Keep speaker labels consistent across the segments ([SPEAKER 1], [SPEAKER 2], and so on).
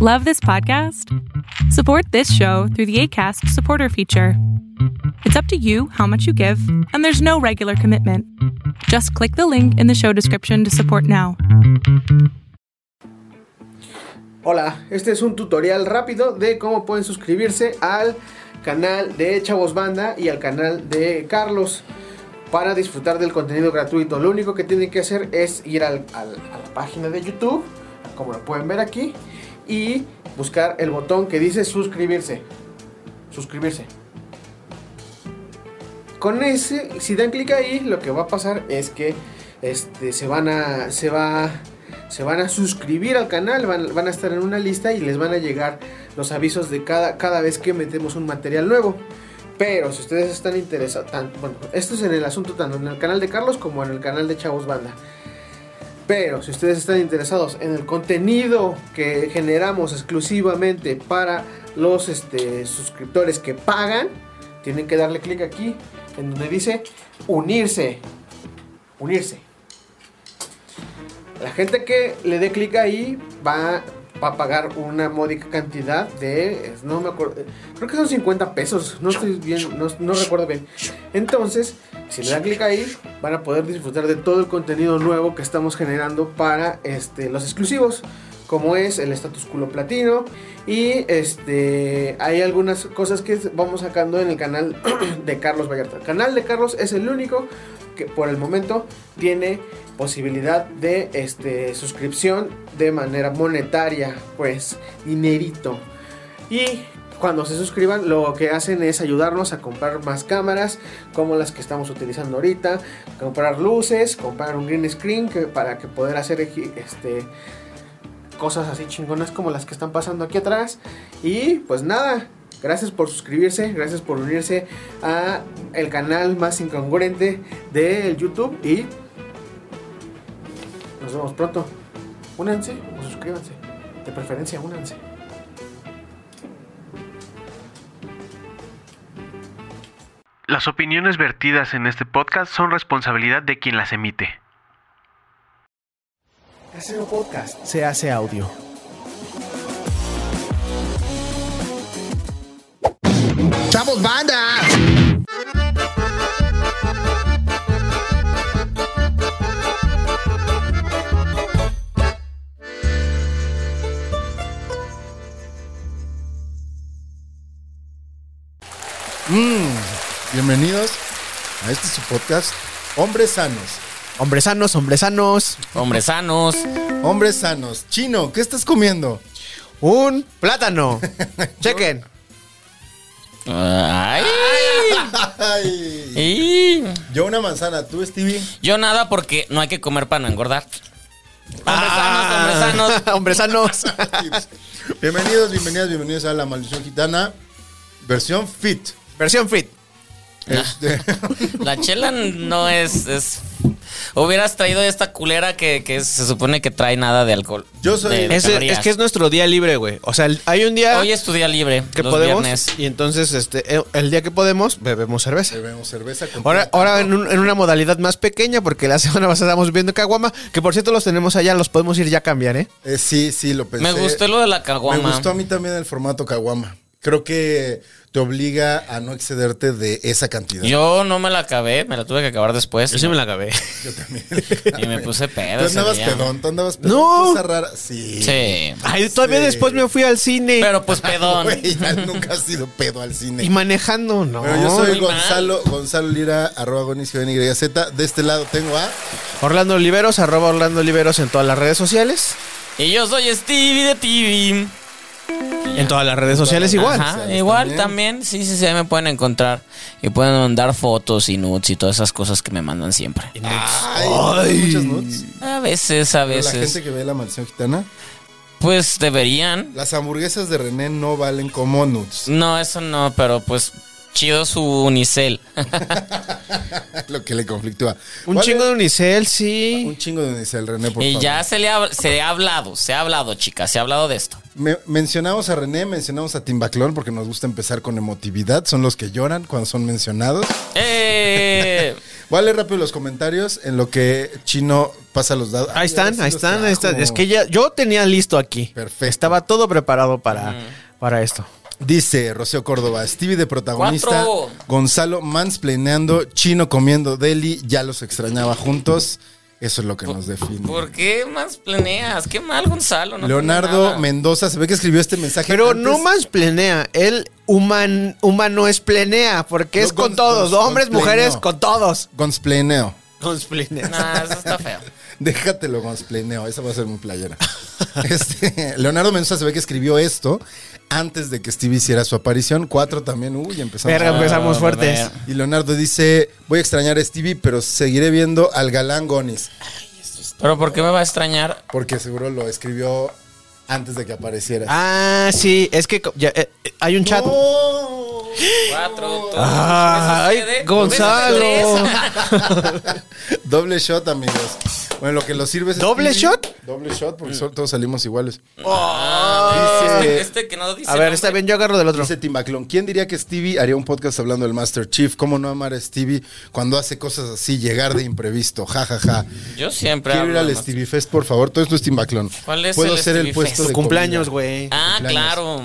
[SPEAKER 1] Love this podcast? Support this show through the ACAST supporter feature. It's up to you how much you give, and there's no regular commitment. Just click the link in the show description to support now.
[SPEAKER 2] Hola, este es un tutorial rápido de cómo pueden suscribirse al canal de Chavos Banda y al canal de Carlos para disfrutar del contenido gratuito. Lo único que tienen que hacer es ir al- al- a la página de YouTube, como lo pueden ver aquí, y buscar el botón que dice suscribirse. Suscribirse. Con ese, si dan clic ahí, lo que va a pasar es que este, se van a. se va. Se van a suscribir al canal, van, van a estar en una lista y les van a llegar los avisos de cada, cada vez que metemos un material nuevo. Pero si ustedes están interesados, tan- bueno, esto es en el asunto tanto en el canal de Carlos como en el canal de Chavos Banda. Pero si ustedes están interesados en el contenido que generamos exclusivamente para los este, suscriptores que pagan, tienen que darle clic aquí en donde dice unirse. Unirse. La gente que le dé clic ahí va, va a pagar una módica cantidad de. es- No me acuerdo. Creo que son 50 pesos. No estoy bien. No, no recuerdo bien. Entonces, si le dan clic ahí, van a poder disfrutar de todo el contenido nuevo que estamos generando para este, los exclusivos. Como es el status culo platino. Y este. Hay algunas cosas que vamos sacando en el canal de Carlos Vallarta. El canal de Carlos es el único que por el momento tiene posibilidad de este, suscripción de manera monetaria, pues dinerito. Y cuando se suscriban, lo que hacen es ayudarnos a comprar más cámaras, como las que estamos utilizando ahorita, comprar luces, comprar un green screen que- para que poder hacer eji- este cosas así chingonas como las que están pasando aquí atrás. Y pues nada, gracias por suscribirse, gracias por unirse a el canal más incongruente del YouTube y nos vemos pronto. Únanse o suscríbanse. De preferencia, únanse.
[SPEAKER 3] Las opiniones vertidas en este podcast son responsabilidad de quien las emite.
[SPEAKER 2] Casero Podcast se hace audio.
[SPEAKER 4] ¡Chavos, banda!
[SPEAKER 5] Bienvenidos a este su podcast, Hombres Sanos.
[SPEAKER 6] Hombres sanos, hombres sanos.
[SPEAKER 7] Hombres sanos.
[SPEAKER 5] Hombres Sanos. Chino, ¿qué estás comiendo?
[SPEAKER 6] Un plátano. Chequen.
[SPEAKER 7] Ay.
[SPEAKER 5] Ay,
[SPEAKER 7] Y
[SPEAKER 5] yo una manzana, tú Stevie.
[SPEAKER 7] yo nada porque no hay que comer para no engordar. Hombres sanos, hombres sanos.
[SPEAKER 6] Ah. hombres sanos.
[SPEAKER 5] bienvenidos, bienvenidas, bienvenidos a La Maldición Gitana, versión fit.
[SPEAKER 6] Versión fit.
[SPEAKER 7] Ah.
[SPEAKER 5] Este,
[SPEAKER 7] La chela no es, es- Hubieras traído esta culera que, que se supone que trae nada de alcohol.
[SPEAKER 5] Yo soy-
[SPEAKER 7] De- de
[SPEAKER 6] Es, es
[SPEAKER 7] calorías.
[SPEAKER 6] que es nuestro día libre, güey. O sea, el- hay un día
[SPEAKER 7] Hoy es tu día libre.
[SPEAKER 6] que
[SPEAKER 7] los
[SPEAKER 6] podemos.
[SPEAKER 7] viernes.
[SPEAKER 6] Y entonces, este, el- el día que podemos, bebemos cerveza.
[SPEAKER 5] bebemos cerveza con
[SPEAKER 6] Ahora,
[SPEAKER 5] plátano.
[SPEAKER 6] ahora en, un- en una modalidad más pequeña, porque la semana pasada estábamos viendo Caguama, que por cierto los tenemos allá, los podemos ir ya a cambiar, ¿eh?
[SPEAKER 5] Eh, sí, sí, lo pensé.
[SPEAKER 7] Me gustó lo de la caguama.
[SPEAKER 5] Me gustó a mí también el formato caguama. Creo que te obliga a no excederte de esa cantidad.
[SPEAKER 7] Yo no me la acabé, me la tuve que acabar después.
[SPEAKER 6] la acabé.
[SPEAKER 5] Yo también.
[SPEAKER 7] Y me puse pedo.
[SPEAKER 5] Tú
[SPEAKER 7] ese
[SPEAKER 5] andabas
[SPEAKER 7] día.
[SPEAKER 5] pedón, tú andabas pedón.
[SPEAKER 6] No.
[SPEAKER 5] Cosa rara. Sí.
[SPEAKER 7] Sí.
[SPEAKER 6] Ay, todavía
[SPEAKER 5] Sí.
[SPEAKER 6] después me fui al cine
[SPEAKER 7] Pero pues pedón.
[SPEAKER 5] Güey, ya nunca has sido pedo al cine.
[SPEAKER 6] y manejando, no.
[SPEAKER 5] Pero yo soy
[SPEAKER 7] muy mal.
[SPEAKER 5] Gonzalo, Gonzalo Lira, arroba Gonis, con YZ. De este lado tengo a.
[SPEAKER 6] Orlando Oliveros, arroba Orlando Oliveros en todas las redes sociales.
[SPEAKER 7] Y yo soy Stevie de TV.
[SPEAKER 6] En todas las redes sociales igual.
[SPEAKER 7] Ajá,
[SPEAKER 5] ¿sabes?
[SPEAKER 7] igual
[SPEAKER 5] También.
[SPEAKER 7] también. Sí, sí, sí, ahí me pueden encontrar. Y pueden mandar fotos y nudes y todas esas cosas que me mandan siempre.
[SPEAKER 5] Ay, muchas nudes.
[SPEAKER 7] A veces, a
[SPEAKER 5] Pero La
[SPEAKER 7] veces.
[SPEAKER 5] gente que ve la maldición gitana.
[SPEAKER 7] Pues deberían.
[SPEAKER 5] Las hamburguesas de René no valen como nudes.
[SPEAKER 7] No, eso no, pero pues chido su unicel.
[SPEAKER 5] Lo que le conflictúa.
[SPEAKER 6] Un
[SPEAKER 5] Vale,
[SPEAKER 6] chingo de unicel, sí.
[SPEAKER 5] Un chingo de unicel, René, por
[SPEAKER 7] y
[SPEAKER 5] favor.
[SPEAKER 7] ya se le ha, se ha hablado, se ha hablado, chicas, se ha hablado de esto.
[SPEAKER 5] Me- mencionamos a René, mencionamos a Timbaclón porque nos gusta empezar con emotividad. Son los que lloran cuando son mencionados.
[SPEAKER 7] ¡Eh!
[SPEAKER 5] Voy a leer rápido los comentarios en lo que Chino pasa los dados.
[SPEAKER 2] Ahí están, ahí están, ahí están. Es que
[SPEAKER 5] ya.
[SPEAKER 2] ya, yo tenía listo aquí.
[SPEAKER 5] Perfecto.
[SPEAKER 2] Estaba todo preparado para, para esto.
[SPEAKER 5] Dice Rocío Córdoba, Stevie de protagonista,
[SPEAKER 7] Cuatro.
[SPEAKER 5] Gonzalo mansplaneando, Chino comiendo deli, ya los extrañaba juntos. Eso es lo que nos define.
[SPEAKER 7] ¿Por qué más planeas? Qué mal, Gonzalo. no tiene
[SPEAKER 5] Leonardo
[SPEAKER 7] nada.
[SPEAKER 5] Mendoza, se ve que escribió este mensaje.
[SPEAKER 2] Pero
[SPEAKER 5] antes.
[SPEAKER 2] no más planea, él human, humano es planea, porque
[SPEAKER 5] No,
[SPEAKER 2] es con
[SPEAKER 5] cons-
[SPEAKER 2] todos,
[SPEAKER 5] cons-
[SPEAKER 2] hombres,
[SPEAKER 5] consplaneo.
[SPEAKER 2] mujeres, con todos.
[SPEAKER 5] Gonsplaneo.
[SPEAKER 7] Nah, eso está feo.
[SPEAKER 5] Déjatelo gonsplaneo, esa va a ser mi playera. Este, Leonardo Mendoza se ve que escribió esto antes de que Stevie hiciera su aparición. Cuatro también, uy, empezamos.
[SPEAKER 2] Verga, empezamos
[SPEAKER 7] Ah,
[SPEAKER 2] fuertes.
[SPEAKER 5] Y Leonardo dice, voy a extrañar a Stevie, pero seguiré viendo al galán Gonis.
[SPEAKER 7] Pero ¿por qué me va a extrañar?
[SPEAKER 5] Porque seguro lo escribió antes de que apareciera.
[SPEAKER 2] Ah, sí, es que co- ya, eh, eh, hay un chat.
[SPEAKER 5] ¡No!
[SPEAKER 7] Cuatro. todo.
[SPEAKER 2] Ah, ay,
[SPEAKER 7] Eso sucede.
[SPEAKER 2] Gonzalo.
[SPEAKER 5] Doble shot, amigos. Bueno, lo que lo sirve es...
[SPEAKER 2] ¿Doble
[SPEAKER 5] Stevie.
[SPEAKER 2] shot? Ah,
[SPEAKER 5] Doble shot, porque so- todos salimos iguales.
[SPEAKER 7] Este,
[SPEAKER 5] Dice-
[SPEAKER 7] este que no dice.
[SPEAKER 2] A ver,
[SPEAKER 7] nombre.
[SPEAKER 2] está bien, yo agarro del otro.
[SPEAKER 5] Dice Timaclón, ¿quién diría que Stevie haría un podcast hablando del Master Chief? ¿Cómo no amar a Stevie cuando hace cosas así, llegar de imprevisto? Ja, ja, ja.
[SPEAKER 7] Yo siempre
[SPEAKER 5] Quiero
[SPEAKER 7] hablo
[SPEAKER 5] ir al
[SPEAKER 7] de más-
[SPEAKER 5] Stevie Fest, por favor. Todo esto es Timaclón.
[SPEAKER 7] ¿Cuál es
[SPEAKER 5] Puedo
[SPEAKER 7] el
[SPEAKER 5] ser el
[SPEAKER 7] Stevie
[SPEAKER 5] puesto de
[SPEAKER 7] Fest?
[SPEAKER 2] Tu cumpleaños,
[SPEAKER 5] comida.
[SPEAKER 2] güey.
[SPEAKER 7] Ah,
[SPEAKER 5] cumpleaños.
[SPEAKER 7] claro.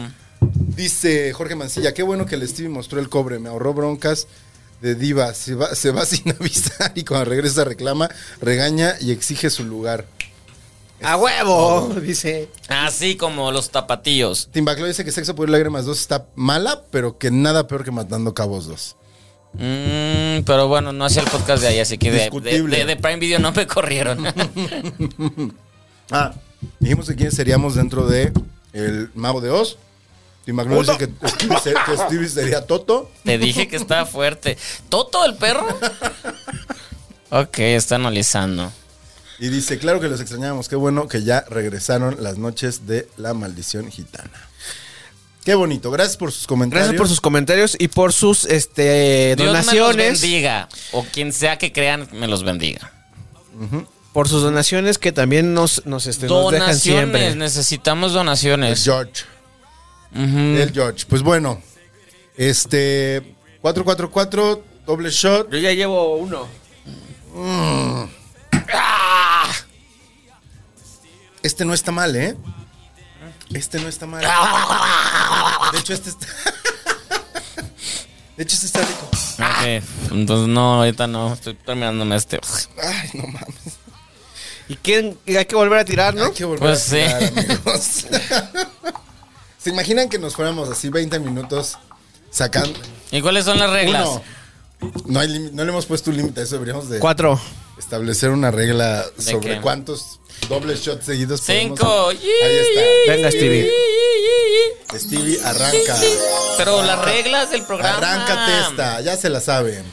[SPEAKER 5] Dice Jorge Mancilla, qué bueno que el Stevie mostró el cobre, me ahorró broncas de diva, se va, se va sin avisar y cuando regresa reclama, regaña y exige su lugar.
[SPEAKER 2] A huevo, dice.
[SPEAKER 7] Así como los tapatillos.
[SPEAKER 5] Timbaclo dice que Sexo por Lágrimas 2 está mala, pero que nada peor que Matando Cabos 2.
[SPEAKER 7] Mm, pero bueno, no hacía el podcast de ahí, así que de, de,
[SPEAKER 5] Discutible.
[SPEAKER 7] de- de Prime Video no me corrieron.
[SPEAKER 5] Ah, dijimos que quiénes seríamos dentro de El Mago de Oz. Timbaclo dice que Stevie, se- que Stevie sería Toto.
[SPEAKER 7] Te dije que estaba fuerte. ¿Toto el perro? Ok, está analizando.
[SPEAKER 5] Y dice, claro que los extrañábamos, qué bueno que ya regresaron las noches de La Maldición Gitana. Qué bonito, gracias por sus comentarios.
[SPEAKER 2] Gracias por sus comentarios y por sus este,
[SPEAKER 7] Dios me los
[SPEAKER 2] donaciones.
[SPEAKER 7] bendiga. O quien sea que crean, me los bendiga.
[SPEAKER 2] por sus donaciones que también nos, nos, este, nos dejan
[SPEAKER 7] Donaciones,
[SPEAKER 2] siempre.
[SPEAKER 7] necesitamos
[SPEAKER 5] El
[SPEAKER 7] donaciones.
[SPEAKER 5] George.
[SPEAKER 7] Mm.
[SPEAKER 5] El George. Pues bueno, este 444, doble shot.
[SPEAKER 2] Yo ya llevo uno.
[SPEAKER 5] Este no está mal, ¿eh? Este no está mal. De hecho, este está. De hecho, este está rico.
[SPEAKER 7] Ok, Entonces, no, ahorita no. Estoy terminándome este.
[SPEAKER 5] Ay, no mames.
[SPEAKER 2] ¿Y quién? Hay que volver a tirar, ¿no?
[SPEAKER 5] Hay que volver
[SPEAKER 7] Pues
[SPEAKER 5] a
[SPEAKER 7] sí.
[SPEAKER 5] tirar, amigos. ¿Se imaginan que nos fuéramos así 20 minutos sacando?
[SPEAKER 7] ¿Y cuáles son las reglas?
[SPEAKER 5] Uno. No, hay límite- no le hemos puesto un límite a eso. Deberíamos de
[SPEAKER 2] Cuatro.
[SPEAKER 5] establecer una regla sobre
[SPEAKER 7] qué?
[SPEAKER 5] cuántos dobles shots seguidos podemos-
[SPEAKER 7] Cinco.
[SPEAKER 5] Ahí está.
[SPEAKER 2] Venga, Stevie.
[SPEAKER 5] Stevie, arranca.
[SPEAKER 7] Pero las reglas del programa.
[SPEAKER 5] Arranca testa, ya se la saben.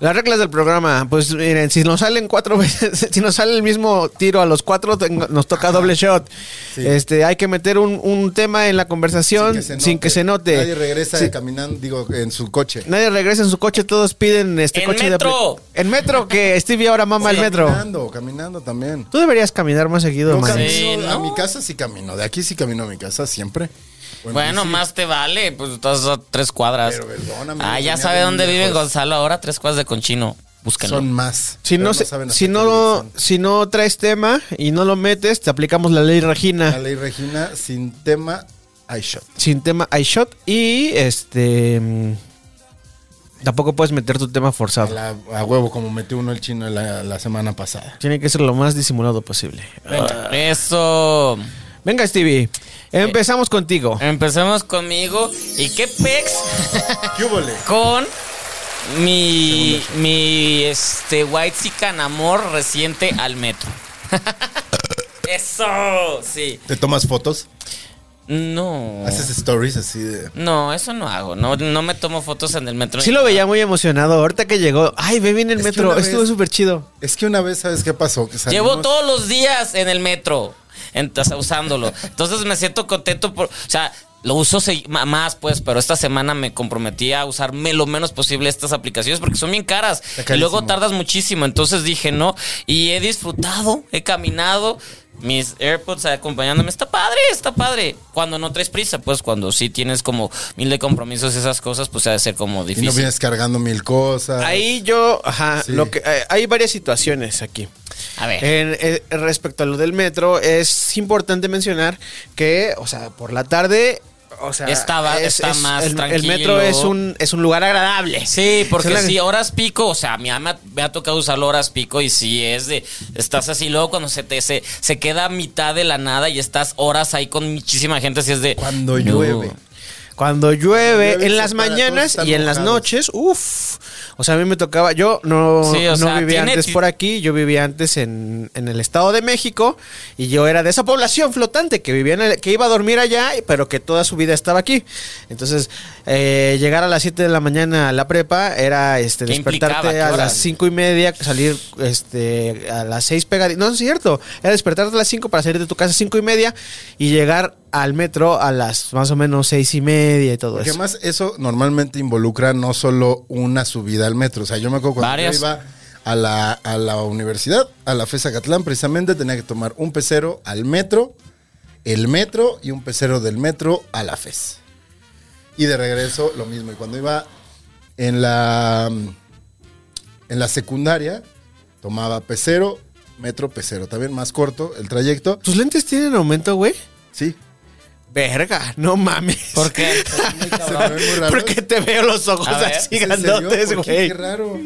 [SPEAKER 2] Las reglas del programa, pues miren, si nos salen cuatro veces, si nos sale el mismo tiro a los cuatro, tengo- nos toca doble shot.
[SPEAKER 5] Sí.
[SPEAKER 2] Este, hay que meter un, un tema en la conversación sin que se note.
[SPEAKER 5] Nadie regresa
[SPEAKER 2] Sí.
[SPEAKER 5] de caminando, digo, en su coche.
[SPEAKER 2] Nadie regresa en su coche, todos piden este
[SPEAKER 7] En
[SPEAKER 2] coche de
[SPEAKER 7] metro.
[SPEAKER 2] pre- En metro, que Stevie ahora mama el metro.
[SPEAKER 5] Caminando, caminando también.
[SPEAKER 2] Tú deberías caminar más seguido,
[SPEAKER 5] Yo
[SPEAKER 2] man.
[SPEAKER 5] camino
[SPEAKER 7] Sí,
[SPEAKER 5] a
[SPEAKER 7] ¿no?
[SPEAKER 5] mi casa sí camino, de aquí sí camino a mi casa siempre.
[SPEAKER 7] Bueno,
[SPEAKER 5] sí,
[SPEAKER 7] más te vale, pues estás a tres cuadras.
[SPEAKER 5] Pero perdóname,
[SPEAKER 7] Ah,
[SPEAKER 5] yo
[SPEAKER 7] ya
[SPEAKER 5] venía
[SPEAKER 7] sabe
[SPEAKER 5] bien
[SPEAKER 7] dónde vive
[SPEAKER 5] lejos.
[SPEAKER 7] Gonzalo ahora, tres cuadras de Conchino. Búsquenlo.
[SPEAKER 5] son más.
[SPEAKER 2] Si
[SPEAKER 5] pero
[SPEAKER 2] no, se-
[SPEAKER 5] saben
[SPEAKER 2] si
[SPEAKER 5] hasta qué
[SPEAKER 2] no,
[SPEAKER 5] dirección.
[SPEAKER 2] si no traes tema y no lo metes, te aplicamos la ley
[SPEAKER 5] La
[SPEAKER 2] Regina.
[SPEAKER 5] ley Regina sin tema hay shot.
[SPEAKER 2] Sin tema hay shot y este mm, tampoco puedes meter tu tema forzado.
[SPEAKER 5] La- a huevo como metió uno el chino la, la semana pasada.
[SPEAKER 2] Tiene que ser lo más disimulado posible.
[SPEAKER 7] Venga. Eso.
[SPEAKER 2] Venga, Stevie, empezamos contigo.
[SPEAKER 7] Empecemos conmigo. ¿Y qué pex
[SPEAKER 5] ¿Qué hubo, le?
[SPEAKER 7] con mi, mi este White Sican amor reciente al metro? Eso, sí.
[SPEAKER 5] ¿Te tomas fotos?
[SPEAKER 7] No.
[SPEAKER 5] ¿Haces stories así de
[SPEAKER 7] No, eso no hago. No, no me tomo fotos en el metro.
[SPEAKER 2] Sí lo veía muy emocionado. Ahorita que llegó, ay, ve bien el
[SPEAKER 5] Es que
[SPEAKER 2] metro.
[SPEAKER 5] una
[SPEAKER 2] Estuvo
[SPEAKER 5] vez-
[SPEAKER 2] súper chido.
[SPEAKER 5] Es que una vez, ¿sabes qué pasó? Que salimos-
[SPEAKER 7] Llevo todos los días en el metro en- o sea, usándolo. Entonces me siento contento por. O sea, lo uso se- ma- más, pues, pero esta semana me comprometí a usarme lo menos posible estas aplicaciones porque son bien caras.
[SPEAKER 5] Está
[SPEAKER 7] Y luego
[SPEAKER 5] carísimo.
[SPEAKER 7] tardas muchísimo. Entonces dije no. Y he disfrutado, he caminado. mis AirPods acompañándome. Está padre, está padre. Cuando no traes prisa, pues cuando sí tienes como mil de compromisos y esas cosas, pues ha de ser como
[SPEAKER 5] Y no
[SPEAKER 7] difícil.
[SPEAKER 5] vienes cargando mil cosas.
[SPEAKER 2] Ahí yo, ajá,
[SPEAKER 5] Sí.
[SPEAKER 2] lo que, eh, hay varias situaciones aquí.
[SPEAKER 7] A ver.
[SPEAKER 2] En- eh, respecto a lo del metro, es importante mencionar que, o sea, por la tarde, o sea,
[SPEAKER 7] Estaba-
[SPEAKER 2] es-
[SPEAKER 7] está
[SPEAKER 2] es-
[SPEAKER 7] más
[SPEAKER 2] el, el
[SPEAKER 7] tranquilo.
[SPEAKER 2] metro es un, es un lugar agradable.
[SPEAKER 7] Sí, porque
[SPEAKER 2] Es la-
[SPEAKER 7] sí, horas pico, o sea, a mí me ha, me ha tocado usarlo horas pico y sí es de, estás así, luego cuando se te se, se queda a mitad de la nada y estás horas ahí con muchísima gente, así es de...
[SPEAKER 5] Cuando
[SPEAKER 7] no.
[SPEAKER 5] llueve.
[SPEAKER 2] Cuando llueve,
[SPEAKER 5] Cuando llueve
[SPEAKER 2] en las
[SPEAKER 5] se para,
[SPEAKER 2] mañanas
[SPEAKER 5] todos
[SPEAKER 2] y
[SPEAKER 5] están
[SPEAKER 2] en las
[SPEAKER 5] mojados.
[SPEAKER 2] noches, uff. O sea, a mí me tocaba, yo no,
[SPEAKER 7] Sí, o
[SPEAKER 2] no
[SPEAKER 7] sea,
[SPEAKER 2] vivía
[SPEAKER 7] tiene-
[SPEAKER 2] antes por aquí, yo vivía antes en, en el Estado de México y yo era de esa población flotante que vivía en el- que iba a dormir allá, pero que toda su vida estaba aquí. Entonces, eh, llegar a las 7 de la mañana a la prepa era este
[SPEAKER 7] ¿Qué implicaba?
[SPEAKER 2] despertarte
[SPEAKER 7] ¿Qué
[SPEAKER 2] a
[SPEAKER 7] hora?
[SPEAKER 2] las 5 y media, salir este a las 6 pegadito. No es cierto, era despertarte a las 5 para salir de tu casa a 5 y media y llegar al metro a las más o menos 6 y media y todo
[SPEAKER 5] Porque
[SPEAKER 2] eso.
[SPEAKER 5] además eso normalmente involucra no solo una subida al metro. O sea, yo me acuerdo cuando yo
[SPEAKER 7] Varias.
[SPEAKER 5] iba a la, a la universidad, a la FES Acatlán, precisamente tenía que tomar un pecero al metro, el metro y un pecero del metro a la FES. Y de regreso lo mismo. Y cuando iba en la, en la secundaria, tomaba pecero, metro, pecero. También más corto el trayecto.
[SPEAKER 2] ¿Tus lentes tienen aumento, güey?
[SPEAKER 5] Sí.
[SPEAKER 2] Verga, no mames.
[SPEAKER 7] ¿Por qué?
[SPEAKER 5] Se me ven muy raros.
[SPEAKER 2] Porque te veo los ojos
[SPEAKER 7] A ver.
[SPEAKER 2] así
[SPEAKER 5] ¿Es en serio?
[SPEAKER 2] grandotes,
[SPEAKER 5] ¿Por qué?
[SPEAKER 2] güey.
[SPEAKER 5] Qué raro.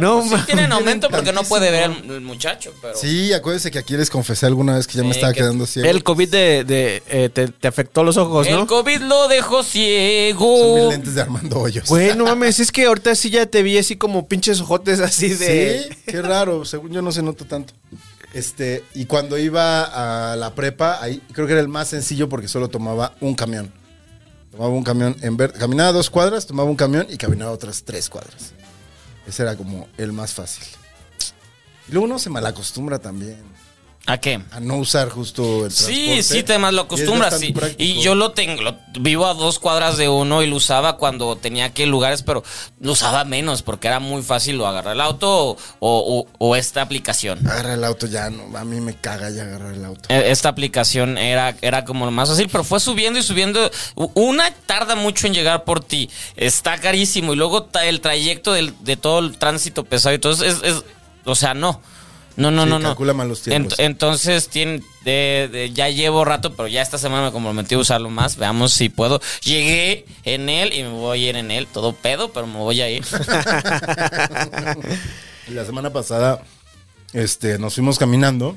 [SPEAKER 2] No
[SPEAKER 7] Pues Sí
[SPEAKER 2] mames.
[SPEAKER 7] tienen aumento porque no puede ver el, el muchacho, pero...
[SPEAKER 5] Sí, acuérdese que aquí les confesé alguna vez que ya me
[SPEAKER 7] Sí,
[SPEAKER 5] estaba
[SPEAKER 7] que
[SPEAKER 5] quedando ciego.
[SPEAKER 2] El COVID de, de, eh, te, te afectó los ojos,
[SPEAKER 7] El
[SPEAKER 2] ¿no?
[SPEAKER 7] COVID lo dejó
[SPEAKER 5] pues, Son mis
[SPEAKER 7] ciego.
[SPEAKER 5] lentes de Armando Hoyos.
[SPEAKER 2] Güey, no mames, es que ahorita sí ya te vi así como pinches ojotes así de...
[SPEAKER 5] Sí, qué raro. Según yo no se nota tanto. Este, y cuando iba a la prepa, ahí creo que era el más sencillo porque solo tomaba un camión. Tomaba un camión en ver, caminaba dos cuadras, tomaba un camión y caminaba otras tres cuadras. Ese era como el más fácil. Y luego uno se malacostumbra también
[SPEAKER 7] ¿A qué?
[SPEAKER 5] a no usar justo el transporte.
[SPEAKER 7] Sí, sí, te más
[SPEAKER 5] Y
[SPEAKER 7] lo
[SPEAKER 5] es
[SPEAKER 7] acostumbras.
[SPEAKER 5] bastante
[SPEAKER 7] sí.
[SPEAKER 5] práctico.
[SPEAKER 7] Y yo lo tengo, lo- vivo a dos cuadras de uno y lo usaba cuando tenía que ir lugares, pero lo usaba menos porque era muy fácil o agarrar el auto o, o- o esta aplicación.
[SPEAKER 5] Agarra el auto ya, no, a mí me caga ya agarrar el auto.
[SPEAKER 7] E- Esta aplicación era, era como lo más fácil, pero fue subiendo y subiendo. U- Una tarda mucho en llegar por ti, está carísimo. Y luego ta- el trayecto del- de todo el tránsito pesado y todo eso es, es- o sea, no. No, no,
[SPEAKER 5] Sí,
[SPEAKER 7] no, no.
[SPEAKER 5] calcula mal los tiempos.
[SPEAKER 7] Ent- entonces, tiene, de- de- ya llevo rato, pero ya esta semana me comprometí a usarlo más. Veamos si puedo. Llegué en él y me voy a ir en él. Todo pedo, pero me voy a ir.
[SPEAKER 5] Y La semana pasada este, nos fuimos caminando.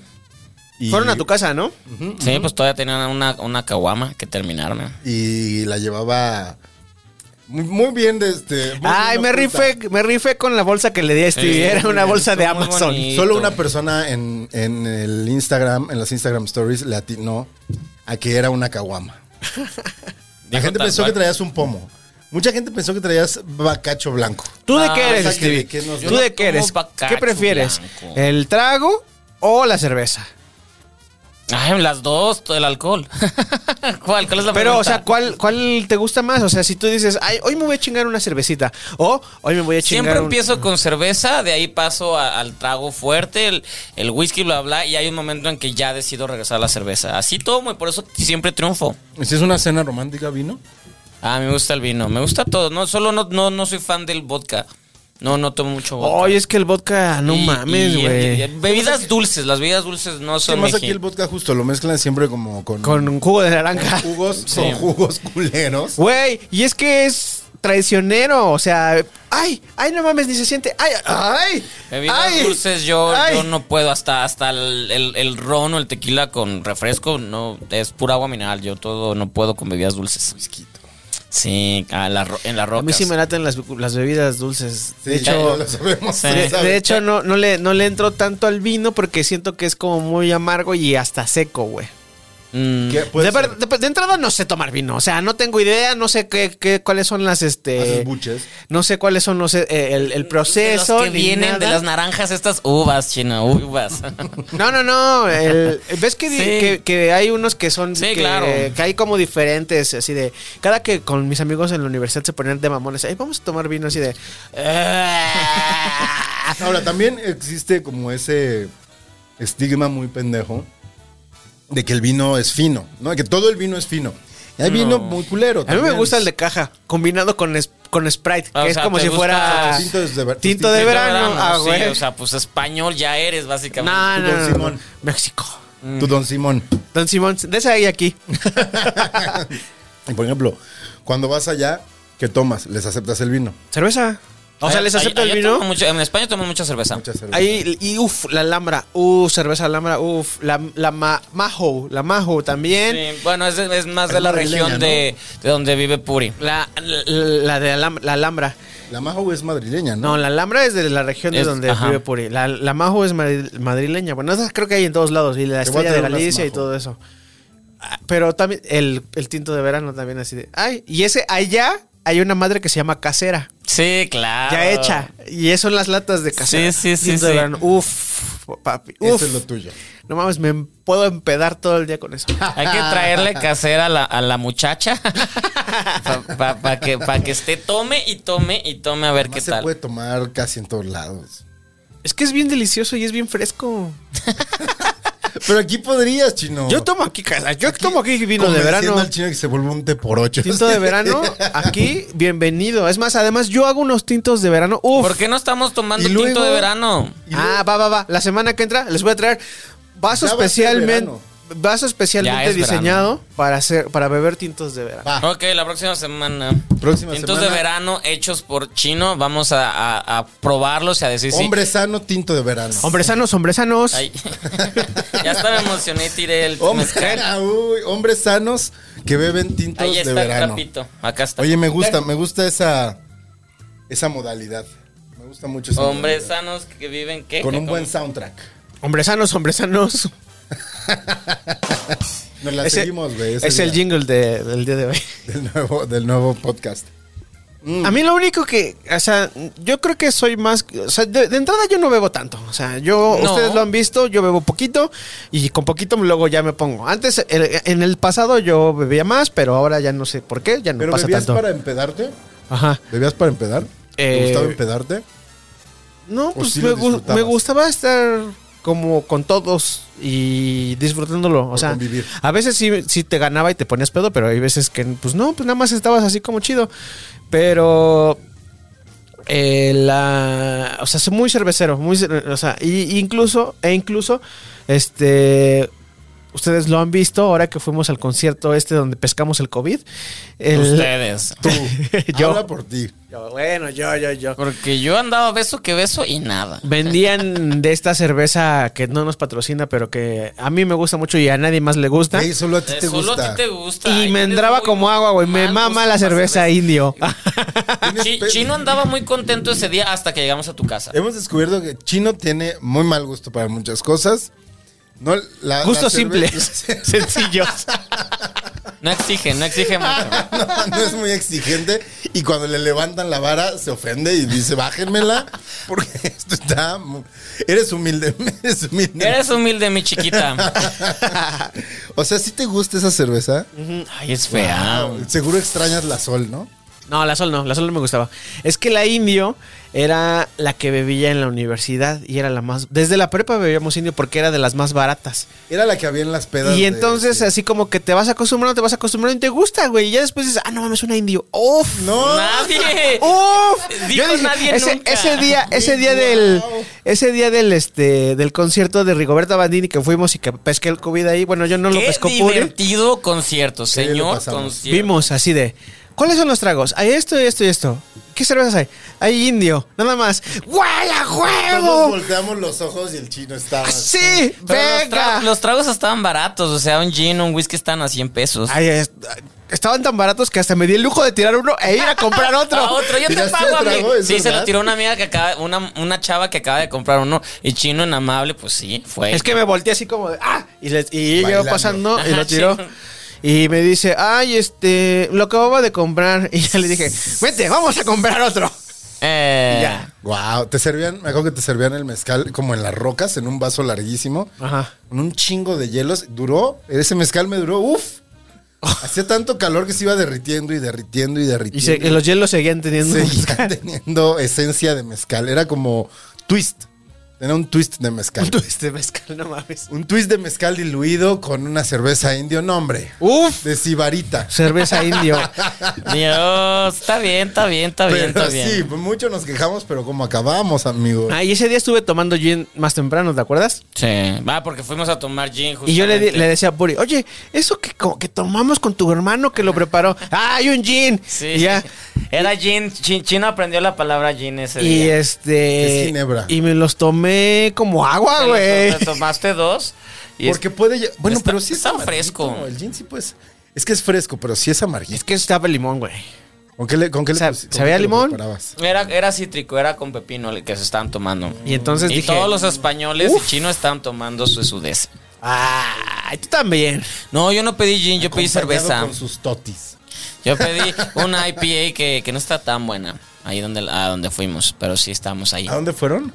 [SPEAKER 5] Y,
[SPEAKER 2] Fueron a tu casa, ¿no?
[SPEAKER 7] sí, pues todavía tenía una, una caguama que terminarme.
[SPEAKER 5] Y la llevaba muy, muy bien. De este, muy
[SPEAKER 2] Ay,
[SPEAKER 5] bien
[SPEAKER 2] me
[SPEAKER 5] oculta.
[SPEAKER 2] rifé, me rifé con la bolsa que le di a Stevie.
[SPEAKER 7] Eh,
[SPEAKER 2] Era una bolsa de
[SPEAKER 7] estuvo muy
[SPEAKER 2] Amazon.
[SPEAKER 7] bonito.
[SPEAKER 5] Solo una persona en, en el Instagram, en las Instagram Stories, le atinó a que era una caguama. La
[SPEAKER 7] Dijo
[SPEAKER 5] gente
[SPEAKER 7] tal
[SPEAKER 5] pensó que
[SPEAKER 7] cual.
[SPEAKER 5] traías un pomo. Mucha gente pensó que traías bacacho blanco.
[SPEAKER 2] ¿Tú de
[SPEAKER 7] No,
[SPEAKER 2] qué
[SPEAKER 7] Ah, o
[SPEAKER 2] eres,
[SPEAKER 5] sea, que-
[SPEAKER 2] Stevie?
[SPEAKER 5] que nos-
[SPEAKER 2] ¿Tú
[SPEAKER 7] Yo
[SPEAKER 2] de
[SPEAKER 7] no
[SPEAKER 2] qué eres?
[SPEAKER 7] tomo
[SPEAKER 2] ¿Qué
[SPEAKER 7] bacacho
[SPEAKER 2] prefieres?
[SPEAKER 7] blanco.
[SPEAKER 2] ¿El trago o la cerveza?
[SPEAKER 7] Ay, las dos, todo el alcohol. ¿Cuál? ¿Cuál es la
[SPEAKER 2] Pero,
[SPEAKER 7] pregunta?
[SPEAKER 2] o sea, ¿cuál, ¿cuál te gusta más? O sea, si tú dices, ay, hoy me voy a chingar una cervecita. O hoy me voy a chingar
[SPEAKER 7] Siempre
[SPEAKER 2] un-
[SPEAKER 7] empiezo con cerveza, de ahí paso a- al trago fuerte, el, el whisky, bla, bla, y hay un momento en que ya decido regresar a la cerveza. Así tomo y por eso siempre triunfo.
[SPEAKER 5] ¿Y Si es una cena romántica, vino.
[SPEAKER 7] Ah, me gusta el vino, me gusta todo. No, solo no, no, no soy fan del vodka. No, no tomo mucho vodka.
[SPEAKER 2] Ay, es que el vodka, Oh, no
[SPEAKER 7] Y-
[SPEAKER 2] mames,
[SPEAKER 7] y- y- y-
[SPEAKER 2] güey.
[SPEAKER 7] Bebidas dulces, las bebidas dulces no
[SPEAKER 5] Sí,
[SPEAKER 7] son
[SPEAKER 5] más
[SPEAKER 7] mi
[SPEAKER 5] aquí
[SPEAKER 7] hit.
[SPEAKER 5] el vodka justo lo mezclan siempre como con,
[SPEAKER 2] Con un jugo de naranja.
[SPEAKER 5] jugos, con jugos culeros.
[SPEAKER 2] Güey, y es que es traicionero, o sea, ay, ay, no mames, ni se siente, ay, ay,
[SPEAKER 7] Bebidas
[SPEAKER 2] ay,
[SPEAKER 7] dulces yo,
[SPEAKER 2] ay.
[SPEAKER 7] yo no puedo hasta hasta el, el, el ron o el tequila con refresco no es pura agua mineral yo todo no puedo con bebidas dulces sí a la ro- en la roca
[SPEAKER 2] A mí sí me laten las, las bebidas dulces.
[SPEAKER 5] Sí,
[SPEAKER 2] de
[SPEAKER 5] ya
[SPEAKER 2] hecho,
[SPEAKER 5] lo sabemos,
[SPEAKER 7] Sí.
[SPEAKER 5] tú
[SPEAKER 2] de,
[SPEAKER 5] sabes.
[SPEAKER 2] de hecho no, no, le, no le entro tanto al vino porque siento que es como muy amargo y hasta seco, güey.
[SPEAKER 7] Mm.
[SPEAKER 5] ¿Qué puede
[SPEAKER 2] De,
[SPEAKER 5] ser?
[SPEAKER 2] ver- de- de entrada no sé tomar vino, o sea, no tengo idea, no sé qué, qué- cuáles son las, este,
[SPEAKER 5] Haces buches.
[SPEAKER 2] no sé cuáles son los, eh, el, el proceso.
[SPEAKER 7] de los que
[SPEAKER 2] ni
[SPEAKER 7] vienen de
[SPEAKER 2] nada.
[SPEAKER 7] las naranjas estas uvas chino uvas
[SPEAKER 2] No, no, no. el- ¿Ves que, di-
[SPEAKER 7] Sí.
[SPEAKER 2] que, que hay unos que son.
[SPEAKER 7] Sí,
[SPEAKER 2] que,
[SPEAKER 7] claro.
[SPEAKER 2] que hay como diferentes, así de. Cada que con mis amigos en la universidad se ponían de mamones. "Ay, vamos a tomar vino así de. "Ah,
[SPEAKER 5] Ahora, también existe como ese estigma muy pendejo de que el vino es fino, ¿no? De que todo el vino es fino. Y hay vino muy culero.
[SPEAKER 2] A mí me gusta el de caja, combinado con, es- con Sprite, que
[SPEAKER 7] Ah, o
[SPEAKER 2] es
[SPEAKER 7] sea,
[SPEAKER 2] como
[SPEAKER 7] te
[SPEAKER 2] si
[SPEAKER 7] gusta
[SPEAKER 2] fuera
[SPEAKER 5] tinto de ver-
[SPEAKER 2] tinto de
[SPEAKER 7] Sí,
[SPEAKER 2] verano. Ah,
[SPEAKER 7] sí,
[SPEAKER 2] güey.
[SPEAKER 7] o sea, pues español ya eres, básicamente.
[SPEAKER 2] No,
[SPEAKER 5] Don
[SPEAKER 2] no, no, no.
[SPEAKER 5] Simón.
[SPEAKER 2] México. Mm.
[SPEAKER 5] Tu Don Simón.
[SPEAKER 2] Don Simón, de esa ahí aquí.
[SPEAKER 5] Y por ejemplo, cuando vas allá, ¿qué tomas? Les aceptas el vino.
[SPEAKER 2] Cerveza. O sea,
[SPEAKER 7] Allá-
[SPEAKER 2] les acepto el
[SPEAKER 7] allá
[SPEAKER 2] vino.
[SPEAKER 7] toman mucho- en España toman mucha cerveza.
[SPEAKER 5] Muchas cervezas.
[SPEAKER 2] Ahí, y uff, la Alhambra, uff, cerveza Alhambra, uff, la, la ma- Majo, la Majo también.
[SPEAKER 7] Sí, bueno, es, es más
[SPEAKER 5] Es
[SPEAKER 7] de la
[SPEAKER 5] madrileña,
[SPEAKER 7] región de, de donde vive Puri.
[SPEAKER 2] La, la, la de Alam- la Alhambra.
[SPEAKER 5] La Majo es madrileña, ¿no?
[SPEAKER 2] No, la Alhambra es de la región de
[SPEAKER 7] Es-
[SPEAKER 2] donde
[SPEAKER 7] ajá.
[SPEAKER 2] vive Puri. La, la Majo es madri- madrileña. Bueno, esa creo que hay en todos lados. Y la
[SPEAKER 5] Te voy
[SPEAKER 2] estrella de
[SPEAKER 5] a traer unas
[SPEAKER 2] Galicia y
[SPEAKER 5] Majo.
[SPEAKER 2] todo eso. Ah, Pero también el, el tinto de verano también así de... Ay, y ese allá hay una madre que se llama casera.
[SPEAKER 7] Sí, claro.
[SPEAKER 2] Ya hecha. Y eso son las latas de casera.
[SPEAKER 7] Ah. Sí, sí, sí,
[SPEAKER 2] Tinto de
[SPEAKER 7] sí.
[SPEAKER 2] verano. Uf, papi.
[SPEAKER 5] Eso
[SPEAKER 2] Uf.
[SPEAKER 5] es lo tuyo.
[SPEAKER 2] No mames, me em- puedo empedar todo el día con eso.
[SPEAKER 7] Hay que traerle casera a la, a la muchacha para que, pa que esté tome y tome y tome a ver
[SPEAKER 5] Además,
[SPEAKER 7] qué
[SPEAKER 5] se
[SPEAKER 7] tal.
[SPEAKER 5] puede tomar casi en todos lados.
[SPEAKER 2] Es que es bien delicioso y es bien fresco.
[SPEAKER 5] Pero aquí podrías, chino.
[SPEAKER 2] Yo tomo aquí, casa- yo tomo aquí vino de
[SPEAKER 5] Convenciendo
[SPEAKER 2] verano.
[SPEAKER 5] al chino que se vuelve un té por ocho.
[SPEAKER 2] Tinto de verano, aquí, bienvenido. Es más, además, yo hago unos tintos de verano. Uf.
[SPEAKER 7] ¿Por qué no estamos tomando
[SPEAKER 5] Y luego-
[SPEAKER 7] tinto de verano?
[SPEAKER 5] Y
[SPEAKER 2] Ah, va, va, va. La semana que entra les voy a traer vaso
[SPEAKER 5] Ya va a ser
[SPEAKER 2] especialmente.
[SPEAKER 5] verano.
[SPEAKER 2] Vaso
[SPEAKER 7] Ya
[SPEAKER 2] especialmente
[SPEAKER 7] es verano.
[SPEAKER 2] diseñado para hacer, para beber tintos de verano.
[SPEAKER 5] Va.
[SPEAKER 7] Ok, la próxima semana.
[SPEAKER 5] Ah. Próxima
[SPEAKER 7] Tintos
[SPEAKER 5] semana.
[SPEAKER 7] de verano hechos por chino. Vamos a, a- a probarlos y a decir si.
[SPEAKER 5] Hombre sano, tinto de verano.
[SPEAKER 2] Hombres sanos, hombres sanos.
[SPEAKER 7] Ay. ya hasta me emocioné y tiré el
[SPEAKER 5] Hombre-
[SPEAKER 7] mezcal.
[SPEAKER 5] Ah, uy, hombres sanos que beben tintos
[SPEAKER 7] Ahí
[SPEAKER 5] de
[SPEAKER 7] está el
[SPEAKER 5] verano.
[SPEAKER 7] trapito. Acá está.
[SPEAKER 5] Oye, me gusta, me gusta esa, esa modalidad. Me gusta mucho esa
[SPEAKER 7] Hombres
[SPEAKER 5] modalidad.
[SPEAKER 7] sanos que viven qué.
[SPEAKER 5] Con
[SPEAKER 7] ¿Qué
[SPEAKER 5] un
[SPEAKER 7] comen?
[SPEAKER 5] buen soundtrack.
[SPEAKER 2] Hombres sanos, hombres sanos.
[SPEAKER 5] Nos la
[SPEAKER 2] Ese-
[SPEAKER 5] seguimos, güey. ese
[SPEAKER 2] Es el
[SPEAKER 5] día
[SPEAKER 2] jingle de- del día de hoy.
[SPEAKER 5] del nuevo, del nuevo podcast. Mm.
[SPEAKER 2] A mí lo único que, o sea, yo creo que soy más, o sea, de, de entrada yo no bebo tanto, o sea, yo,
[SPEAKER 7] No.
[SPEAKER 2] ustedes lo han visto, yo bebo poquito y con poquito luego ya me pongo. Antes, el- en el pasado yo bebía más, pero ahora ya no sé por qué, ya no
[SPEAKER 5] ¿Pero
[SPEAKER 2] pasa
[SPEAKER 5] bebías
[SPEAKER 2] tanto.
[SPEAKER 5] para empedarte?
[SPEAKER 2] Ajá.
[SPEAKER 5] ¿Bebías para empedar?
[SPEAKER 2] Eh,
[SPEAKER 5] ¿Te gustaba empedarte?
[SPEAKER 2] No,
[SPEAKER 5] ¿O
[SPEAKER 2] pues
[SPEAKER 5] sí
[SPEAKER 2] me,
[SPEAKER 5] lo
[SPEAKER 2] gu-
[SPEAKER 5] disfrutabas?
[SPEAKER 2] me gustaba estar como con todos y disfrutándolo, o
[SPEAKER 5] Por
[SPEAKER 2] sea,
[SPEAKER 5] convivir.
[SPEAKER 2] a veces sí, sí te ganaba y te ponías pedo, pero hay veces que, pues no, pues nada más estabas así como chido, pero eh, la, o sea, soy muy cervecero, muy, cer- o sea, y, y incluso, e incluso, este, ustedes lo han visto ahora que fuimos al concierto este donde pescamos el COVID, el-
[SPEAKER 7] Ustedes.
[SPEAKER 5] Tú.
[SPEAKER 2] Yo.
[SPEAKER 5] Habla por ti.
[SPEAKER 2] Yo, bueno, yo, yo, yo.
[SPEAKER 7] Porque yo andaba beso que beso y nada.
[SPEAKER 2] Vendían de esta cerveza que no nos patrocina, pero que a mí me gusta mucho y a nadie más le gusta.
[SPEAKER 5] Güey, solo a ti
[SPEAKER 7] Eh,
[SPEAKER 5] te
[SPEAKER 7] Solo
[SPEAKER 5] gusta.
[SPEAKER 7] a ti te gusta.
[SPEAKER 2] Y
[SPEAKER 7] Ay,
[SPEAKER 2] me
[SPEAKER 7] eres
[SPEAKER 2] entraba
[SPEAKER 7] muy
[SPEAKER 2] como agua, güey. Me
[SPEAKER 7] mal
[SPEAKER 2] mama
[SPEAKER 7] gusto
[SPEAKER 2] la
[SPEAKER 7] para
[SPEAKER 2] cerveza indio.
[SPEAKER 5] Tienes
[SPEAKER 7] Chi-
[SPEAKER 5] pe-
[SPEAKER 7] Chino andaba muy contento ese día hasta que llegamos a tu casa.
[SPEAKER 5] Hemos descubierto que Chino tiene muy mal gusto para muchas cosas. No, la- la
[SPEAKER 2] Gustos
[SPEAKER 5] cerve-
[SPEAKER 2] simples, sencillos.
[SPEAKER 7] No exige, no exige mucho.
[SPEAKER 5] No, no es muy exigente. Y cuando le levantan la vara, se ofende y dice, bájenmela. Porque esto está. mu- Eres humilde. Eres humilde.
[SPEAKER 7] Eres humilde, mi chiquita.
[SPEAKER 5] o sea, si te gusta esa cerveza,
[SPEAKER 7] Ay, es fea.
[SPEAKER 5] seguro extrañas la sol, ¿no?
[SPEAKER 2] No, la sol no, la sol no me gustaba. Es que la indio era la que bebía en la universidad y era la más... Desde la prepa bebíamos indio porque era de las más baratas.
[SPEAKER 5] Era la que había en las pedas.
[SPEAKER 2] Y
[SPEAKER 5] de-
[SPEAKER 2] entonces
[SPEAKER 5] de-
[SPEAKER 2] así como que te vas acostumbrando, te vas acostumbrando y te gusta, güey. Y ya después dices, ah, no mames, una indio. ¡Uf!
[SPEAKER 5] No.
[SPEAKER 7] Nadie.
[SPEAKER 2] Uh, ¡Uf!
[SPEAKER 7] Dijo nadie
[SPEAKER 2] ese,
[SPEAKER 7] nunca.
[SPEAKER 2] ese día, ese día
[SPEAKER 5] Wow.
[SPEAKER 2] del, ese día del este, del concierto de Rigoberta Bandini que fuimos y que pesqué el COVID ahí. Bueno, yo no lo
[SPEAKER 7] Qué
[SPEAKER 2] pescó Puri.
[SPEAKER 7] divertido concierto,
[SPEAKER 5] Sí, lo
[SPEAKER 7] señor
[SPEAKER 5] pasamos.
[SPEAKER 7] concierto.
[SPEAKER 2] Vimos así de, ¿cuáles son los tragos? Hay esto y esto y esto. ¿Qué cervezas hay? Hay indio, nada más. ¡Güey, a
[SPEAKER 5] Todos
[SPEAKER 2] juego!
[SPEAKER 5] volteamos los ojos y el chino estaba.
[SPEAKER 2] Ah, ¡Sí!
[SPEAKER 7] Pero los,
[SPEAKER 2] ¡Venga!
[SPEAKER 7] tra- los tragos estaban baratos, o sea, un gin, un whisky están a 100 pesos.
[SPEAKER 2] Ay, es- estaban tan baratos que hasta me di el lujo de tirar uno e ir a comprar otro.
[SPEAKER 7] A otro, yo te
[SPEAKER 5] ¿Tiraste
[SPEAKER 7] pago,
[SPEAKER 5] un trago?
[SPEAKER 7] amigo.
[SPEAKER 5] ¿Es
[SPEAKER 7] Sí, se
[SPEAKER 5] verdad?
[SPEAKER 7] lo tiró una amiga que acaba, una, una chava que acaba de comprar uno. Y chino en amable, pues sí, fue.
[SPEAKER 2] Es que me volteé así como de ¡ah! Y, le, y llegó
[SPEAKER 5] Bailando.
[SPEAKER 2] pasando y lo
[SPEAKER 7] Ajá,
[SPEAKER 2] tiró.
[SPEAKER 7] sí.
[SPEAKER 2] Y me dice, ay, este, lo acababa de comprar. Y ya le dije, vete, vamos a comprar otro.
[SPEAKER 7] Eh,
[SPEAKER 2] Ya.
[SPEAKER 5] Wow, te servían, me acuerdo que te servían el mezcal como en las rocas, en un vaso larguísimo,
[SPEAKER 2] Ajá.
[SPEAKER 5] con un chingo de hielos. Duró, ese mezcal me duró, uff. Hacía tanto calor que se iba derritiendo y derritiendo y derritiendo.
[SPEAKER 2] Y se- y los hielos seguían teniendo.
[SPEAKER 5] seguía teniendo esencia de mezcal. Era como twist. Tenía un twist de mezcal.
[SPEAKER 2] Un twist de mezcal, no mames.
[SPEAKER 5] Un twist de mezcal diluido con una cerveza indio nombre.
[SPEAKER 2] Uf,
[SPEAKER 5] De sibarita.
[SPEAKER 2] cerveza indio.
[SPEAKER 7] Dios, oh, está bien, está bien, está bien, está
[SPEAKER 5] Pero
[SPEAKER 7] bien.
[SPEAKER 5] sí, mucho nos quejamos, pero como acabamos, amigo.
[SPEAKER 2] Ah, y ese día estuve tomando gin más temprano, ¿te acuerdas?
[SPEAKER 7] Sí, va, porque fuimos a tomar gin
[SPEAKER 2] Y yo le, di-
[SPEAKER 7] justamente.
[SPEAKER 2] le decía a Puri, oye, eso que, como que tomamos con tu hermano que lo preparó. ¡Ah, hay un gin!
[SPEAKER 7] Sí.
[SPEAKER 2] Y ya.
[SPEAKER 7] Era gin. Chi- Chino aprendió la palabra gin ese
[SPEAKER 2] Y
[SPEAKER 7] día.
[SPEAKER 2] este.
[SPEAKER 5] Es ginebra.
[SPEAKER 2] Y me los tomé como agua,
[SPEAKER 7] Te lo-
[SPEAKER 2] Ah, güey.
[SPEAKER 7] te tomaste dos. y es-
[SPEAKER 5] Porque puede. lle- Bueno,
[SPEAKER 7] Está-
[SPEAKER 5] pero sí
[SPEAKER 7] está
[SPEAKER 5] amarguito,
[SPEAKER 7] fresco.
[SPEAKER 5] ¿no? El gin sí, pues. Es que es fresco, pero sí es
[SPEAKER 2] Es
[SPEAKER 5] amarguito.
[SPEAKER 2] que estaba el limón, güey.
[SPEAKER 5] ¿Con qué le, con qué le
[SPEAKER 2] Sa-
[SPEAKER 5] pusi- con
[SPEAKER 2] ¿sabía
[SPEAKER 5] qué lo
[SPEAKER 2] limón?
[SPEAKER 5] preparabas?
[SPEAKER 7] Era, era cítrico, era con pepino el que se estaban tomando.
[SPEAKER 2] Y entonces
[SPEAKER 7] y
[SPEAKER 2] dije,
[SPEAKER 7] todos los españoles
[SPEAKER 2] "Uf".
[SPEAKER 7] y chinos estaban tomando su sudez.
[SPEAKER 2] ¡Ay, tú también!
[SPEAKER 7] No, yo no pedí gin, yo pedí
[SPEAKER 5] Acompañado
[SPEAKER 7] cerveza.
[SPEAKER 5] Con sus totis.
[SPEAKER 7] Yo pedí una IPA que, que no está tan buena. Ahí donde, a donde fuimos, pero sí estábamos ahí.
[SPEAKER 5] ¿A dónde fueron?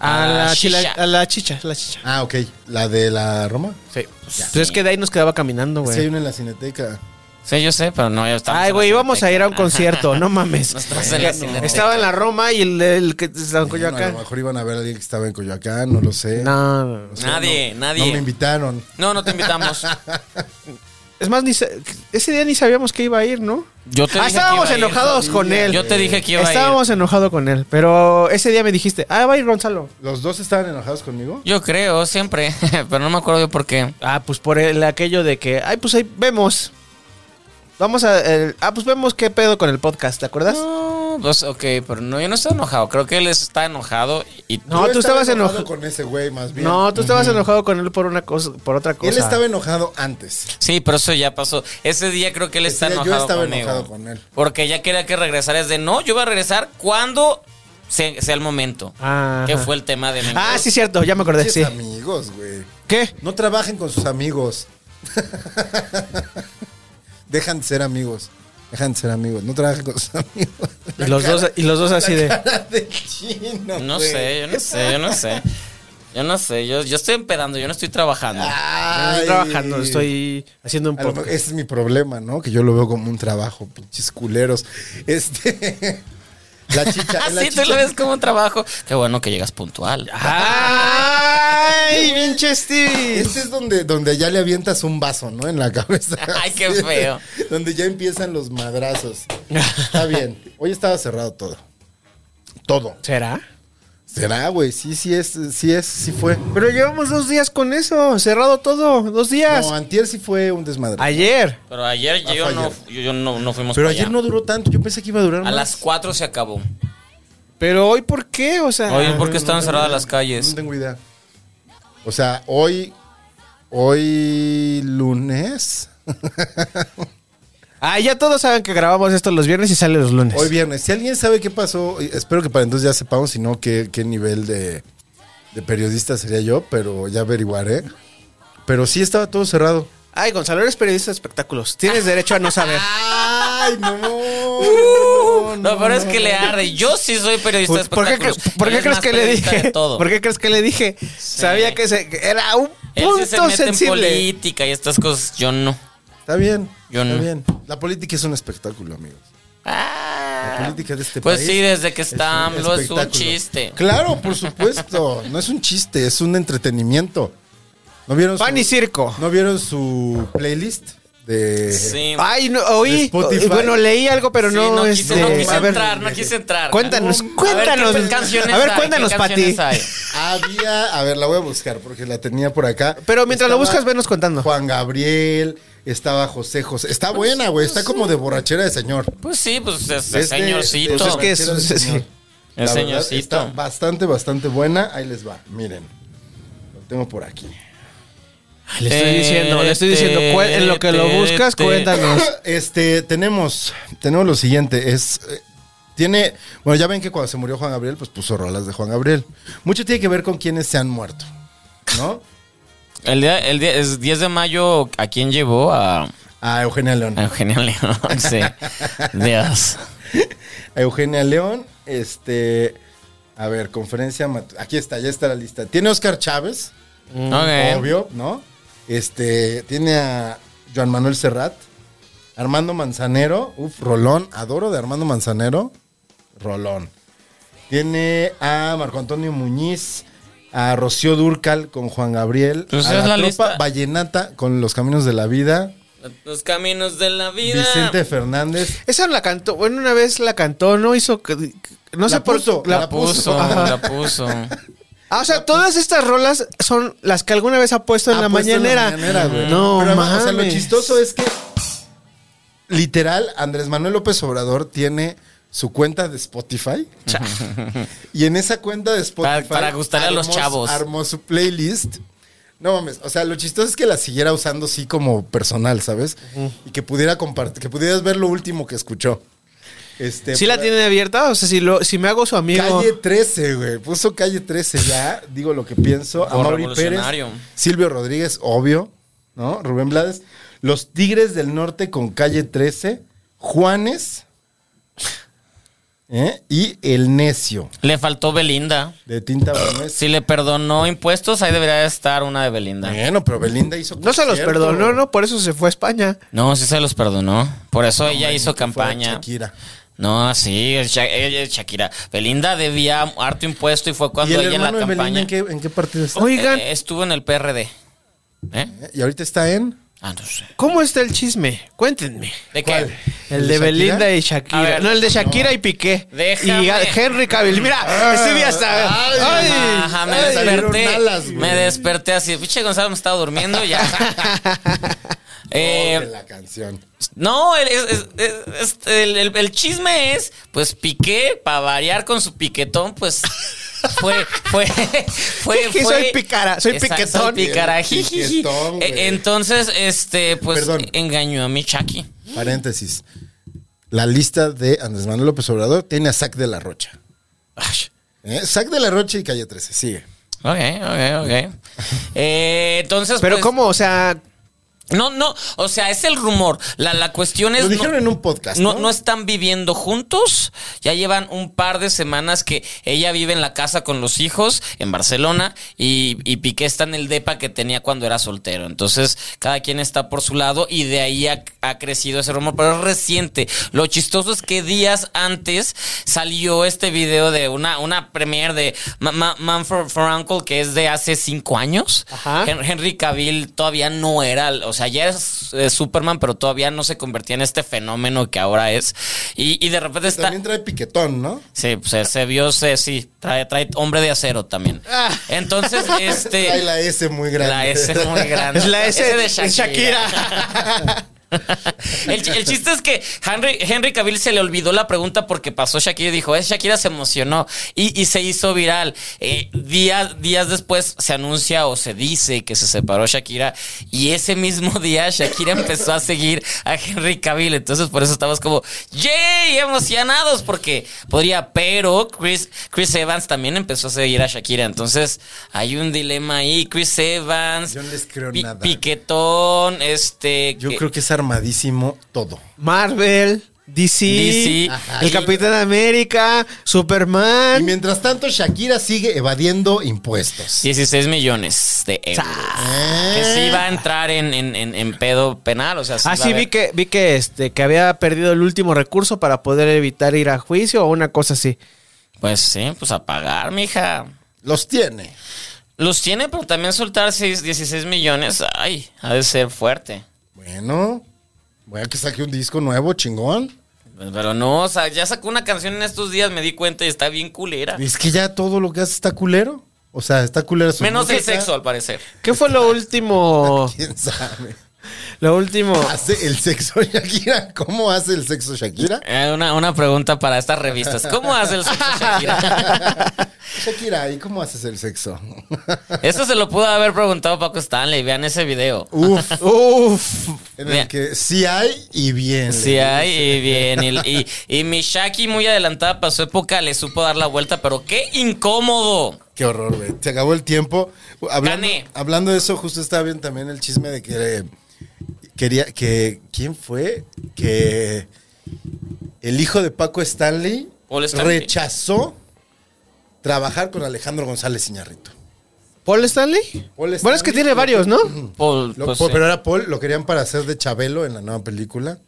[SPEAKER 2] A
[SPEAKER 7] Ah,
[SPEAKER 2] la,
[SPEAKER 7] chicha.
[SPEAKER 2] chila- a la chicha, la chicha.
[SPEAKER 5] Ah, ok. ¿La de la Roma?
[SPEAKER 2] Sí. Pero es que de ahí nos quedaba caminando,
[SPEAKER 5] Sí, hay
[SPEAKER 2] güey.
[SPEAKER 5] una en la cineteca.
[SPEAKER 7] Sí, yo sé, pero no, ya estábamos.
[SPEAKER 2] Ay,
[SPEAKER 7] en la
[SPEAKER 2] güey, íbamos a
[SPEAKER 7] cineteca.
[SPEAKER 2] ir a un concierto, no mames.
[SPEAKER 7] No estabas en la cineteca.
[SPEAKER 2] Estaba en la Roma y el, el que estaba en
[SPEAKER 5] Bueno, a
[SPEAKER 2] Coyoacán.
[SPEAKER 5] lo mejor iban a ver a alguien que estaba en Coyoacán, no lo sé.
[SPEAKER 2] No, no, no.
[SPEAKER 5] O sea,
[SPEAKER 7] Nadie,
[SPEAKER 5] no-
[SPEAKER 7] nadie.
[SPEAKER 5] No me invitaron.
[SPEAKER 7] No, no te invitamos.
[SPEAKER 2] Es más, ni sa- ese día ni sabíamos que iba a ir, ¿no?
[SPEAKER 7] Yo te
[SPEAKER 2] Ah,
[SPEAKER 7] dije que
[SPEAKER 2] estábamos
[SPEAKER 7] iba a ir.
[SPEAKER 2] enojados con él.
[SPEAKER 7] Yo te dije que iba a ir.
[SPEAKER 2] Estábamos enojados con él, pero ese día me dijiste, ah, va a ir Gonzalo.
[SPEAKER 5] ¿Los dos estaban enojados conmigo?
[SPEAKER 7] Yo creo, siempre, pero no me acuerdo yo por qué.
[SPEAKER 2] Ah, pues por el, aquello de que, ay, pues ahí vemos. Vamos a... el- ah, pues vemos qué pedo con el podcast, ¿te acuerdas?
[SPEAKER 7] No, pues ok, pero no, yo no estoy enojado. Creo que él está enojado y
[SPEAKER 2] No, tú
[SPEAKER 5] estaba
[SPEAKER 2] estabas enojado.
[SPEAKER 5] con ese güey, más bien.
[SPEAKER 2] No, tú estabas enojado con él por una cosa, por otra cosa.
[SPEAKER 5] Él estaba enojado antes.
[SPEAKER 7] Sí, pero eso ya pasó. Ese día creo que él está
[SPEAKER 5] Ese día
[SPEAKER 7] enojado
[SPEAKER 5] yo estaba
[SPEAKER 7] conmigo.
[SPEAKER 5] enojado con él.
[SPEAKER 7] Porque ya quería que regresara. Es de, no, yo voy a regresar cuando sea, sea el momento.
[SPEAKER 2] Ah,
[SPEAKER 7] Que
[SPEAKER 2] ajá.
[SPEAKER 7] fue el tema de mi
[SPEAKER 2] Ah, sí, cierto, ya me acordé, sí.
[SPEAKER 5] Pinches amigos, güey.
[SPEAKER 2] ¿Qué?
[SPEAKER 5] No trabajen con sus amigos. Dejan de ser amigos. Dejan de ser amigos. No trabajen con sus amigos.
[SPEAKER 2] Y los, dos, y los dos así de...
[SPEAKER 5] Cara de chino.
[SPEAKER 7] No
[SPEAKER 5] güey.
[SPEAKER 7] sé, yo no sé, yo no sé. Yo no sé, yo, yo estoy empedando, yo no estoy trabajando.
[SPEAKER 5] Ah, Ay.
[SPEAKER 2] Estoy trabajando, estoy haciendo un
[SPEAKER 5] A lo
[SPEAKER 2] podcast.
[SPEAKER 5] mejor Ese es mi problema, ¿no? Que yo lo veo como un trabajo, pinches culeros. Este. La chicha. en la
[SPEAKER 7] Así tú
[SPEAKER 5] chicha-
[SPEAKER 7] lo ves como un trabajo. Qué bueno que llegas puntual.
[SPEAKER 2] ¡Ay, pinche Stevie!
[SPEAKER 5] Este es donde, donde ya le avientas un vaso, ¿no? En la cabeza.
[SPEAKER 7] Ay, qué feo.
[SPEAKER 5] Donde ya empiezan los madrazos. Está bien. Hoy estaba cerrado todo. Todo.
[SPEAKER 2] ¿Será?
[SPEAKER 5] ¿Será, güey? Sí, sí es, sí es, sí fue.
[SPEAKER 2] Pero llevamos dos días con eso, cerrado todo, dos días.
[SPEAKER 5] No, antier sí fue un desmadre.
[SPEAKER 2] Ayer.
[SPEAKER 7] Pero ayer
[SPEAKER 5] Ah,
[SPEAKER 7] yo,
[SPEAKER 5] fue
[SPEAKER 7] no,
[SPEAKER 5] ayer.
[SPEAKER 7] yo, yo no, no fuimos
[SPEAKER 5] Pero
[SPEAKER 7] para
[SPEAKER 5] ayer
[SPEAKER 7] allá.
[SPEAKER 5] no duró tanto, yo pensé que iba a durar
[SPEAKER 7] A
[SPEAKER 5] más.
[SPEAKER 7] las 4 se acabó.
[SPEAKER 2] Pero hoy, ¿por qué? O sea,
[SPEAKER 7] Oye, ¿por qué
[SPEAKER 5] No
[SPEAKER 7] estaban
[SPEAKER 5] tengo
[SPEAKER 7] cerradas
[SPEAKER 5] idea,
[SPEAKER 7] las calles?
[SPEAKER 5] No tengo idea. O sea, hoy, hoy lunes,
[SPEAKER 2] ah, ya todos saben que grabamos esto los viernes y sale los lunes.
[SPEAKER 5] hoy viernes. Si alguien sabe qué pasó, y espero que para entonces ya sepamos, si no, qué, qué nivel de, de periodista sería yo, pero ya averiguaré. Pero sí estaba todo cerrado.
[SPEAKER 2] Ay, Gonzalo, eres periodista de espectáculos.
[SPEAKER 7] Ah.
[SPEAKER 2] Tienes derecho a no saber.
[SPEAKER 5] ¡Ay, no!
[SPEAKER 7] No, pero es que le arde. Yo sí soy periodista de
[SPEAKER 2] ¿Por, por qué,
[SPEAKER 7] espectáculos.
[SPEAKER 2] cre- por
[SPEAKER 7] Él
[SPEAKER 2] qué
[SPEAKER 7] es
[SPEAKER 2] crees
[SPEAKER 7] más
[SPEAKER 2] que le
[SPEAKER 7] periodista de
[SPEAKER 2] dije?
[SPEAKER 7] todo.
[SPEAKER 2] ¿Por qué crees que le dije? Sabía que, se- que era un
[SPEAKER 7] Él
[SPEAKER 2] punto
[SPEAKER 7] sí se mete en
[SPEAKER 2] sensible.
[SPEAKER 7] política y estas cosas. Yo no.
[SPEAKER 5] Está bien.
[SPEAKER 7] Yo
[SPEAKER 5] está
[SPEAKER 7] no.
[SPEAKER 5] bien. La política es un espectáculo, amigos. La política de este
[SPEAKER 7] Pues
[SPEAKER 5] país.
[SPEAKER 7] sí, desde que está
[SPEAKER 5] un
[SPEAKER 7] AMLO es un
[SPEAKER 5] espectáculo.
[SPEAKER 7] chiste.
[SPEAKER 5] Claro, por supuesto. No es un chiste, es un entretenimiento. ¿No vieron
[SPEAKER 2] Pan y
[SPEAKER 5] su,
[SPEAKER 2] circo.
[SPEAKER 5] ¿no vieron su playlist de
[SPEAKER 7] Sí.
[SPEAKER 2] Ay, no, oí.
[SPEAKER 5] Spotify.
[SPEAKER 2] Bueno, leí algo, pero
[SPEAKER 7] Sí,
[SPEAKER 2] no,
[SPEAKER 7] no quise,
[SPEAKER 2] este,
[SPEAKER 7] no quise
[SPEAKER 2] a ver,
[SPEAKER 7] entrar, no quise entrar.
[SPEAKER 2] Cuéntanos, cuéntanos.
[SPEAKER 7] A ver, ¿qué canciones
[SPEAKER 2] A ver,
[SPEAKER 7] hay?
[SPEAKER 2] cuéntanos,
[SPEAKER 7] ¿Qué
[SPEAKER 2] Pati.
[SPEAKER 7] canciones hay?
[SPEAKER 5] Había, a ver, la voy a buscar porque la tenía por acá.
[SPEAKER 2] Pero mientras lo
[SPEAKER 5] Estaba
[SPEAKER 2] buscas, venos contando.
[SPEAKER 5] Juan Gabriel, estaba José José. Está buena, güey, está como de borrachera de señor.
[SPEAKER 7] Pues sí, pues es,
[SPEAKER 5] Es de-
[SPEAKER 7] señorcito.
[SPEAKER 5] de
[SPEAKER 2] Pues es que es-
[SPEAKER 5] borrachera de
[SPEAKER 2] sí.
[SPEAKER 5] señor.
[SPEAKER 7] El
[SPEAKER 5] La verdad,
[SPEAKER 7] señorcito.
[SPEAKER 5] está bastante, bastante buena. Ahí les va, miren. Lo tengo por aquí.
[SPEAKER 2] Le estoy diciendo, le estoy diciendo, cue- en lo que lo buscas,
[SPEAKER 7] Te-
[SPEAKER 2] cuéntanos.
[SPEAKER 5] Este, tenemos, tenemos lo siguiente, es, eh, tiene, bueno, ya ven que cuando se murió Juan Gabriel, pues puso rolas de Juan Gabriel. Mucho tiene que ver con quienes se han muerto, ¿no?
[SPEAKER 7] El día, el día- es 10 de mayo, ¿a quién llevó? A,
[SPEAKER 5] A Eugenia León.
[SPEAKER 7] a Eugenio León. Ah, Sí. Dios.
[SPEAKER 5] A Eugenia León, este, a ver, conferencia, mat- aquí está, ya está la lista. Tiene a Oscar Chávez,
[SPEAKER 7] Ok.
[SPEAKER 5] Mm, obvio, ¿no? Este, tiene a Joan Manuel Serrat, Armando Manzanero, uf, Rolón, adoro de Armando Manzanero, Rolón. Tiene a Marco Antonio Muñiz, a Rocío Durcal con Juan Gabriel,
[SPEAKER 7] Pues
[SPEAKER 5] a
[SPEAKER 7] es
[SPEAKER 5] la,
[SPEAKER 7] la
[SPEAKER 5] tropa
[SPEAKER 7] lista.
[SPEAKER 5] Vallenata con Los Caminos de la Vida,
[SPEAKER 7] Los caminos de la vida.
[SPEAKER 5] Vicente Fernández.
[SPEAKER 2] Esa la cantó, bueno, una vez la cantó, no hizo. que- No sé
[SPEAKER 5] La
[SPEAKER 2] por
[SPEAKER 5] puso,
[SPEAKER 7] La puso,
[SPEAKER 2] Ajá.
[SPEAKER 7] la puso.
[SPEAKER 2] Ah, o sea, todas estas rolas son las que alguna vez ha puesto en,
[SPEAKER 5] ha
[SPEAKER 2] la,
[SPEAKER 5] Ah, puesto en
[SPEAKER 2] mañanera.
[SPEAKER 5] güey.
[SPEAKER 2] No,
[SPEAKER 5] Pero además, o sea, lo
[SPEAKER 2] mames.
[SPEAKER 5] chistoso es que literal Andrés Manuel López Obrador tiene su cuenta de Spotify. y en esa cuenta de Spotify
[SPEAKER 7] Para- para gustarle a los
[SPEAKER 5] armó-
[SPEAKER 7] chavos.
[SPEAKER 5] Armó su playlist. No mames, o sea, lo chistoso es que la siguiera usando sí como personal, ¿sabes? Y que pudiera compartir, que pudieras ver lo último que escuchó. Este,
[SPEAKER 2] ¿Sí la
[SPEAKER 5] pero-
[SPEAKER 2] tiene abierta? O sea, si, lo, si me hago su amigo.
[SPEAKER 5] Calle 13, güey. Puso calle 13 ya. Digo lo que pienso. A
[SPEAKER 7] Por
[SPEAKER 5] Mauri Pérez.
[SPEAKER 7] revolucionario.
[SPEAKER 5] Silvio Rodríguez, obvio. ¿No? Rubén Blades. Los Tigres del Norte con calle 13. Juanes. ¿eh? Y El Necio.
[SPEAKER 7] Le faltó Belinda.
[SPEAKER 5] De Tinta Brunés.
[SPEAKER 7] Si le perdonó impuestos, ahí debería estar una de Belinda.
[SPEAKER 5] Bueno, pero Belinda hizo.
[SPEAKER 2] No se los
[SPEAKER 5] concierto.
[SPEAKER 2] perdonó, ¿no? Por eso se fue a España.
[SPEAKER 7] No, sí se los perdonó. Por eso ella hizo
[SPEAKER 5] Fue a
[SPEAKER 7] campaña.
[SPEAKER 5] Shakira.
[SPEAKER 7] No, sí, es Sha- ella es Shakira. Belinda debía harto impuesto y fue
[SPEAKER 5] ¿Y
[SPEAKER 7] cuando
[SPEAKER 5] el
[SPEAKER 7] ella en la
[SPEAKER 5] hermano de Belinda
[SPEAKER 7] campaña.
[SPEAKER 5] en qué, en qué partido está?
[SPEAKER 2] Oigan,
[SPEAKER 7] Eh, estuvo en el PRD. ¿Eh?
[SPEAKER 5] ¿Eh? Y ahorita está en.
[SPEAKER 7] Ah, no sé.
[SPEAKER 2] ¿cómo está el chisme? Cuéntenme.
[SPEAKER 7] ¿De qué?
[SPEAKER 5] ¿Cuál?
[SPEAKER 2] El de
[SPEAKER 5] Shakira?
[SPEAKER 2] Belinda y Shakira.
[SPEAKER 7] A ver,
[SPEAKER 2] no, el de Shakira y Piqué.
[SPEAKER 7] Déjame.
[SPEAKER 2] Y a- Henry Cavill. Mira, estoy bien hasta.
[SPEAKER 5] Ah, Ay,
[SPEAKER 2] Ah, Ay.
[SPEAKER 7] Ajá, me
[SPEAKER 5] ay,
[SPEAKER 7] desperté.
[SPEAKER 5] salieron alas, güey.
[SPEAKER 7] me desperté así. Piche Gonzalo me estaba durmiendo ya.
[SPEAKER 5] Oh, de
[SPEAKER 7] eh,
[SPEAKER 5] la canción.
[SPEAKER 7] No, el, es- es- es- es- el- el- el chisme es, pues Piqué, para variar con su piquetón, pues fue, fue, fue,
[SPEAKER 2] Que
[SPEAKER 7] fue-
[SPEAKER 2] soy picara, soy piquetón.
[SPEAKER 7] Soy picara, jijiji.
[SPEAKER 5] Piquetón, güey.
[SPEAKER 7] Eh, Entonces, este, pues
[SPEAKER 5] Perdón.
[SPEAKER 7] engañó a mi Chucky.
[SPEAKER 5] Paréntesis. La lista de Andrés Manuel López Obrador tiene a Zac de la Rocha. ¿Eh? Zac de la Rocha y Calle 13. Sigue.
[SPEAKER 7] Ok, ok, ok. Eh, entonces,
[SPEAKER 2] Pero
[SPEAKER 7] pues,
[SPEAKER 2] ¿cómo? O sea,
[SPEAKER 7] No, no, o sea, es el rumor. La, la cuestión es.
[SPEAKER 5] Lo
[SPEAKER 7] no-
[SPEAKER 5] dijeron en un podcast. No,
[SPEAKER 7] No, no están viviendo juntos. Ya llevan un par de semanas que ella vive en la casa con los hijos en Barcelona y, y Piqué está en el DEPA que tenía cuando era soltero. Entonces, cada quien está por su lado y de ahí ha, ha crecido ese rumor, pero es reciente. Lo chistoso es que días antes salió este video de una, una premier de Ma- Ma- Man for, for Uncle que es de hace cinco años.
[SPEAKER 2] Ajá.
[SPEAKER 7] Hen- Henry Cavill todavía no era, o sea, ya es eh, Superman, pero todavía no se convertía en este fenómeno que ahora es. Y, y de repente está.
[SPEAKER 5] También trae piquetón, ¿no?
[SPEAKER 7] Sí, pues, se, se vio, se, sí, trae, trae hombre de acero también. Entonces, este.
[SPEAKER 5] Ah. Trae la S muy grande.
[SPEAKER 7] La S muy grande.
[SPEAKER 2] Es la S
[SPEAKER 7] de
[SPEAKER 2] de Shakira.
[SPEAKER 7] el, chi- el chiste es que Henry, Henry Cavill se le olvidó la pregunta porque pasó Shakira y dijo, es Shakira se emocionó y, y se hizo viral. Eh, día- días después se anuncia o se dice que se separó Shakira y ese mismo día Shakira empezó a seguir a Henry Cavill. Entonces por eso estamos como, ¡yay! Emocionados porque podría, pero Chris, Chris Evans también empezó a seguir a Shakira. Entonces hay un dilema ahí. Chris Evans,
[SPEAKER 5] Yo no les creo
[SPEAKER 7] Pi-
[SPEAKER 5] nada.
[SPEAKER 7] Piquetón, este...
[SPEAKER 5] Yo
[SPEAKER 7] que-
[SPEAKER 5] creo que es armadísimo todo.
[SPEAKER 2] Marvel, DC,
[SPEAKER 7] DC,
[SPEAKER 2] el
[SPEAKER 7] y-
[SPEAKER 2] Capitán América,
[SPEAKER 5] Y
[SPEAKER 2] Superman.
[SPEAKER 5] mientras tanto, Shakira sigue evadiendo impuestos. Ah,
[SPEAKER 7] 16 millones de euros. Que sí va a entrar en, en- en- en pedo penal, o sea, sí
[SPEAKER 2] Ah,
[SPEAKER 7] va a
[SPEAKER 2] sí, vi
[SPEAKER 7] haber-
[SPEAKER 2] que, vi que, este, que había perdido el último recurso para poder evitar ir a juicio o una cosa así.
[SPEAKER 7] Pues sí, pues a pagar, mija.
[SPEAKER 5] Los tiene.
[SPEAKER 7] Los tiene, pero también soltar seis- 16 millones, ay, ha de ser fuerte.
[SPEAKER 5] Bueno, voy a que saque un disco nuevo, chingón.
[SPEAKER 7] Pero no, o sea, ya sacó una canción en estos días, me di cuenta y está bien culera.
[SPEAKER 5] Es que ya todo lo que hace está culero. O sea, está culero su
[SPEAKER 7] Menos el
[SPEAKER 5] música.
[SPEAKER 7] sexo, al parecer.
[SPEAKER 2] ¿Qué fue lo último?
[SPEAKER 5] ¿Quién sabe?
[SPEAKER 2] Lo último.
[SPEAKER 5] ¿Hace el sexo Shakira? ¿Cómo hace el sexo Shakira?
[SPEAKER 7] Eh, una, una pregunta para estas revistas. ¿Cómo hace el sexo Shakira?
[SPEAKER 5] Shakira, ¿y cómo haces el sexo?
[SPEAKER 7] Eso se lo pudo haber preguntado Paco Stanley, vean ese video.
[SPEAKER 5] Uf,
[SPEAKER 2] Uf.
[SPEAKER 5] en
[SPEAKER 7] Mira.
[SPEAKER 5] el que sí hay y bien.
[SPEAKER 7] Sí, hay, y bien. Y, y, y mi Shaki, muy adelantada para su época, le supo dar la vuelta, pero qué incómodo.
[SPEAKER 5] Qué horror, güey. Se acabó el tiempo. Hablando,
[SPEAKER 7] Gané.
[SPEAKER 5] hablando de eso, justo estaba bien también el chisme de que eh, quería que. ¿Quién fue? Que el hijo de Paco Stanley,
[SPEAKER 7] Paul Stanley.
[SPEAKER 5] rechazó trabajar con Alejandro González Iñarrito.
[SPEAKER 2] ¿Paul Stanley?
[SPEAKER 5] Paul
[SPEAKER 2] Bueno, es que
[SPEAKER 5] Stanley.
[SPEAKER 2] tiene varios, ¿no?
[SPEAKER 7] Paul,
[SPEAKER 5] Lo-
[SPEAKER 7] pues,
[SPEAKER 5] Paul-
[SPEAKER 7] sí.
[SPEAKER 5] Pero era Paul, lo querían para hacer de Chabelo en la nueva película.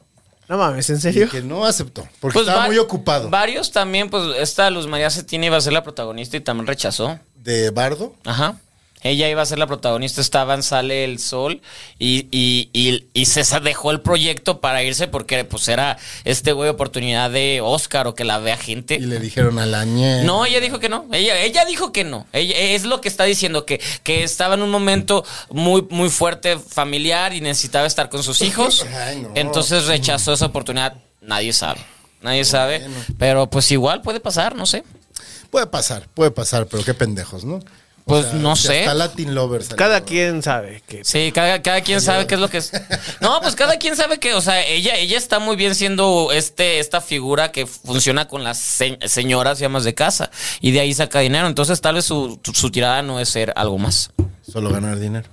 [SPEAKER 2] No mames, ¿en
[SPEAKER 5] Y
[SPEAKER 2] serio?
[SPEAKER 5] que no aceptó, porque
[SPEAKER 7] Pues
[SPEAKER 5] estaba
[SPEAKER 7] va-
[SPEAKER 5] muy ocupado.
[SPEAKER 7] Varios también, pues esta Luz María Cetina iba a ser la protagonista y también rechazó.
[SPEAKER 5] De Bardo.
[SPEAKER 7] Ajá. Ella iba a ser la protagonista, estaban, sale el sol y, y, y, y César dejó el proyecto para irse porque pues era este güey oportunidad de Oscar o que la vea gente.
[SPEAKER 5] Y le dijeron a la ñe.
[SPEAKER 7] Eh. No, ella dijo que no. Ella, ella dijo que no. Ella, es lo que está diciendo, que, que estaba en un momento muy, muy fuerte familiar y necesitaba estar con sus hijos.
[SPEAKER 5] Ay, no.
[SPEAKER 7] Entonces rechazó esa oportunidad. Nadie sabe. Nadie sabe. Pero pues igual puede pasar, no sé.
[SPEAKER 5] Puede pasar, puede pasar, pero qué pendejos, ¿no? O
[SPEAKER 7] Pues no
[SPEAKER 5] si
[SPEAKER 7] sé.
[SPEAKER 5] Hasta Latin Lovers.
[SPEAKER 2] Cada quien sabe que.
[SPEAKER 7] Sí, cada, cada quien sabe qué es lo que es. No, pues cada quien sabe que, o sea, ella, ella está muy bien siendo este, esta figura que funciona con las se- señoras y amas de casa. Y de ahí saca dinero. Entonces tal vez su, su tirada no es ser algo más.
[SPEAKER 5] Solo ganar dinero.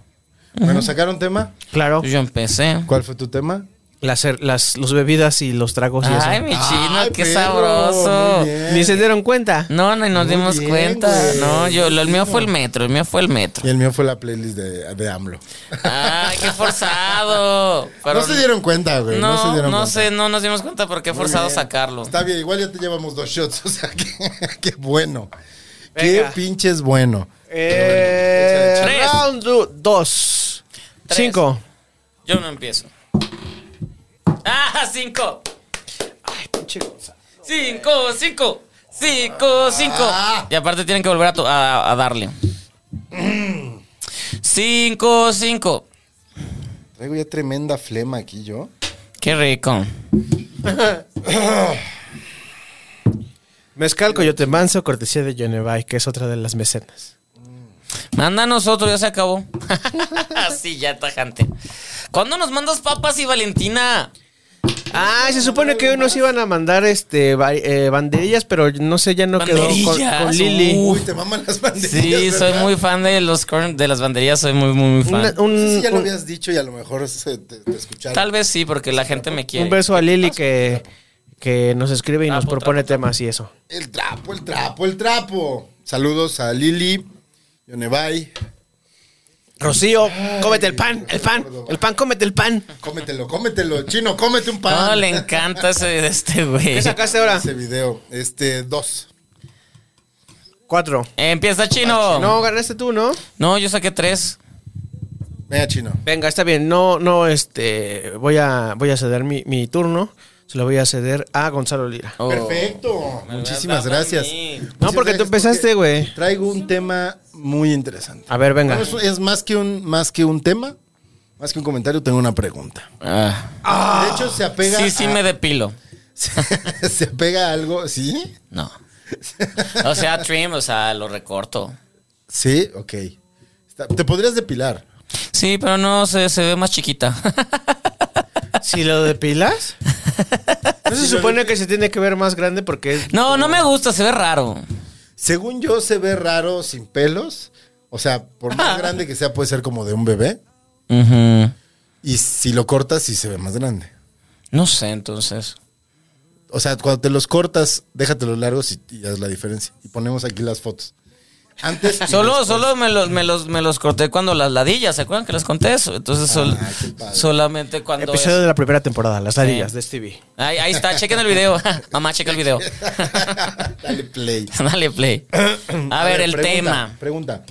[SPEAKER 5] Bueno, ¿sacaron tema?
[SPEAKER 2] Claro.
[SPEAKER 7] Yo empecé.
[SPEAKER 5] ¿Cuál fue tu tema?
[SPEAKER 2] Las, las, los bebidas y los tragos y
[SPEAKER 7] Ay,
[SPEAKER 2] eso.
[SPEAKER 7] mi chino,
[SPEAKER 5] Ay,
[SPEAKER 7] qué
[SPEAKER 5] perro,
[SPEAKER 7] sabroso.
[SPEAKER 5] muy bien.
[SPEAKER 2] Ni se dieron cuenta.
[SPEAKER 7] No, no, y nos
[SPEAKER 5] Muy
[SPEAKER 7] dimos
[SPEAKER 5] bien,
[SPEAKER 7] cuenta.
[SPEAKER 5] güey.
[SPEAKER 7] No, yo, lo, el mío fue el metro, el mío fue el
[SPEAKER 5] Y
[SPEAKER 7] metro.
[SPEAKER 5] el mío fue la playlist de, de AMLO.
[SPEAKER 7] Ay, qué forzado. Pero
[SPEAKER 5] no se dieron cuenta, güey. No, se
[SPEAKER 7] No, no,
[SPEAKER 5] dieron cuenta.
[SPEAKER 7] sé, no nos dimos cuenta porque he
[SPEAKER 5] Muy
[SPEAKER 7] forzado
[SPEAKER 5] bien.
[SPEAKER 7] sacarlo.
[SPEAKER 5] Está bien, igual ya te llevamos dos shots, o sea, que- qué bueno.
[SPEAKER 2] Venga.
[SPEAKER 5] Qué pinches bueno.
[SPEAKER 2] Eh,
[SPEAKER 7] Échale, échale.
[SPEAKER 2] round 2.
[SPEAKER 7] Tres.
[SPEAKER 2] 5.
[SPEAKER 7] Yo no empiezo. ¡Ah, cinco! ¡Cinco, cinco! ¡Cinco, cinco!
[SPEAKER 5] Ah.
[SPEAKER 7] Y aparte tienen que volver a, to- a- a darle.
[SPEAKER 5] Mm.
[SPEAKER 7] Cinco, cinco.
[SPEAKER 5] Traigo ya tremenda flema aquí yo.
[SPEAKER 7] Qué rico.
[SPEAKER 2] Mezcal Coyote Manso, cortesía de Genevay, que es otra de las mecenas.
[SPEAKER 7] Mándanos otro, ya se acabó. sí, ya tajante. ¿Cuándo nos mandas papas y Valentina?
[SPEAKER 2] Ah, se supone que hoy nos iban a mandar este ba- eh, banderillas, pero no sé, ya no quedó con,
[SPEAKER 7] Banderillas,
[SPEAKER 2] con Lili.
[SPEAKER 7] uh.
[SPEAKER 5] Uy, te maman las banderillas.
[SPEAKER 7] Sí, soy
[SPEAKER 5] ¿verdad?
[SPEAKER 7] muy fan de los corn- de las banderías, soy muy, muy, muy fan.
[SPEAKER 2] Una- un,
[SPEAKER 5] No sé si ya lo
[SPEAKER 2] un-
[SPEAKER 5] habías dicho y a lo mejor se te, te escucharon.
[SPEAKER 7] Tal vez sí, porque la gente me quiere.
[SPEAKER 2] un beso a Lili que, que nos escribe y
[SPEAKER 7] Ah,
[SPEAKER 2] nos
[SPEAKER 7] puta.
[SPEAKER 2] propone temas y eso.
[SPEAKER 5] El trapo, el trapo, el trapo. Saludos a Lili, Yonevay.
[SPEAKER 2] Rocío, cómete el pan, el pan, el pan, cómete el pan.
[SPEAKER 5] Cómetelo, cómetelo. Chino, cómete un pan.
[SPEAKER 7] No, le encanta ese de este güey.
[SPEAKER 2] ¿Qué sacaste ahora?
[SPEAKER 5] Ese video. Este, dos.
[SPEAKER 2] Cuatro.
[SPEAKER 7] Empieza chino. No.
[SPEAKER 2] No, ganaste tú, ¿no?
[SPEAKER 7] yo saqué tres.
[SPEAKER 5] Venga, Chino.
[SPEAKER 2] Venga, está bien. No, no, este, voy a, voy a ceder mi, mi turno. Se lo voy a ceder a Gonzalo Lira.
[SPEAKER 7] Oh.
[SPEAKER 5] Perfecto.
[SPEAKER 7] Me
[SPEAKER 5] Muchísimas
[SPEAKER 7] daba a
[SPEAKER 5] gracias.
[SPEAKER 7] mí. No,
[SPEAKER 5] Muchísimas
[SPEAKER 2] porque tú
[SPEAKER 5] gracias,
[SPEAKER 2] empezaste, güey.
[SPEAKER 5] Traigo un tema muy interesante.
[SPEAKER 2] A ver, venga.
[SPEAKER 5] Bueno, es, es más, que un, más que un tema, más que un comentario, tengo una pregunta.
[SPEAKER 7] Ah.
[SPEAKER 5] De hecho, se apega.
[SPEAKER 7] Sí, sí
[SPEAKER 5] a-
[SPEAKER 7] me depilo.
[SPEAKER 5] se apega a algo. ¿Sí?
[SPEAKER 7] No. O sea, trim, o sea, lo recorto.
[SPEAKER 5] Sí, ok. Está- Te podrías depilar.
[SPEAKER 7] Sí, pero no, se, se ve más chiquita.
[SPEAKER 2] Si lo depilas, no se
[SPEAKER 5] Sí, lo
[SPEAKER 2] supone que se tiene que ver más grande porque es-
[SPEAKER 7] No, no me gusta, se ve raro.
[SPEAKER 5] Según yo, se ve raro sin pelos. O sea, por más grande que sea, puede ser como de un bebé.
[SPEAKER 7] Ujú.
[SPEAKER 5] Y si lo cortas, sí se ve más grande.
[SPEAKER 7] No sé, entonces.
[SPEAKER 5] O sea, cuando te los cortas, déjatelos largos y, y haz la diferencia. Y ponemos aquí las fotos. Antes. y
[SPEAKER 7] Solo,
[SPEAKER 5] después.
[SPEAKER 7] solo me los, me los, me los corté cuando las ladillas, ¿se acuerdan que les conté eso? Entonces, sol-
[SPEAKER 5] Ah, qué padre.
[SPEAKER 7] solamente cuando.
[SPEAKER 2] episodio
[SPEAKER 7] es-
[SPEAKER 2] de la primera temporada, las ladillas de Stevie.
[SPEAKER 7] Ahí, ahí está, chequen el video. Mamá, checa el video.
[SPEAKER 5] Dale play.
[SPEAKER 7] Dale play. A, ver, el
[SPEAKER 5] pregunta,
[SPEAKER 7] tema.
[SPEAKER 5] Pregunta.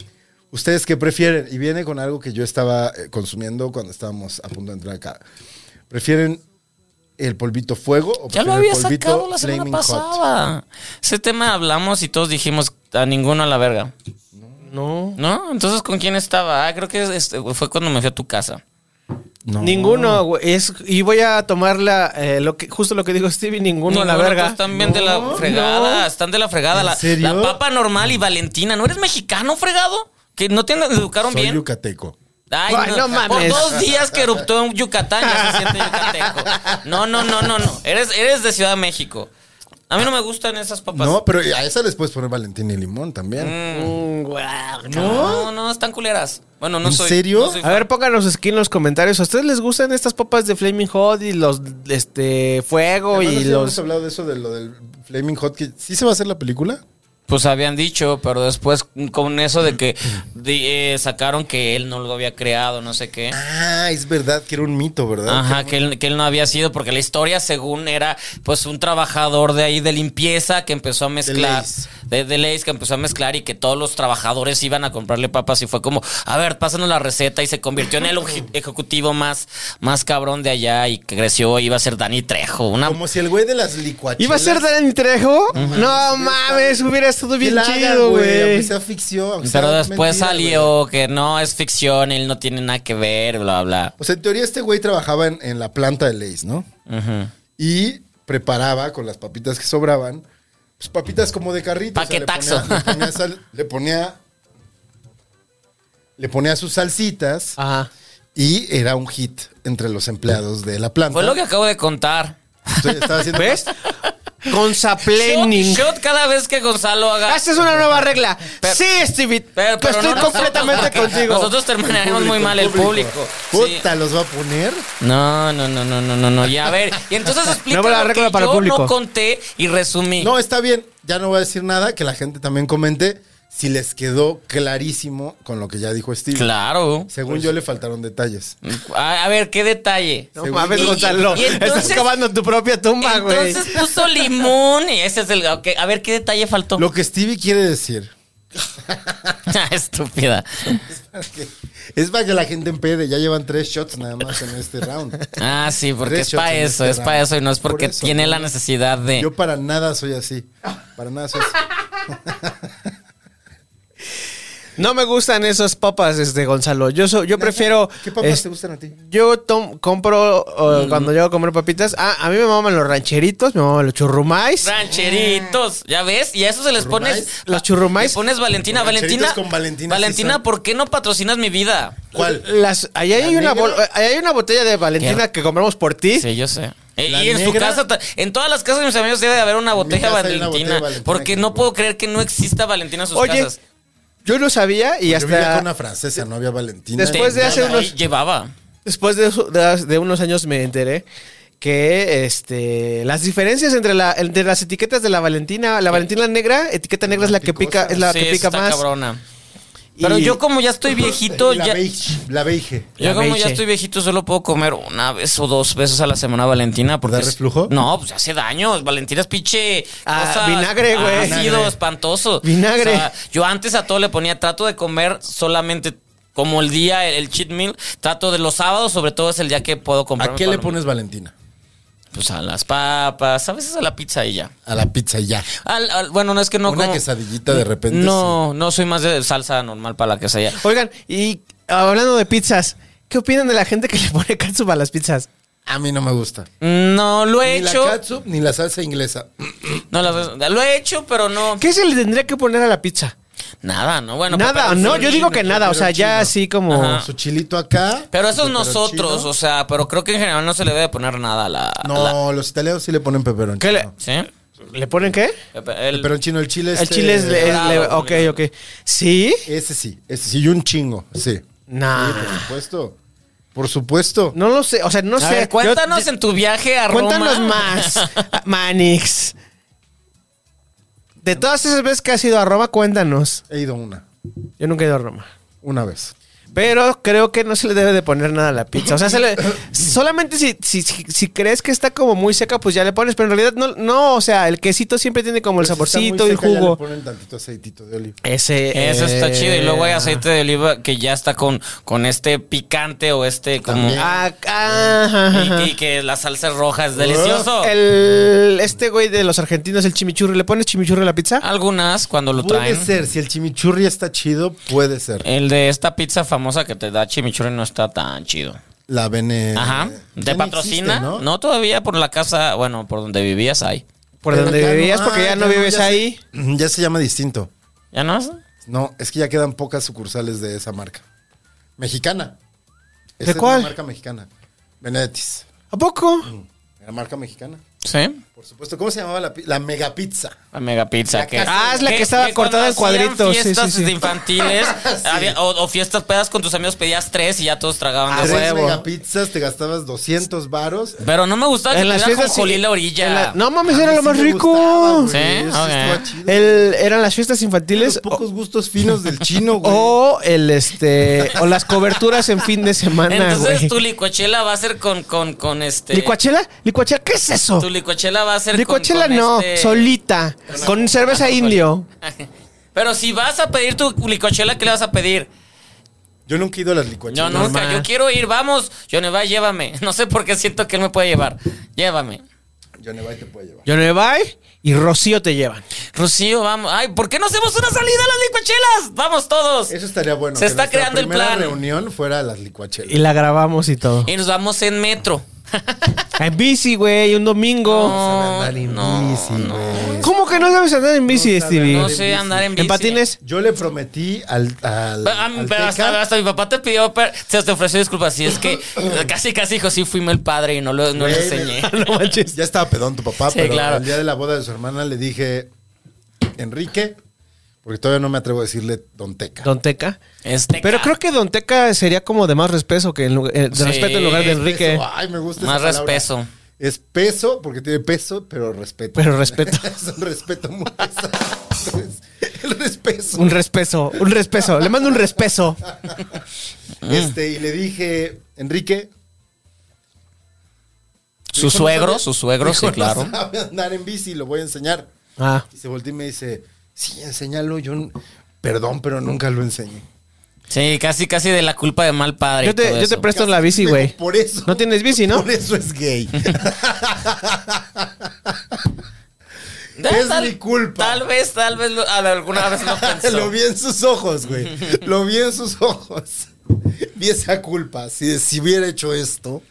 [SPEAKER 5] ¿Ustedes qué prefieren? Y viene con algo que yo estaba eh, consumiendo cuando estábamos a punto de entrar acá. ¿Prefieren el polvito fuego o
[SPEAKER 7] Ya lo
[SPEAKER 5] prefieren
[SPEAKER 7] había
[SPEAKER 5] el polvito
[SPEAKER 7] sacado la semana
[SPEAKER 5] Flaming Hot?
[SPEAKER 7] pasada. Ese tema hablamos y todos dijimos a ninguno a la verga.
[SPEAKER 2] No.
[SPEAKER 7] ¿No? Entonces, ¿con quién estaba? Ah, creo que este, fue cuando me fui a tu casa.
[SPEAKER 5] No.
[SPEAKER 2] Ninguno, güey. Es- Y voy a tomar la, eh, lo que, justo lo que dijo Stevie, ninguno, a la
[SPEAKER 7] Ninguno,
[SPEAKER 2] verga.
[SPEAKER 7] todos Están bien de la fregada, están de la fregada.
[SPEAKER 5] ¿En
[SPEAKER 7] La,
[SPEAKER 5] serio?
[SPEAKER 7] la papa normal y Valentina. ¿No eres mexicano, fregado? Que no te educaron
[SPEAKER 5] Soy
[SPEAKER 7] bien.
[SPEAKER 5] yucateco.
[SPEAKER 7] Ay,
[SPEAKER 2] Ay, no mames.
[SPEAKER 7] Por dos días que eruptó en Yucatán ya se siente yucateco. No, no, no, no, no. Eres, eres de Ciudad de México. A mí no me gustan esas papas.
[SPEAKER 5] No, pero a esa les puedes poner Valentín y limón también.
[SPEAKER 7] Mm.
[SPEAKER 2] Mm, guau.
[SPEAKER 7] ¿No? no, están culeras. Bueno, no
[SPEAKER 5] ¿En
[SPEAKER 7] soy.
[SPEAKER 5] serio?
[SPEAKER 7] no soy
[SPEAKER 2] A ver, pónganos aquí en los comentarios. ¿A ustedes les gustan estas papas de Flaming Hot y los este fuego
[SPEAKER 5] Además,
[SPEAKER 2] y
[SPEAKER 5] no sé si hemos
[SPEAKER 2] los
[SPEAKER 5] hablado de eso de lo del Flaming Hot que sí se va a hacer la película?
[SPEAKER 7] Pues habían dicho, pero después con eso de que de- eh, sacaron que él no lo había creado, no sé qué.
[SPEAKER 5] Ah, es verdad que era un mito, ¿verdad?
[SPEAKER 7] Ajá, que él, que él no había sido, porque la historia, según era, pues un trabajador de ahí de limpieza que empezó a mezclar,
[SPEAKER 5] Lays.
[SPEAKER 7] de, de Lays, que empezó a mezclar y que todos los trabajadores iban a comprarle papas y fue como, a ver, pásanos la receta y se convirtió en el uji- ejecutivo más, más cabrón de allá y creció, iba a ser Dani Trejo, una...
[SPEAKER 5] Como si el güey de las licuachelas.
[SPEAKER 2] ¿Iba a ser Dani Trejo? No mames, hubiera estado
[SPEAKER 5] Que
[SPEAKER 2] bien
[SPEAKER 5] la haga,
[SPEAKER 2] chido,
[SPEAKER 5] Aunque
[SPEAKER 2] güey.
[SPEAKER 5] sea ficción. aunque
[SPEAKER 7] Pero
[SPEAKER 5] sea
[SPEAKER 7] después
[SPEAKER 5] mentira, güey.
[SPEAKER 7] salió que no, es ficción, él no tiene nada que ver, bla, bla.
[SPEAKER 5] O sea, en teoría este güey trabajaba en, en la planta de Lays, ¿no?
[SPEAKER 7] Ujú.
[SPEAKER 5] Y preparaba con las papitas que sobraban, pues papitas como de carrito. o sea, le
[SPEAKER 7] Paquetaxo.
[SPEAKER 5] ponía- le ponía sal- le ponía... Le ponía sus salsitas
[SPEAKER 7] Ah.
[SPEAKER 2] Ajá.
[SPEAKER 5] y era un hit entre los empleados de la planta.
[SPEAKER 7] Fue lo que acabo de contar.
[SPEAKER 5] Entonces, estaba haciendo
[SPEAKER 2] ¿Ves? Con
[SPEAKER 7] Shot,
[SPEAKER 2] saplening.
[SPEAKER 7] shot cada vez que Gonzalo
[SPEAKER 5] Ah,
[SPEAKER 7] haga...
[SPEAKER 2] Haces una nueva regla.
[SPEAKER 7] Pero-
[SPEAKER 2] sí, Stevie. pues
[SPEAKER 7] Pero, pero
[SPEAKER 2] estoy
[SPEAKER 7] no nosotros,
[SPEAKER 2] completamente
[SPEAKER 7] porque
[SPEAKER 2] contigo.
[SPEAKER 7] Nosotros terminaremos muy mal el público. Sí.
[SPEAKER 5] Puta, los va a poner.
[SPEAKER 7] No, no, no, no, no, no, no. Ya, a ver. Y entonces explica
[SPEAKER 2] No, pero la
[SPEAKER 7] lo que
[SPEAKER 2] regla para el
[SPEAKER 7] yo
[SPEAKER 2] público.
[SPEAKER 7] no conté y resumí.
[SPEAKER 5] No, está bien. Ya no voy a decir nada. Que la gente también comente si les quedó clarísimo con lo que ya dijo Steve.
[SPEAKER 7] Claro. Pues
[SPEAKER 5] Según yo, le faltaron detalles.
[SPEAKER 7] A, a ver, ¿qué detalle?
[SPEAKER 2] No
[SPEAKER 5] Según
[SPEAKER 2] mames,
[SPEAKER 5] yo-
[SPEAKER 2] Gonzalo.
[SPEAKER 7] y entonces-
[SPEAKER 2] estás cavando tu propia tumba, güey.
[SPEAKER 7] Entonces puso limón y ese es el... ok, A ver, ¿qué detalle faltó? Ah,
[SPEAKER 5] Lo que Stevie quiere decir
[SPEAKER 7] Estúpida.
[SPEAKER 5] es para que la gente empede. Ya llevan tres shots nada más en este round.
[SPEAKER 7] Ah, sí, porque
[SPEAKER 5] Tres
[SPEAKER 7] es
[SPEAKER 5] shots
[SPEAKER 7] para
[SPEAKER 5] en
[SPEAKER 7] eso,
[SPEAKER 5] este
[SPEAKER 7] es para
[SPEAKER 5] round.
[SPEAKER 7] eso y no es
[SPEAKER 5] Por
[SPEAKER 7] porque
[SPEAKER 5] eso,
[SPEAKER 7] tiene
[SPEAKER 5] ¿no?
[SPEAKER 7] la necesidad de...
[SPEAKER 5] Yo para nada soy así. Para nada soy así.
[SPEAKER 2] No me gustan esas papas, este Gonzalo. Yo so- yo prefiero.
[SPEAKER 5] ¿Qué papas
[SPEAKER 2] es-
[SPEAKER 5] te gustan a ti?
[SPEAKER 2] Yo tom- compro
[SPEAKER 7] Mm.
[SPEAKER 2] uh, cuando llego a comer papitas. Ah, a mí me maman los rancheritos, me maman los churrumais.
[SPEAKER 7] Rancheritos, ya ves, y a eso se les pones.
[SPEAKER 5] Churrumais.
[SPEAKER 2] Los churrumais.
[SPEAKER 7] Le pones Valentina,
[SPEAKER 5] Mm. Rancheritos
[SPEAKER 7] Valentina.
[SPEAKER 5] con Valentina, sí
[SPEAKER 7] Valentina,
[SPEAKER 5] son.
[SPEAKER 7] ¿por qué no patrocinas mi vida?
[SPEAKER 5] ¿Cuál?
[SPEAKER 2] Las, ahí hay
[SPEAKER 5] ¿La
[SPEAKER 2] una
[SPEAKER 5] negra?
[SPEAKER 2] bol- ahí hay una botella de Valentina
[SPEAKER 7] ¿Qué?
[SPEAKER 2] que compramos por ti.
[SPEAKER 7] Sí, yo sé. Eh,
[SPEAKER 5] ¿La
[SPEAKER 7] Y en su
[SPEAKER 5] negra?
[SPEAKER 7] casa, ta- en todas las casas de mis amigos debe de haber una
[SPEAKER 5] mi
[SPEAKER 7] botella
[SPEAKER 5] casa hay
[SPEAKER 7] Valentina.
[SPEAKER 5] una botella Valentina
[SPEAKER 7] porque
[SPEAKER 5] que-
[SPEAKER 7] no puedo creer que no exista Valentina en sus
[SPEAKER 2] Oye,
[SPEAKER 7] casas.
[SPEAKER 2] Yo no sabía y
[SPEAKER 5] Yo vivía con
[SPEAKER 2] hasta
[SPEAKER 5] una francesa, no había Valentina.
[SPEAKER 2] Después de
[SPEAKER 7] Te-
[SPEAKER 2] hace
[SPEAKER 7] ahí
[SPEAKER 2] unos-
[SPEAKER 7] Llevaba.
[SPEAKER 2] después de, eso- de- de unos años me enteré que este las diferencias entre la entre las etiquetas de la Valentina, la Valentina negra, etiqueta negra es la que pica es la
[SPEAKER 7] Sí,
[SPEAKER 2] que
[SPEAKER 7] eso
[SPEAKER 2] pica
[SPEAKER 7] está
[SPEAKER 2] más.
[SPEAKER 7] cabrona. Pero
[SPEAKER 2] Y-
[SPEAKER 7] yo como ya estoy viejito,
[SPEAKER 5] la
[SPEAKER 7] ya...
[SPEAKER 5] beige. La beige.
[SPEAKER 7] Yo
[SPEAKER 2] La
[SPEAKER 7] como ya
[SPEAKER 2] leche.
[SPEAKER 7] estoy viejito solo puedo comer una vez o dos veces a la semana Valentina. Porque
[SPEAKER 5] ¿Da reflujo?
[SPEAKER 7] es- No, pues hace daño. Valentina es pinche...
[SPEAKER 2] Ah,
[SPEAKER 7] cosa-
[SPEAKER 2] vinagre, güey.
[SPEAKER 7] Ácido,
[SPEAKER 2] Vinagre.
[SPEAKER 7] espantoso.
[SPEAKER 2] Vinagre.
[SPEAKER 7] O sea, yo antes a todo le ponía, trato de comer solamente como el día, el, el cheat meal. Trato de los sábados, sobre todo es el día que puedo comprar.
[SPEAKER 5] ¿A qué le pones Valentina?
[SPEAKER 7] Pues a las papas, a veces a la pizza y ya.
[SPEAKER 5] A la pizza y ya.
[SPEAKER 7] Al- al- bueno, no es que no
[SPEAKER 5] una
[SPEAKER 7] como-
[SPEAKER 5] quesadillita de repente.
[SPEAKER 7] No, no soy más de salsa normal para la quesadilla.
[SPEAKER 2] Oigan, y hablando de pizzas, ¿qué opinan de la gente que le pone catsup a las pizzas?
[SPEAKER 5] sí. A mí no me gusta.
[SPEAKER 7] No, lo he
[SPEAKER 5] ni
[SPEAKER 7] hecho.
[SPEAKER 5] la catsup ni la salsa inglesa.
[SPEAKER 7] No, las- lo he hecho, pero no.
[SPEAKER 2] ¿Qué se le tendría que poner a la pizza?
[SPEAKER 7] Nada, ¿no? Bueno,
[SPEAKER 2] nada,
[SPEAKER 7] pero-
[SPEAKER 2] no, yo digo que nada, o sea, ya
[SPEAKER 5] chino.
[SPEAKER 2] así como
[SPEAKER 7] Ajá.
[SPEAKER 5] Su chilito acá.
[SPEAKER 7] Pero eso es
[SPEAKER 5] Peperoncino.
[SPEAKER 7] nosotros, o sea, pero creo que en general no se le debe poner nada a la.
[SPEAKER 5] No,
[SPEAKER 7] la-
[SPEAKER 5] los italianos sí le ponen peperón.
[SPEAKER 2] ¿Qué le,
[SPEAKER 7] ¿Sí?
[SPEAKER 2] ¿le ponen qué?
[SPEAKER 7] El-
[SPEAKER 5] Peperoncino, el chile
[SPEAKER 2] El
[SPEAKER 5] este-
[SPEAKER 2] chile es, le- es
[SPEAKER 7] dorado,
[SPEAKER 2] le-
[SPEAKER 7] como
[SPEAKER 2] ok,
[SPEAKER 7] le
[SPEAKER 2] ok. ¿Sí?
[SPEAKER 5] Ese sí, ese sí, y un chingo, sí. Sí,
[SPEAKER 2] Nah.
[SPEAKER 5] por supuesto. Por supuesto.
[SPEAKER 2] No lo sé, o sea, no
[SPEAKER 7] a
[SPEAKER 2] sé.
[SPEAKER 7] ver, cuéntanos en tu viaje a
[SPEAKER 2] Yo-
[SPEAKER 7] Roma.
[SPEAKER 2] cuéntanos más, Manix. De todas esas veces que has ido a Roma, cuéntanos.
[SPEAKER 5] He ido una,
[SPEAKER 2] Yo nunca he ido a Roma.
[SPEAKER 5] una vez.
[SPEAKER 2] Pero creo que no se le debe de poner nada a la pizza. O sea, se le- solamente si, si, si- si crees que está como muy seca, pues ya le pones. Pero en realidad no, no o sea, el quesito siempre tiene como el
[SPEAKER 5] Pero si
[SPEAKER 2] saborcito y el
[SPEAKER 5] está muy seca, ya
[SPEAKER 2] jugo.
[SPEAKER 5] Le ponen tantito aceitito de oliva.
[SPEAKER 2] Ese,
[SPEAKER 7] Eso está
[SPEAKER 2] eh,
[SPEAKER 7] chido. Y luego hay aceite de oliva que ya está con, con este picante o este como.
[SPEAKER 5] También.
[SPEAKER 2] Ah, ah, ajá, ajá. Oh,
[SPEAKER 7] Y, y que la salsa es roja es delicioso.
[SPEAKER 2] El, este güey de los argentinos, el chimichurri, ¿le pones chimichurri a la pizza?
[SPEAKER 7] Ah, Algunas cuando lo
[SPEAKER 5] Puede
[SPEAKER 7] traen.
[SPEAKER 5] ser, si el chimichurri está chido, puede ser.
[SPEAKER 7] El de esta pizza famosa que te da chimichurri no está tan chido.
[SPEAKER 5] La vene.
[SPEAKER 7] Ajá.
[SPEAKER 5] Eh, ya
[SPEAKER 7] ¿Te
[SPEAKER 5] ni
[SPEAKER 7] patrocina?
[SPEAKER 5] existe,
[SPEAKER 7] no, todavía por la casa, bueno, por donde vivías ahí.
[SPEAKER 2] Por
[SPEAKER 5] Pero
[SPEAKER 2] donde
[SPEAKER 5] ya no-
[SPEAKER 2] vivías, porque
[SPEAKER 5] ah,
[SPEAKER 2] ya no vives
[SPEAKER 5] ya se-
[SPEAKER 2] ahí.
[SPEAKER 5] ya se llama distinto.
[SPEAKER 7] ¿Ya no? es?
[SPEAKER 5] No, es que ya quedan pocas sucursales de esa marca. Mexicana.
[SPEAKER 2] ¿De
[SPEAKER 5] Esa es
[SPEAKER 2] cuál?
[SPEAKER 5] la marca mexicana. Benedettis.
[SPEAKER 2] ¿A poco?
[SPEAKER 5] La marca mexicana.
[SPEAKER 7] Sí.
[SPEAKER 5] Por supuesto. ¿Cómo se llamaba la, pi- la mega pizza?
[SPEAKER 7] La mega pizza. Que,
[SPEAKER 2] Ah, es la que estaba
[SPEAKER 7] cuando
[SPEAKER 2] cortada en
[SPEAKER 7] hacían
[SPEAKER 2] cuadritos, sí,
[SPEAKER 7] fiestas
[SPEAKER 2] sí, sí.
[SPEAKER 7] de infantiles había- o, o fiestas pedas con tus amigos, pedías tres y ya todos tragaban
[SPEAKER 2] Ah,
[SPEAKER 7] de
[SPEAKER 5] Ah, Tres
[SPEAKER 7] huevo.
[SPEAKER 5] mega pizzas, te gastabas 200os varos.
[SPEAKER 7] Pero no me gustaba que
[SPEAKER 2] En las
[SPEAKER 7] tuviera
[SPEAKER 2] fiestas.
[SPEAKER 7] con
[SPEAKER 2] sí,
[SPEAKER 7] la orilla.
[SPEAKER 2] en la- no
[SPEAKER 5] A
[SPEAKER 2] mames,
[SPEAKER 5] mí
[SPEAKER 2] era Ah, lo
[SPEAKER 5] sí
[SPEAKER 2] más
[SPEAKER 5] me
[SPEAKER 2] rico.
[SPEAKER 5] gustaba, güey,
[SPEAKER 7] Sí,
[SPEAKER 5] eso
[SPEAKER 7] ok.
[SPEAKER 5] estaba chido.
[SPEAKER 2] El- oh. eran las fiestas
[SPEAKER 5] Los
[SPEAKER 2] infantiles.
[SPEAKER 5] pocos gustos finos del chino, güey.
[SPEAKER 2] O el este. O las coberturas en fin de semana,
[SPEAKER 7] Entonces
[SPEAKER 2] güey.
[SPEAKER 7] tu licuachela va a ser con, con, con este.
[SPEAKER 2] ¿Licuachela? ¿Licuachela? ¿Qué es eso?
[SPEAKER 7] Tu licuachela va a ser con-
[SPEAKER 2] Licuachela
[SPEAKER 7] con
[SPEAKER 2] no,
[SPEAKER 7] este-
[SPEAKER 2] solita. Con cerveza indio.
[SPEAKER 7] Pero si vas a pedir tu licuachela, ¿qué le vas a pedir?
[SPEAKER 5] Yo nunca he ido a las
[SPEAKER 7] Yo
[SPEAKER 5] licuachelas.
[SPEAKER 7] nunca,
[SPEAKER 2] Normal.
[SPEAKER 7] yo quiero ir, vamos. Johnny, va, llévame. No sé por qué siento que él me puede llevar. Llévame.
[SPEAKER 5] Yo Nevai te puedo llevar.
[SPEAKER 2] Yonevay y Rocío te llevan.
[SPEAKER 7] Rocío, vamos. Ay, ¿por qué no hacemos una salida a las licuachelas? Vamos todos.
[SPEAKER 5] Eso estaría bueno.
[SPEAKER 7] Se está
[SPEAKER 5] nuestra
[SPEAKER 7] creando el
[SPEAKER 5] primera
[SPEAKER 7] plan.
[SPEAKER 5] reunión fuera a las
[SPEAKER 2] Y
[SPEAKER 5] licuachelas.
[SPEAKER 2] la grabamos y todo.
[SPEAKER 7] Y nos vamos en metro.
[SPEAKER 2] En bici, güey, un domingo.
[SPEAKER 7] No, no,
[SPEAKER 5] bici, güey.
[SPEAKER 2] ¿Cómo que no sabes andar en bici, Stevie?
[SPEAKER 7] no sé andar en bici.
[SPEAKER 2] ¿En patines?
[SPEAKER 5] Yo le prometí al. al,
[SPEAKER 7] Pero, ah,
[SPEAKER 5] al
[SPEAKER 7] pero hasta,
[SPEAKER 5] Teca-
[SPEAKER 7] hasta mi papá te pidió, per- se te ofreció disculpas. Y es que casi, casi dijo, sí, fuimos el padre y no lo, no lo
[SPEAKER 5] Güey,
[SPEAKER 7] enseñé.
[SPEAKER 2] No manches.
[SPEAKER 5] Ya estaba pedón tu papá,
[SPEAKER 7] Sí,
[SPEAKER 5] pero
[SPEAKER 7] claro.
[SPEAKER 5] el día de la boda de su hermana le dije, Enrique, porque todavía no me atrevo a decirle Don Teca.
[SPEAKER 2] Don Teca.
[SPEAKER 7] Este
[SPEAKER 2] Pero creo que Don Teca sería como de más respeto que en lugar- eh, de
[SPEAKER 7] Sí.
[SPEAKER 2] respeto en lugar de Enrique.
[SPEAKER 5] Eso, ay, me gusta
[SPEAKER 7] Más
[SPEAKER 5] esa palabra.
[SPEAKER 7] respeto.
[SPEAKER 5] Es peso, porque tiene peso, pero respeto.
[SPEAKER 2] Pero respeto.
[SPEAKER 5] es un respeto muy pesado. Es- El respeto.
[SPEAKER 2] Un respeso, un respeso. Le mando un respeso.
[SPEAKER 5] Este, y le dije, Enrique.
[SPEAKER 7] Su
[SPEAKER 5] dijo, no
[SPEAKER 7] suegro,
[SPEAKER 5] sabe-
[SPEAKER 7] su suegro,
[SPEAKER 5] dijo,
[SPEAKER 7] sí,
[SPEAKER 5] no
[SPEAKER 7] claro.
[SPEAKER 5] sabe andar en bici, lo voy a enseñar.
[SPEAKER 2] Ah,
[SPEAKER 5] Y se volteó y me dice, sí, enséñalo. Yo, n- perdón, pero nunca lo enseñé.
[SPEAKER 7] Sí, casi, casi de la culpa de mal padre.
[SPEAKER 2] Yo
[SPEAKER 7] y
[SPEAKER 2] te-
[SPEAKER 7] todo
[SPEAKER 2] yo te
[SPEAKER 7] eso.
[SPEAKER 2] presto la bici, güey.
[SPEAKER 5] Por eso.
[SPEAKER 2] No tienes bici, ¿no?
[SPEAKER 5] Por eso es gay.
[SPEAKER 7] Tal-
[SPEAKER 5] es
[SPEAKER 7] Eh, tal-
[SPEAKER 5] mi culpa.
[SPEAKER 7] Tal vez, tal vez lo- a- alguna vez lo pensó.
[SPEAKER 5] Lo vi en sus ojos, güey. Lo vi en sus ojos. Vi esa culpa. Si, si hubiera hecho esto.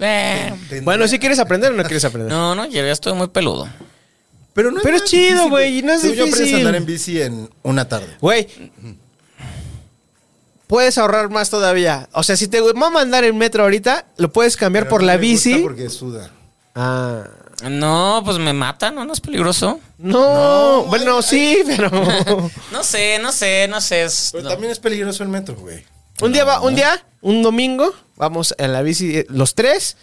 [SPEAKER 7] Eh,
[SPEAKER 5] tendría-
[SPEAKER 2] Bueno, si quieres aprender o no quieres aprender.
[SPEAKER 7] no, no, yo ya estoy muy peludo.
[SPEAKER 5] Pero no
[SPEAKER 2] Pero es
[SPEAKER 5] nada
[SPEAKER 2] chido,
[SPEAKER 5] difícil,
[SPEAKER 2] güey, y no es
[SPEAKER 5] Tú y Yo aprendí
[SPEAKER 2] difícil.
[SPEAKER 5] a andar en bici en una tarde.
[SPEAKER 2] Güey. Puedes ahorrar más todavía. O sea, si te mama andar en metro ahorita, lo puedes cambiar
[SPEAKER 5] Pero
[SPEAKER 2] por
[SPEAKER 5] no
[SPEAKER 2] la
[SPEAKER 5] me gusta
[SPEAKER 2] bici.
[SPEAKER 5] Porque suda.
[SPEAKER 2] Ah.
[SPEAKER 7] No, pues me mata, ¿no? No es peligroso.
[SPEAKER 2] No,
[SPEAKER 5] No,
[SPEAKER 2] bueno,
[SPEAKER 5] ay,
[SPEAKER 2] sí, pero.
[SPEAKER 7] No sé, no sé, no sé. es-
[SPEAKER 5] Pero
[SPEAKER 7] no.
[SPEAKER 5] también es peligroso el metro, güey.
[SPEAKER 2] un día va, un día, un domingo, vamos en la bici eh, los tres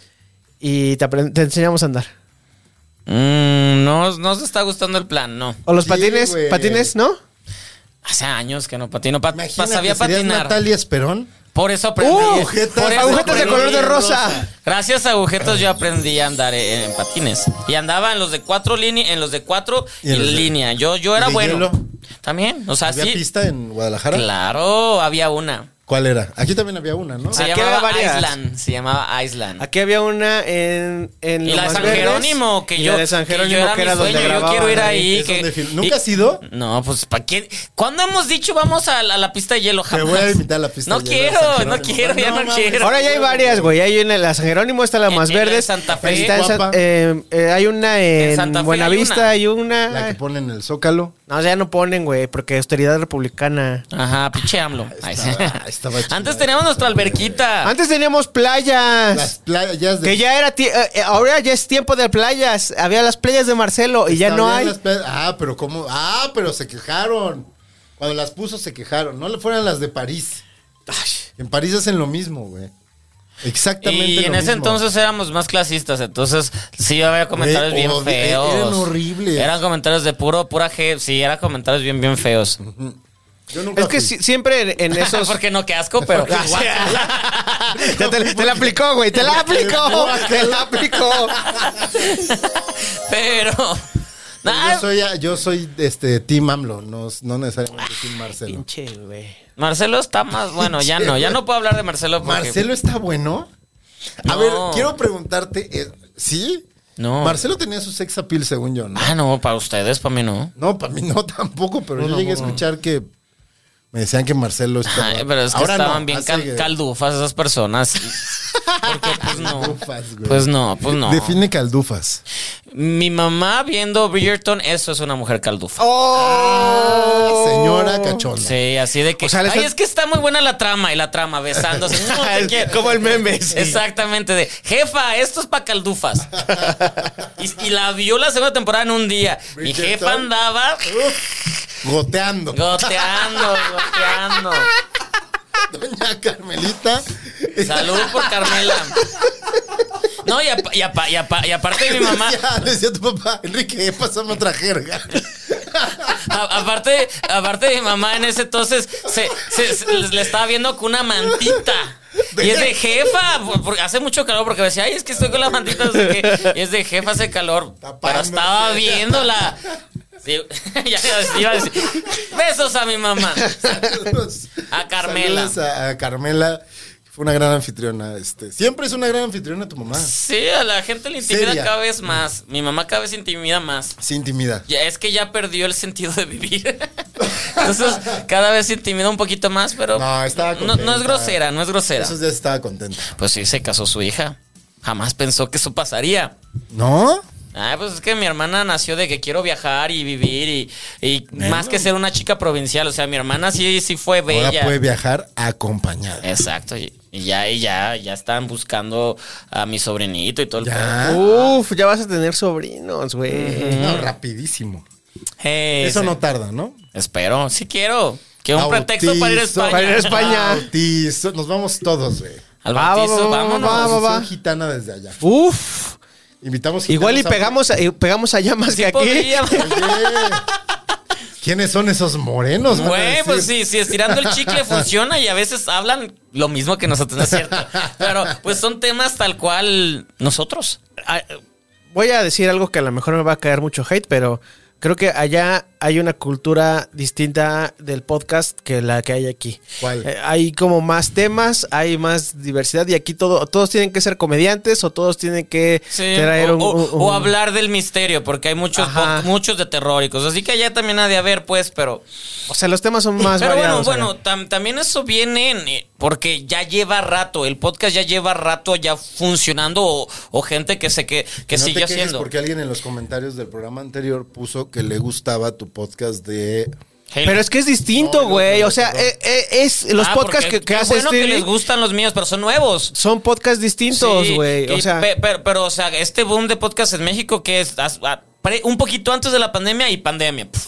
[SPEAKER 2] y te, apren- te enseñamos a andar.
[SPEAKER 7] Mm, no, no se está gustando el plan, no.
[SPEAKER 2] O los
[SPEAKER 5] Sí,
[SPEAKER 2] patines,
[SPEAKER 5] güey.
[SPEAKER 2] patines, ¿no?
[SPEAKER 7] Hace años que no patino. pa- pa-
[SPEAKER 5] Imagínate,
[SPEAKER 7] sabía
[SPEAKER 5] serías
[SPEAKER 7] patinar.
[SPEAKER 5] Natalia Esperón.
[SPEAKER 7] Por eso aprendí.
[SPEAKER 2] ¡Uh!
[SPEAKER 5] Agujetas-
[SPEAKER 7] por eso
[SPEAKER 2] agujetas de
[SPEAKER 7] aprendí.
[SPEAKER 2] color de rosa.
[SPEAKER 7] Gracias a agujetas yo aprendí a andar en, en patines. Y andaba en los de cuatro líneas, en los de cuatro
[SPEAKER 5] Y en
[SPEAKER 7] y
[SPEAKER 5] los de-
[SPEAKER 7] línea. Yo, yo
[SPEAKER 5] ¿Y
[SPEAKER 7] era
[SPEAKER 5] de
[SPEAKER 7] bueno.
[SPEAKER 5] hielo?
[SPEAKER 7] También. O sea,
[SPEAKER 5] ¿Había
[SPEAKER 7] sí.
[SPEAKER 5] pista en Guadalajara?
[SPEAKER 7] Claro, había una.
[SPEAKER 5] ¿Cuál era? Aquí también había una, ¿no?
[SPEAKER 7] Se
[SPEAKER 2] Aquí había
[SPEAKER 7] llamaba
[SPEAKER 2] varias.
[SPEAKER 7] Island. Se llamaba Island.
[SPEAKER 2] Aquí había una en, en
[SPEAKER 7] Y la de
[SPEAKER 2] Lomas
[SPEAKER 7] San
[SPEAKER 2] Verdes,
[SPEAKER 7] Jerónimo, que
[SPEAKER 2] y
[SPEAKER 7] yo,
[SPEAKER 2] la de San
[SPEAKER 7] que yo
[SPEAKER 2] Jerónimo,
[SPEAKER 7] era
[SPEAKER 2] que era
[SPEAKER 7] mi
[SPEAKER 2] donde
[SPEAKER 7] sueño, yo
[SPEAKER 2] grababan
[SPEAKER 7] quiero ir ahí.
[SPEAKER 5] es
[SPEAKER 7] que-
[SPEAKER 5] donde fil-
[SPEAKER 7] y-
[SPEAKER 5] ¿Nunca has ido?
[SPEAKER 7] No, pues ¿para qué? ¿Cuándo hemos dicho vamos a la, a la pista de hielo?
[SPEAKER 5] Te
[SPEAKER 7] Jamás.
[SPEAKER 5] voy a invitar a la pista.
[SPEAKER 7] No
[SPEAKER 5] de hielo de
[SPEAKER 7] quiero,
[SPEAKER 5] San
[SPEAKER 7] no
[SPEAKER 5] Jerónimo.
[SPEAKER 7] quiero, ya no,
[SPEAKER 5] mames.
[SPEAKER 7] quiero.
[SPEAKER 2] Ahora ya hay varias, güey. Hay una en la San Jerónimo, está la
[SPEAKER 7] En-
[SPEAKER 2] más
[SPEAKER 7] en la de
[SPEAKER 2] verde.
[SPEAKER 7] Santa Fe.
[SPEAKER 5] Guapa.
[SPEAKER 2] eh, hay una en,
[SPEAKER 7] Santa Fe
[SPEAKER 2] Buenavista, hay una.
[SPEAKER 5] La que ponen en el Zócalo.
[SPEAKER 2] No, ya no ponen, güey, porque austeridad republicana.
[SPEAKER 7] Ajá, pinche AMLO. Ay, sí.
[SPEAKER 5] Ah, Estaba- estaba chida
[SPEAKER 7] Antes teníamos nuestra alberquita.
[SPEAKER 2] Antes teníamos playas.
[SPEAKER 5] Las playas de...
[SPEAKER 2] Que ya era, tie- eh, eh, ahora ya es tiempo de playas. Había las playas de Marcelo y ya no
[SPEAKER 5] Estaban
[SPEAKER 2] hay.
[SPEAKER 5] las playas- Ah, pero cómo... Ah, pero se quejaron. Cuando las puso se quejaron. No le fueran las de París. En París hacen lo mismo, güey. Exactamente
[SPEAKER 7] Y en
[SPEAKER 5] lo
[SPEAKER 7] ese
[SPEAKER 5] mismo.
[SPEAKER 7] entonces éramos más clasistas, entonces sí había comentarios
[SPEAKER 5] Güey,
[SPEAKER 7] bien
[SPEAKER 5] odi-
[SPEAKER 7] feos.
[SPEAKER 5] oh, e- eran horribles.
[SPEAKER 7] Eran comentarios de puro, pura G, sí, eran comentarios bien, bien feos.
[SPEAKER 5] Yo nunca
[SPEAKER 2] Es que
[SPEAKER 5] fui.
[SPEAKER 2] si- siempre en, en esos.
[SPEAKER 7] Porque no, qué asco, pero.
[SPEAKER 2] Ah, Ya te, te la aplicó, güey. Te la aplicó. te la aplicó.
[SPEAKER 7] pero. Nah,
[SPEAKER 2] ah.
[SPEAKER 5] Yo soy, yo soy este, Team AMLO, no, no necesariamente Team Marcelo.
[SPEAKER 2] Pinche, güey.
[SPEAKER 7] Marcelo está más bueno, ya no, ya no puedo hablar de Marcelo porque.
[SPEAKER 5] ¿Marcelo está bueno? A
[SPEAKER 7] No.
[SPEAKER 5] ver, quiero preguntarte, eh, ¿sí?
[SPEAKER 7] No.
[SPEAKER 5] Marcelo tenía su sex appeal, según yo, ¿no?
[SPEAKER 7] Ah, no, para ustedes, para mí no.
[SPEAKER 5] No, para mí no tampoco, pero yo llegué a escuchar que me decían que Marcelo estaba...
[SPEAKER 7] Ay, pero es que
[SPEAKER 5] Ahora no,
[SPEAKER 7] estaban bien
[SPEAKER 5] hace
[SPEAKER 7] cal-
[SPEAKER 5] que-
[SPEAKER 7] caldufas esas personas. Porque pues no.
[SPEAKER 5] Caldufas, güey.
[SPEAKER 7] Pues no, pues no.
[SPEAKER 5] Define caldufas.
[SPEAKER 7] Mi mamá viendo Bridgerton, eso es una mujer
[SPEAKER 2] Oh.
[SPEAKER 7] caldufa.
[SPEAKER 5] Ah, señora cachonda.
[SPEAKER 7] Oh. Sí, así de que.
[SPEAKER 2] O sea, le
[SPEAKER 7] Ay,
[SPEAKER 2] están-
[SPEAKER 7] es que está muy buena la trama y la trama besándose. No, te quiero.
[SPEAKER 2] Como el meme. sí.
[SPEAKER 7] Exactamente, de jefa, esto es para caldufas. y, y la vio la segunda temporada en un día. Mi jefa
[SPEAKER 5] Bridgerton.
[SPEAKER 7] andaba
[SPEAKER 5] Goteando.
[SPEAKER 7] goteando, goteando.
[SPEAKER 5] Doña Carmelita.
[SPEAKER 7] Salud por Carmela. No, y, apa- y apa- y apa- y aparte de mi mamá,
[SPEAKER 5] Decía, decía tu papá, Enrique, pásame otra jerga.
[SPEAKER 7] a- aparte, aparte de mi mamá en ese entonces, se, se- se- le estaba viendo con una mantita. Y es de jefa, por- porque hace mucho calor, porque decía, ay, es que estoy con la mantita, no sé qué". Y es de jefa, hace calor. Pero
[SPEAKER 5] Tapándose.
[SPEAKER 7] estaba viéndola. Sí, ya iba a decir, besos a mi mamá.
[SPEAKER 5] Saludos.
[SPEAKER 7] A Carmela.
[SPEAKER 5] Saludos a, a Carmela. que Fue una gran anfitriona. Este, siempre es una gran anfitriona tu mamá.
[SPEAKER 7] Sí, a la gente le intimida
[SPEAKER 5] Seria.
[SPEAKER 7] cada vez más. Mi mamá cada vez intimida más.
[SPEAKER 5] Se intimida.
[SPEAKER 7] Ya, es que ya perdió el sentido de vivir. Entonces, cada vez se intimida un poquito más, pero.
[SPEAKER 5] No, estaba
[SPEAKER 7] no, no es
[SPEAKER 5] contenta.
[SPEAKER 7] grosera, no es grosera.
[SPEAKER 5] Esos días estaba contenta.
[SPEAKER 7] Pues sí, se casó su hija. Jamás pensó que eso pasaría.
[SPEAKER 5] ¿No?
[SPEAKER 7] Ah, pues es que mi hermana nació de que quiero viajar y vivir y, y más que ser una chica provincial. O sea, mi hermana sí, sí fue bella.
[SPEAKER 5] Ahora puede viajar acompañada.
[SPEAKER 7] Exacto. Y y ya, y ya, ya están buscando a mi sobrinito y todo el
[SPEAKER 5] Ya.
[SPEAKER 2] Uf, ya vas a tener sobrinos, güey.
[SPEAKER 5] No, rapidísimo.
[SPEAKER 7] pedo. Hey,
[SPEAKER 5] Eso
[SPEAKER 7] sí.
[SPEAKER 5] no tarda, ¿no?
[SPEAKER 7] Eh, Espero, sí quiero. Quiero un pretexto para ir a
[SPEAKER 5] Bautizo,
[SPEAKER 7] España.
[SPEAKER 2] para ir a España.
[SPEAKER 5] Bautizo, nos vamos todos, güey.
[SPEAKER 7] Al
[SPEAKER 2] Va, va,
[SPEAKER 7] bautizo,
[SPEAKER 2] va, va,
[SPEAKER 7] vámonos.
[SPEAKER 2] Ah, va, va, va.
[SPEAKER 5] Bautización gitana desde allá.
[SPEAKER 2] Uf.
[SPEAKER 5] Invitamos gitanos
[SPEAKER 2] Igual y
[SPEAKER 5] a-
[SPEAKER 2] pegamos, eh, pegamos allá más que
[SPEAKER 7] Sí
[SPEAKER 2] aquí.
[SPEAKER 7] podríamos.
[SPEAKER 5] Oye, ¿Quiénes son esos morenos? Van a
[SPEAKER 7] Güey,
[SPEAKER 5] decir.
[SPEAKER 7] pues sí, sí, estirando el chicle funciona y a veces hablan lo mismo que nosotros, ¿no es cierto? Pero pues son temas tal cual nosotros.
[SPEAKER 2] Ah, Voy a decir algo que a lo mejor me va a caer mucho hate, pero creo que allá hay una cultura distinta del podcast que la que hay aquí.
[SPEAKER 5] ¿Cuál?
[SPEAKER 2] Eh, hay como más temas, hay más diversidad y aquí todo, todos tienen que ser comediantes o todos tienen que
[SPEAKER 7] Sí,
[SPEAKER 2] traer
[SPEAKER 7] o,
[SPEAKER 2] un-
[SPEAKER 7] o-
[SPEAKER 2] un-
[SPEAKER 7] o
[SPEAKER 2] un-
[SPEAKER 7] hablar del misterio, porque hay muchos,
[SPEAKER 2] Ajá.
[SPEAKER 7] po- muchos de terróricos. Así que allá también ha de haber, pues, pero.
[SPEAKER 2] O sea, los temas son más
[SPEAKER 7] pero bueno,
[SPEAKER 2] variados.
[SPEAKER 7] bueno,
[SPEAKER 2] acá.
[SPEAKER 7] tam- también eso viene en, eh, porque ya lleva rato, el podcast ya lleva rato ya funcionando o, o gente que se que, que,
[SPEAKER 5] no te
[SPEAKER 7] sigue
[SPEAKER 5] quejes
[SPEAKER 7] haciendo.
[SPEAKER 5] Porque alguien en los comentarios del programa anterior puso que le gustaba tu podcast de.
[SPEAKER 7] Hey.
[SPEAKER 2] Pero es que es distinto,
[SPEAKER 5] No, no,
[SPEAKER 2] güey.
[SPEAKER 5] no,
[SPEAKER 2] O sea,
[SPEAKER 5] no.
[SPEAKER 2] eh, eh, es los
[SPEAKER 7] Ah,
[SPEAKER 2] podcasts
[SPEAKER 7] porque
[SPEAKER 2] que, que
[SPEAKER 7] qué
[SPEAKER 2] hace
[SPEAKER 7] bueno que
[SPEAKER 2] Stevie
[SPEAKER 7] les gustan los míos, pero son nuevos.
[SPEAKER 2] son podcasts distintos,
[SPEAKER 7] Sí,
[SPEAKER 2] güey.
[SPEAKER 7] y
[SPEAKER 2] o sea,
[SPEAKER 7] pe- pero, pero, o sea, este boom de podcast en México que es as- a- pre- un poquito antes de la pandemia y pandemia. Puf.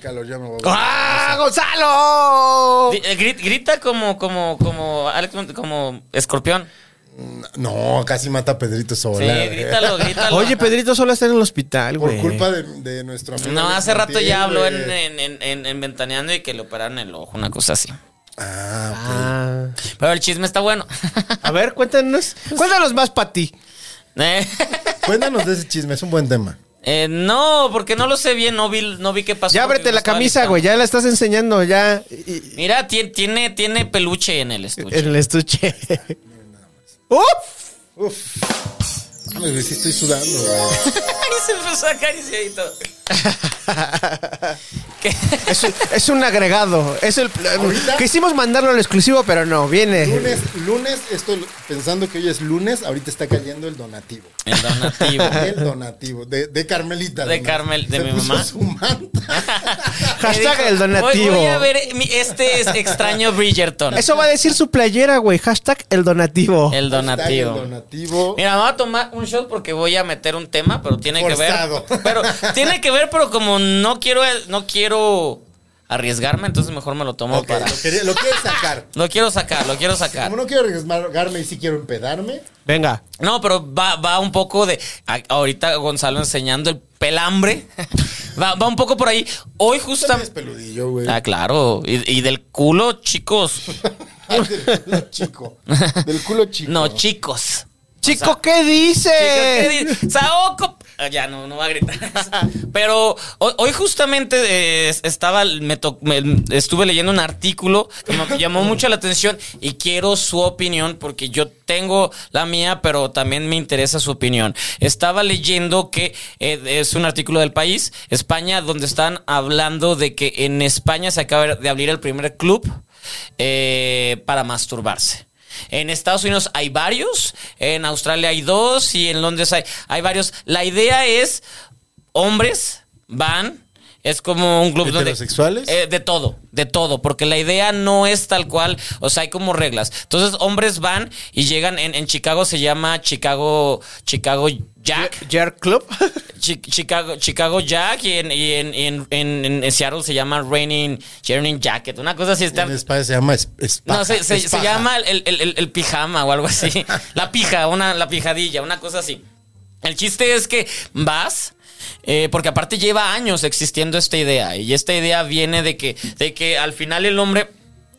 [SPEAKER 5] Calor, ya me voy a-
[SPEAKER 2] ¡Ah, Gonzalo!
[SPEAKER 7] Di- eh, gri- Grita como, como, como, Alex, Mont- como escorpión.
[SPEAKER 5] No, casi mata a Pedrito
[SPEAKER 7] Sí,
[SPEAKER 5] Sola. güey.
[SPEAKER 7] grítalo, grítalo.
[SPEAKER 2] Oye, Pedrito solo está en el hospital,
[SPEAKER 5] Por
[SPEAKER 2] güey.
[SPEAKER 5] culpa de, de nuestro amigo.
[SPEAKER 7] No,
[SPEAKER 5] Alex
[SPEAKER 7] hace rato
[SPEAKER 5] Montiel,
[SPEAKER 7] ya habló
[SPEAKER 5] güey.
[SPEAKER 7] en, eh. en, en- en- en Ventaneando y que le operaron el ojo, una cosa así.
[SPEAKER 5] Ah,
[SPEAKER 2] Ah.
[SPEAKER 7] Pero el chisme está bueno.
[SPEAKER 2] A ver, cuéntanos. Cuéntanos más para ti.
[SPEAKER 7] Eh,
[SPEAKER 5] ok. Cuéntanos de ese chisme, es un buen tema.
[SPEAKER 7] eh, no, porque no lo sé bien, no vi, no vi qué pasó.
[SPEAKER 2] Ya
[SPEAKER 7] porque
[SPEAKER 2] ábrete
[SPEAKER 7] no
[SPEAKER 2] la
[SPEAKER 7] estaba
[SPEAKER 2] camisa,
[SPEAKER 7] lista.
[SPEAKER 2] güey. Ya la estás enseñando ya y-
[SPEAKER 7] Mira, tien- tiene, tiene peluche en el
[SPEAKER 2] en
[SPEAKER 7] estuche.
[SPEAKER 2] el estuche. ¡Uf!
[SPEAKER 5] Uf. Ay, güey, sí estoy sudando, güey.
[SPEAKER 7] Y se empezó a acariciar y todo. ¿Qué?
[SPEAKER 2] Es, un- es un agregado. Es el,
[SPEAKER 5] Ahorita-
[SPEAKER 2] quisimos mandarlo al exclusivo, pero no, viene.
[SPEAKER 5] Lunes, lunes, estoy pensando que hoy es lunes, ahorita está cayendo el donativo.
[SPEAKER 7] El donativo.
[SPEAKER 5] El donativo, de, de Carmelita.
[SPEAKER 7] De
[SPEAKER 5] además.
[SPEAKER 7] Carmel- de
[SPEAKER 5] Se
[SPEAKER 7] mi
[SPEAKER 5] puso
[SPEAKER 7] mamá.
[SPEAKER 5] su manta.
[SPEAKER 2] Hashtag
[SPEAKER 7] Me dijo,
[SPEAKER 2] el donativo.
[SPEAKER 7] Voy, voy a ver mi- este es extraño Bridgerton.
[SPEAKER 2] Eso va a decir su playera, güey. Hashtag el donativo.
[SPEAKER 7] El donativo.
[SPEAKER 5] El donativo.
[SPEAKER 7] Mira, me voy a tomar un shot porque voy a meter un tema, pero tiene
[SPEAKER 5] Forzado.
[SPEAKER 7] que ver. Pero tiene que ver, pero como no quiero, no quiero arriesgarme, entonces mejor me lo tomo
[SPEAKER 5] Ok,
[SPEAKER 7] para.
[SPEAKER 5] lo, quería, lo quiere sacar.
[SPEAKER 7] Lo quiero sacar, lo quiero sacar.
[SPEAKER 5] Como no quiero arriesgarme y sí quiero empedarme.
[SPEAKER 2] Venga.
[SPEAKER 7] No, pero va, va un poco de. a- ahorita Gonzalo enseñando el pelambre. Va, va un poco por ahí. Hoy
[SPEAKER 5] También es
[SPEAKER 7] justamente.
[SPEAKER 5] peludillo, güey.
[SPEAKER 7] Ah, claro. Y, y del culo, chicos.
[SPEAKER 5] Del culo chico. Del culo chico.
[SPEAKER 7] No, chicos.
[SPEAKER 2] Chico, ¿qué dice?
[SPEAKER 7] Chicos, ¿qué di- ¡Saoko! Ah, Ya, no, no va a gritar. Pero ho- hoy justamente eh, es- estaba, me to- me- estuve leyendo un artículo que me llamó mucho la atención y quiero su opinión porque yo tengo la mía, pero también me interesa su opinión. Estaba leyendo que eh, es un artículo del país, España, donde están hablando de que en España se acaba de abrir el primer club eh, para masturbarse. En Estados Unidos hay varios, en Australia hay dos y en Londres hay, hay varios. La idea es hombres van, es como un club donde...
[SPEAKER 5] ¿Heterosexuales?
[SPEAKER 7] Eh, de todo, de todo, porque la idea no es tal cual, o sea, hay como reglas. Entonces, hombres van y llegan, en, en Chicago se llama Chicago, Chicago Jack,
[SPEAKER 2] Jer Club.
[SPEAKER 7] Chi- Chicago, Chicago Jack, y en, y en, y en- en- en Seattle se llama Raining, Raining Jacket, una cosa así. Está,
[SPEAKER 5] En España se llama es- espaja,
[SPEAKER 7] no, se, se- se
[SPEAKER 5] espaja.
[SPEAKER 7] llama el, el- el- el pijama o algo así. La pija, una, la pijadilla, una cosa así. El chiste es que vas. eh, porque aparte lleva años existiendo esta idea. Y esta idea viene de que, de que al final el hombre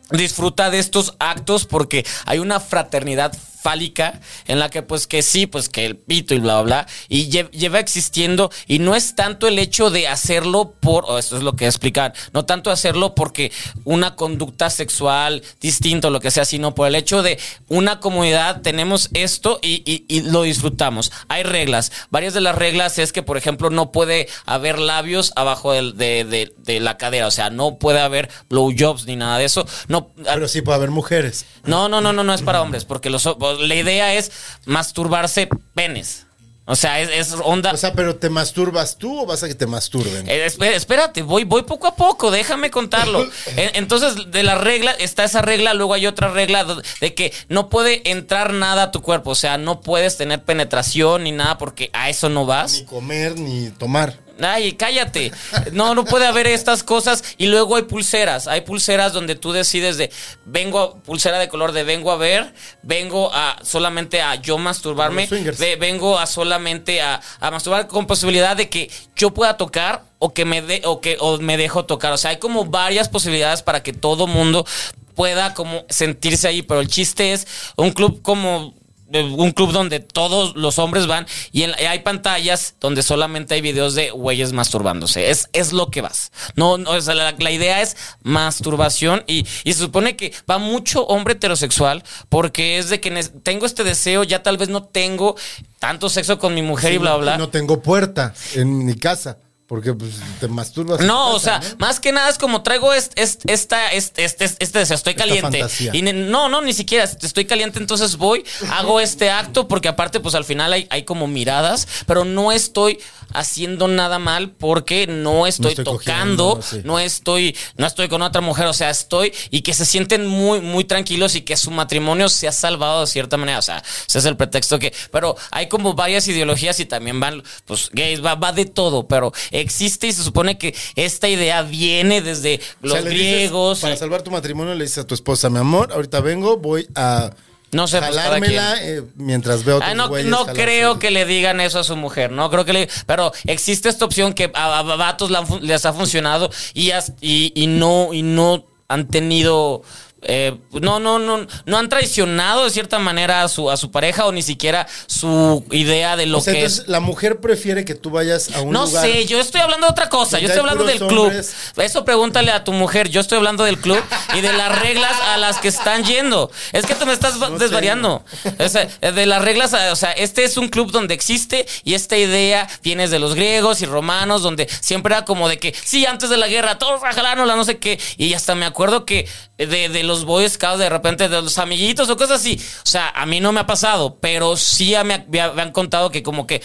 [SPEAKER 7] disfruta de estos actos porque hay una fraternidad fálica en la que pues que sí, pues que el pito y bla, bla, bla, y lle- lleva existiendo y no es tanto el hecho de hacerlo por, o esto es lo que explicar, no tanto hacerlo porque una conducta sexual distinta o lo que sea, sino por el hecho de una comunidad tenemos esto y, y- y lo disfrutamos. Hay reglas, varias de las reglas es que por ejemplo no puede haber labios abajo del- de, de- de la cadera, o sea, no puede haber blowjobs ni nada de eso, no...
[SPEAKER 5] Pero sí puede haber mujeres.
[SPEAKER 7] No, no, no, no, no es para hombres, porque los, la idea es masturbarse penes. O sea, es, es onda.
[SPEAKER 5] O sea, pero ¿te masturbas tú o vas a que te masturben?
[SPEAKER 7] Ah. Eh, espé- espérate, voy, voy poco a poco, déjame contarlo. Eh, Entonces, de la regla, está esa regla, luego hay otra regla do- de que no puede entrar nada a tu cuerpo, o sea, no puedes tener penetración ni nada porque a eso no vas.
[SPEAKER 5] Ni comer, ni tomar.
[SPEAKER 7] Ay, cállate. No, no puede haber estas cosas. Y luego hay pulseras. Hay pulseras donde tú decides de vengo a pulsera de color de vengo a ver, vengo a solamente a yo masturbarme,
[SPEAKER 5] Los swingers.
[SPEAKER 7] de- vengo a solamente a, a masturbar con posibilidad de que yo pueda tocar o que me de, o que o me dejo tocar. O sea, hay como varias posibilidades para que todo mundo pueda como sentirse ahí. Pero el chiste es un club como de un club donde todos los hombres van y, en- y hay pantallas donde solamente hay videos de güeyes masturbándose. Es, es lo que vas. No, no, o sea, la, la idea es masturbación y, y se supone que va mucho hombre heterosexual porque es de que nes- tengo este deseo, ya tal vez no tengo tanto sexo con mi mujer y bla, bla.
[SPEAKER 5] No tengo puerta en mi casa. Porque pues, te masturbas. en
[SPEAKER 7] No,
[SPEAKER 5] tu
[SPEAKER 7] o sea,
[SPEAKER 5] casa, ¿no?
[SPEAKER 7] más que nada es como traigo est- est- esta, est- este, este, deseo, estoy
[SPEAKER 5] Esta
[SPEAKER 7] caliente.
[SPEAKER 5] fantasía.
[SPEAKER 7] Y ne- no, no, ni siquiera, est- estoy caliente, entonces voy, hago este acto, porque aparte, pues al final hay, hay como miradas, pero no estoy haciendo nada mal porque no estoy,
[SPEAKER 5] estoy
[SPEAKER 7] tocando,
[SPEAKER 5] cogiendo, sí.
[SPEAKER 7] no estoy, no estoy con otra mujer, o sea, estoy y que se sienten muy, muy tranquilos y que su matrimonio se ha salvado de cierta manera. O sea, ese es el pretexto que. Pero hay como varias ideologías y también van, pues, gays, va, va de todo, pero existe y se supone que esta idea viene desde los
[SPEAKER 5] O sea, le dices,
[SPEAKER 7] griegos. eh.
[SPEAKER 5] para
[SPEAKER 7] y-
[SPEAKER 5] salvar tu matrimonio le dices a tu esposa, mi amor, ahorita vengo, voy a
[SPEAKER 7] no sé, pues, cada quien.
[SPEAKER 5] jalármela eh, mientras veo a
[SPEAKER 7] Ah,
[SPEAKER 5] otros
[SPEAKER 7] no,
[SPEAKER 5] güeyes
[SPEAKER 7] no
[SPEAKER 5] jalarse".
[SPEAKER 7] creo que le digan eso a su mujer, no creo que le... Pero existe esta opción que a, a- a vatos la han fun- les ha funcionado y, has- y, y no, y no han tenido... eh, no, no, no, no han traicionado de cierta manera a su, a su pareja o ni siquiera su idea de lo
[SPEAKER 5] O sea,
[SPEAKER 7] que
[SPEAKER 5] entonces
[SPEAKER 7] es.
[SPEAKER 5] la mujer prefiere que tú vayas a un
[SPEAKER 7] No
[SPEAKER 5] lugar.
[SPEAKER 7] sé, yo estoy hablando de otra cosa, yo
[SPEAKER 5] donde hay
[SPEAKER 7] estoy hablando del
[SPEAKER 5] puros
[SPEAKER 7] club.
[SPEAKER 5] hombres.
[SPEAKER 7] Eso pregúntale a tu mujer, yo estoy hablando del club y de las reglas a las que están yendo. Es que tú me estás
[SPEAKER 5] sé.
[SPEAKER 7] desvariando. O sea, de las reglas, a- o sea, este es un club donde existe y esta idea viene de los griegos y romanos, donde siempre era como de que, sí, antes de la guerra, todos a jalárnosla, no sé qué. Y hasta me acuerdo que de, de los Boy Scouts, de repente, de los amiguitos o cosas así. O sea, a mí no me ha pasado, pero sí ya me, ha- me ha- me han contado que como que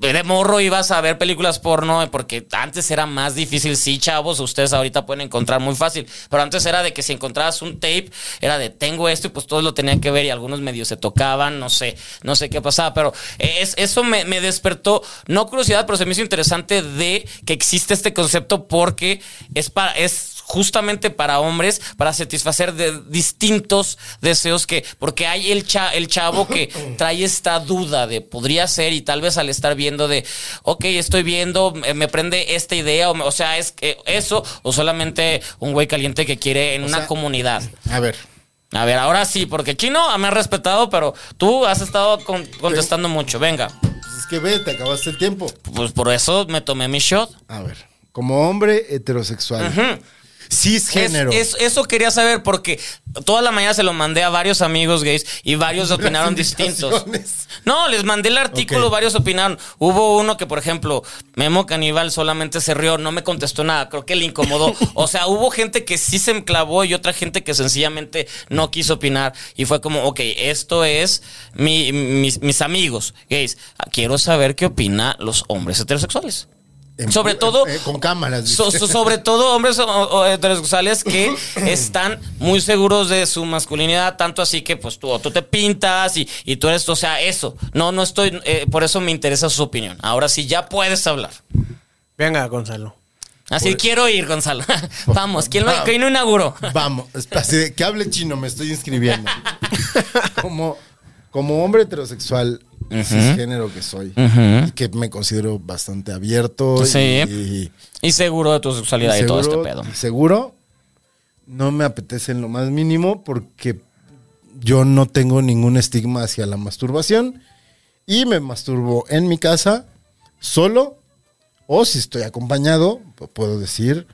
[SPEAKER 7] de morro ibas a ver películas porno porque antes era más difícil. Sí, chavos, ustedes ahorita pueden encontrar muy fácil. Pero antes era de que si encontrabas un tape, era de tengo esto y pues todos lo tenían que ver y algunos medios se tocaban, no sé, no sé qué pasaba. Pero eh, es, eso me, me despertó, no curiosidad, pero se me hizo interesante de que existe este concepto porque es para, es justamente para hombres, para satisfacer de distintos deseos que, porque hay el, cha- el chavo que trae esta duda de podría ser y tal vez al estar viendo de, ok, estoy viendo, eh, me prende esta idea, o, me- o sea, es que eso, o solamente un güey caliente que quiere en una
[SPEAKER 5] sea-
[SPEAKER 7] comunidad.
[SPEAKER 5] A ver,
[SPEAKER 7] A ver, ahora sí, porque Chino me ha respetado, pero tú has estado con- contestando mucho, venga,
[SPEAKER 5] pues es que ve, te acabaste el tiempo.
[SPEAKER 7] pues por eso me tomé mi shot.
[SPEAKER 5] A ver, como hombre heterosexual. Cisgénero.
[SPEAKER 7] Es- es- eso quería saber porque toda la mañana se lo mandé a varios amigos gays y varios opinaron distintos.
[SPEAKER 5] indicaciones.
[SPEAKER 7] No, les mandé el artículo,
[SPEAKER 5] Ok.
[SPEAKER 7] varios opinaron. Hubo uno que, por ejemplo, Memo Caníbal solamente se rió, no me contestó nada, creo que le incomodó. O sea, hubo gente que sí se enclavó y otra gente que sencillamente no quiso opinar. Y fue como, ok, esto es mi- mis, mis amigos gays. Ah, Quiero saber qué opina los hombres heterosexuales.
[SPEAKER 5] En-
[SPEAKER 7] sobre todo-
[SPEAKER 5] eh, con cámaras.
[SPEAKER 7] So-
[SPEAKER 5] dice.
[SPEAKER 7] so- sobre todo hombres o- o heterosexuales que están muy seguros de su masculinidad, tanto así que pues tú, o tú te pintas y, y tú eres, o sea, eso. No, no estoy, eh, por eso me interesa su opinión. Ahora sí, ya puedes hablar.
[SPEAKER 2] Venga, Gonzalo.
[SPEAKER 7] Así quiero ir, Gonzalo. Vamos, ¿quién lo,
[SPEAKER 5] Pues, Va-
[SPEAKER 7] quién lo inauguró?
[SPEAKER 5] Vamos, así de que hable chino, me estoy inscribiendo. como, como hombre heterosexual, cisgénero que soy,
[SPEAKER 7] Ujú.
[SPEAKER 5] y que me considero bastante abierto y-
[SPEAKER 7] Sí.
[SPEAKER 5] y,
[SPEAKER 7] Y seguro de tu sexualidad y todo este pedo.
[SPEAKER 5] Seguro, no me apetece en lo más mínimo porque yo no tengo ningún estigma hacia la masturbación y me masturbo en mi casa, solo, o si estoy acompañado, p- puedo decir,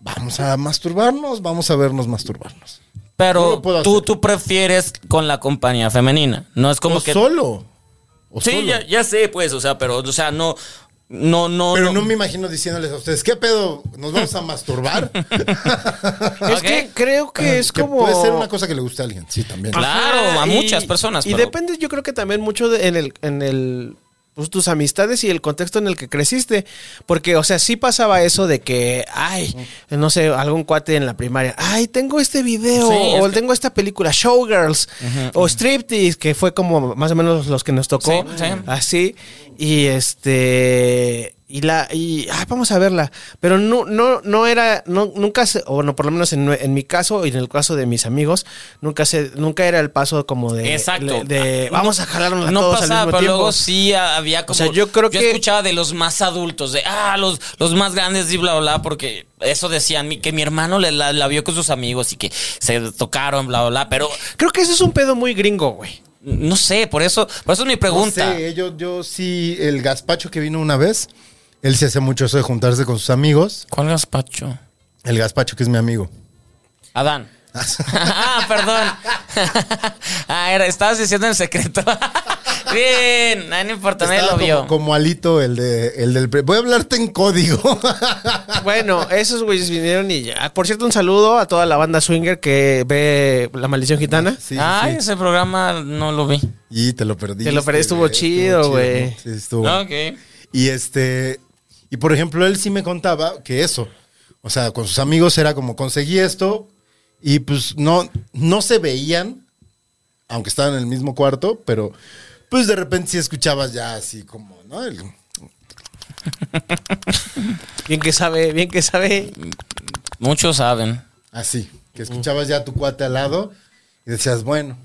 [SPEAKER 5] vamos a masturbarnos, vamos a vernos masturbarnos. no
[SPEAKER 7] Pero
[SPEAKER 5] lo puedo
[SPEAKER 7] tú,
[SPEAKER 5] hacer.
[SPEAKER 7] tú prefieres con la compañía femenina. No es como
[SPEAKER 5] o
[SPEAKER 7] que.
[SPEAKER 5] solo. o
[SPEAKER 7] sí,
[SPEAKER 5] solo.
[SPEAKER 7] ya, ya sé, pues, o sea, pero, o sea, no. No, no.
[SPEAKER 5] Pero no me imagino diciéndoles a ustedes, ¿qué pedo? ¿Nos vamos a masturbar?
[SPEAKER 2] Es
[SPEAKER 7] Ok.
[SPEAKER 2] que creo que es
[SPEAKER 5] Ah, Que
[SPEAKER 2] como.
[SPEAKER 5] Puede ser una cosa que le guste a alguien, sí, también.
[SPEAKER 7] Claro. a muchas personas,
[SPEAKER 2] Y
[SPEAKER 7] pero-
[SPEAKER 2] depende, yo creo que también mucho de- en el, en el pues, tus amistades y el contexto en el que creciste. Porque, o sea, sí pasaba eso de que, ay, no sé, algún cuate en la primaria, ay, tengo este video,
[SPEAKER 7] Sí,
[SPEAKER 2] o
[SPEAKER 7] es que-
[SPEAKER 2] tengo esta película, Showgirls, o Striptease, que fue como más o menos los que nos tocó.
[SPEAKER 7] Sí, sí.
[SPEAKER 2] Así. Y este. Y la. Y. ah, vamos a verla. Pero no, no, no era. No, nunca se- O no, por lo menos en, en mi caso y en el caso de mis amigos, nunca se, nunca era el paso como de.
[SPEAKER 7] Exacto.
[SPEAKER 2] De.
[SPEAKER 7] Ah,
[SPEAKER 2] Vamos
[SPEAKER 7] no-
[SPEAKER 2] a jalarnos
[SPEAKER 7] No
[SPEAKER 2] todos
[SPEAKER 7] pasaba,
[SPEAKER 2] al mismo
[SPEAKER 7] pero
[SPEAKER 2] tiempo.
[SPEAKER 7] luego sí ah, había como.
[SPEAKER 2] O sea, yo creo que-
[SPEAKER 7] escuchaba de los más adultos, de ah, los, los más grandes y bla, bla, bla, porque eso decían mi- que mi hermano le- la, la vio con sus amigos y que se tocaron, bla, bla, bla. Pero
[SPEAKER 2] Creo que eso es un pedo muy gringo, güey.
[SPEAKER 7] no sé, por eso, por eso es mi pregunta.
[SPEAKER 5] No sé, eh, yo, yo sí, el gazpacho que vino una vez, él se hace mucho eso de juntarse con sus amigos.
[SPEAKER 7] ¿Cuál gazpacho?
[SPEAKER 5] El gazpacho que es mi amigo.
[SPEAKER 7] Adán. ah, perdón. ah, era, estabas diciendo en secreto. Bien, ah, no importa, nadie
[SPEAKER 5] Estaba
[SPEAKER 7] lo vio.
[SPEAKER 5] Como, como Alito, el, de, el del... pre- Voy a hablarte en código.
[SPEAKER 2] Bueno, esos güeyes vinieron y ya. Ah, Por cierto, un saludo a toda la banda swinger que ve La Maldición Gitana.
[SPEAKER 5] Sí,
[SPEAKER 7] Ay,
[SPEAKER 5] sí.
[SPEAKER 7] Ah, ese programa no lo vi.
[SPEAKER 5] Y te lo perdí.
[SPEAKER 2] Te lo perdí, estuvo chido, güey.
[SPEAKER 5] Sí, estuvo.
[SPEAKER 7] Ok.
[SPEAKER 5] Y este... Y por ejemplo, él sí me contaba que eso. O sea, con sus amigos era como, conseguí esto. Y pues no, no se veían, aunque estaban en el mismo cuarto, pero pues de repente sí escuchabas ya así como, ¿no? El-
[SPEAKER 2] Bien que sabe, bien que sabe.
[SPEAKER 7] Muchos saben.
[SPEAKER 5] Así, que escuchabas ya a tu cuate al lado y decías, bueno,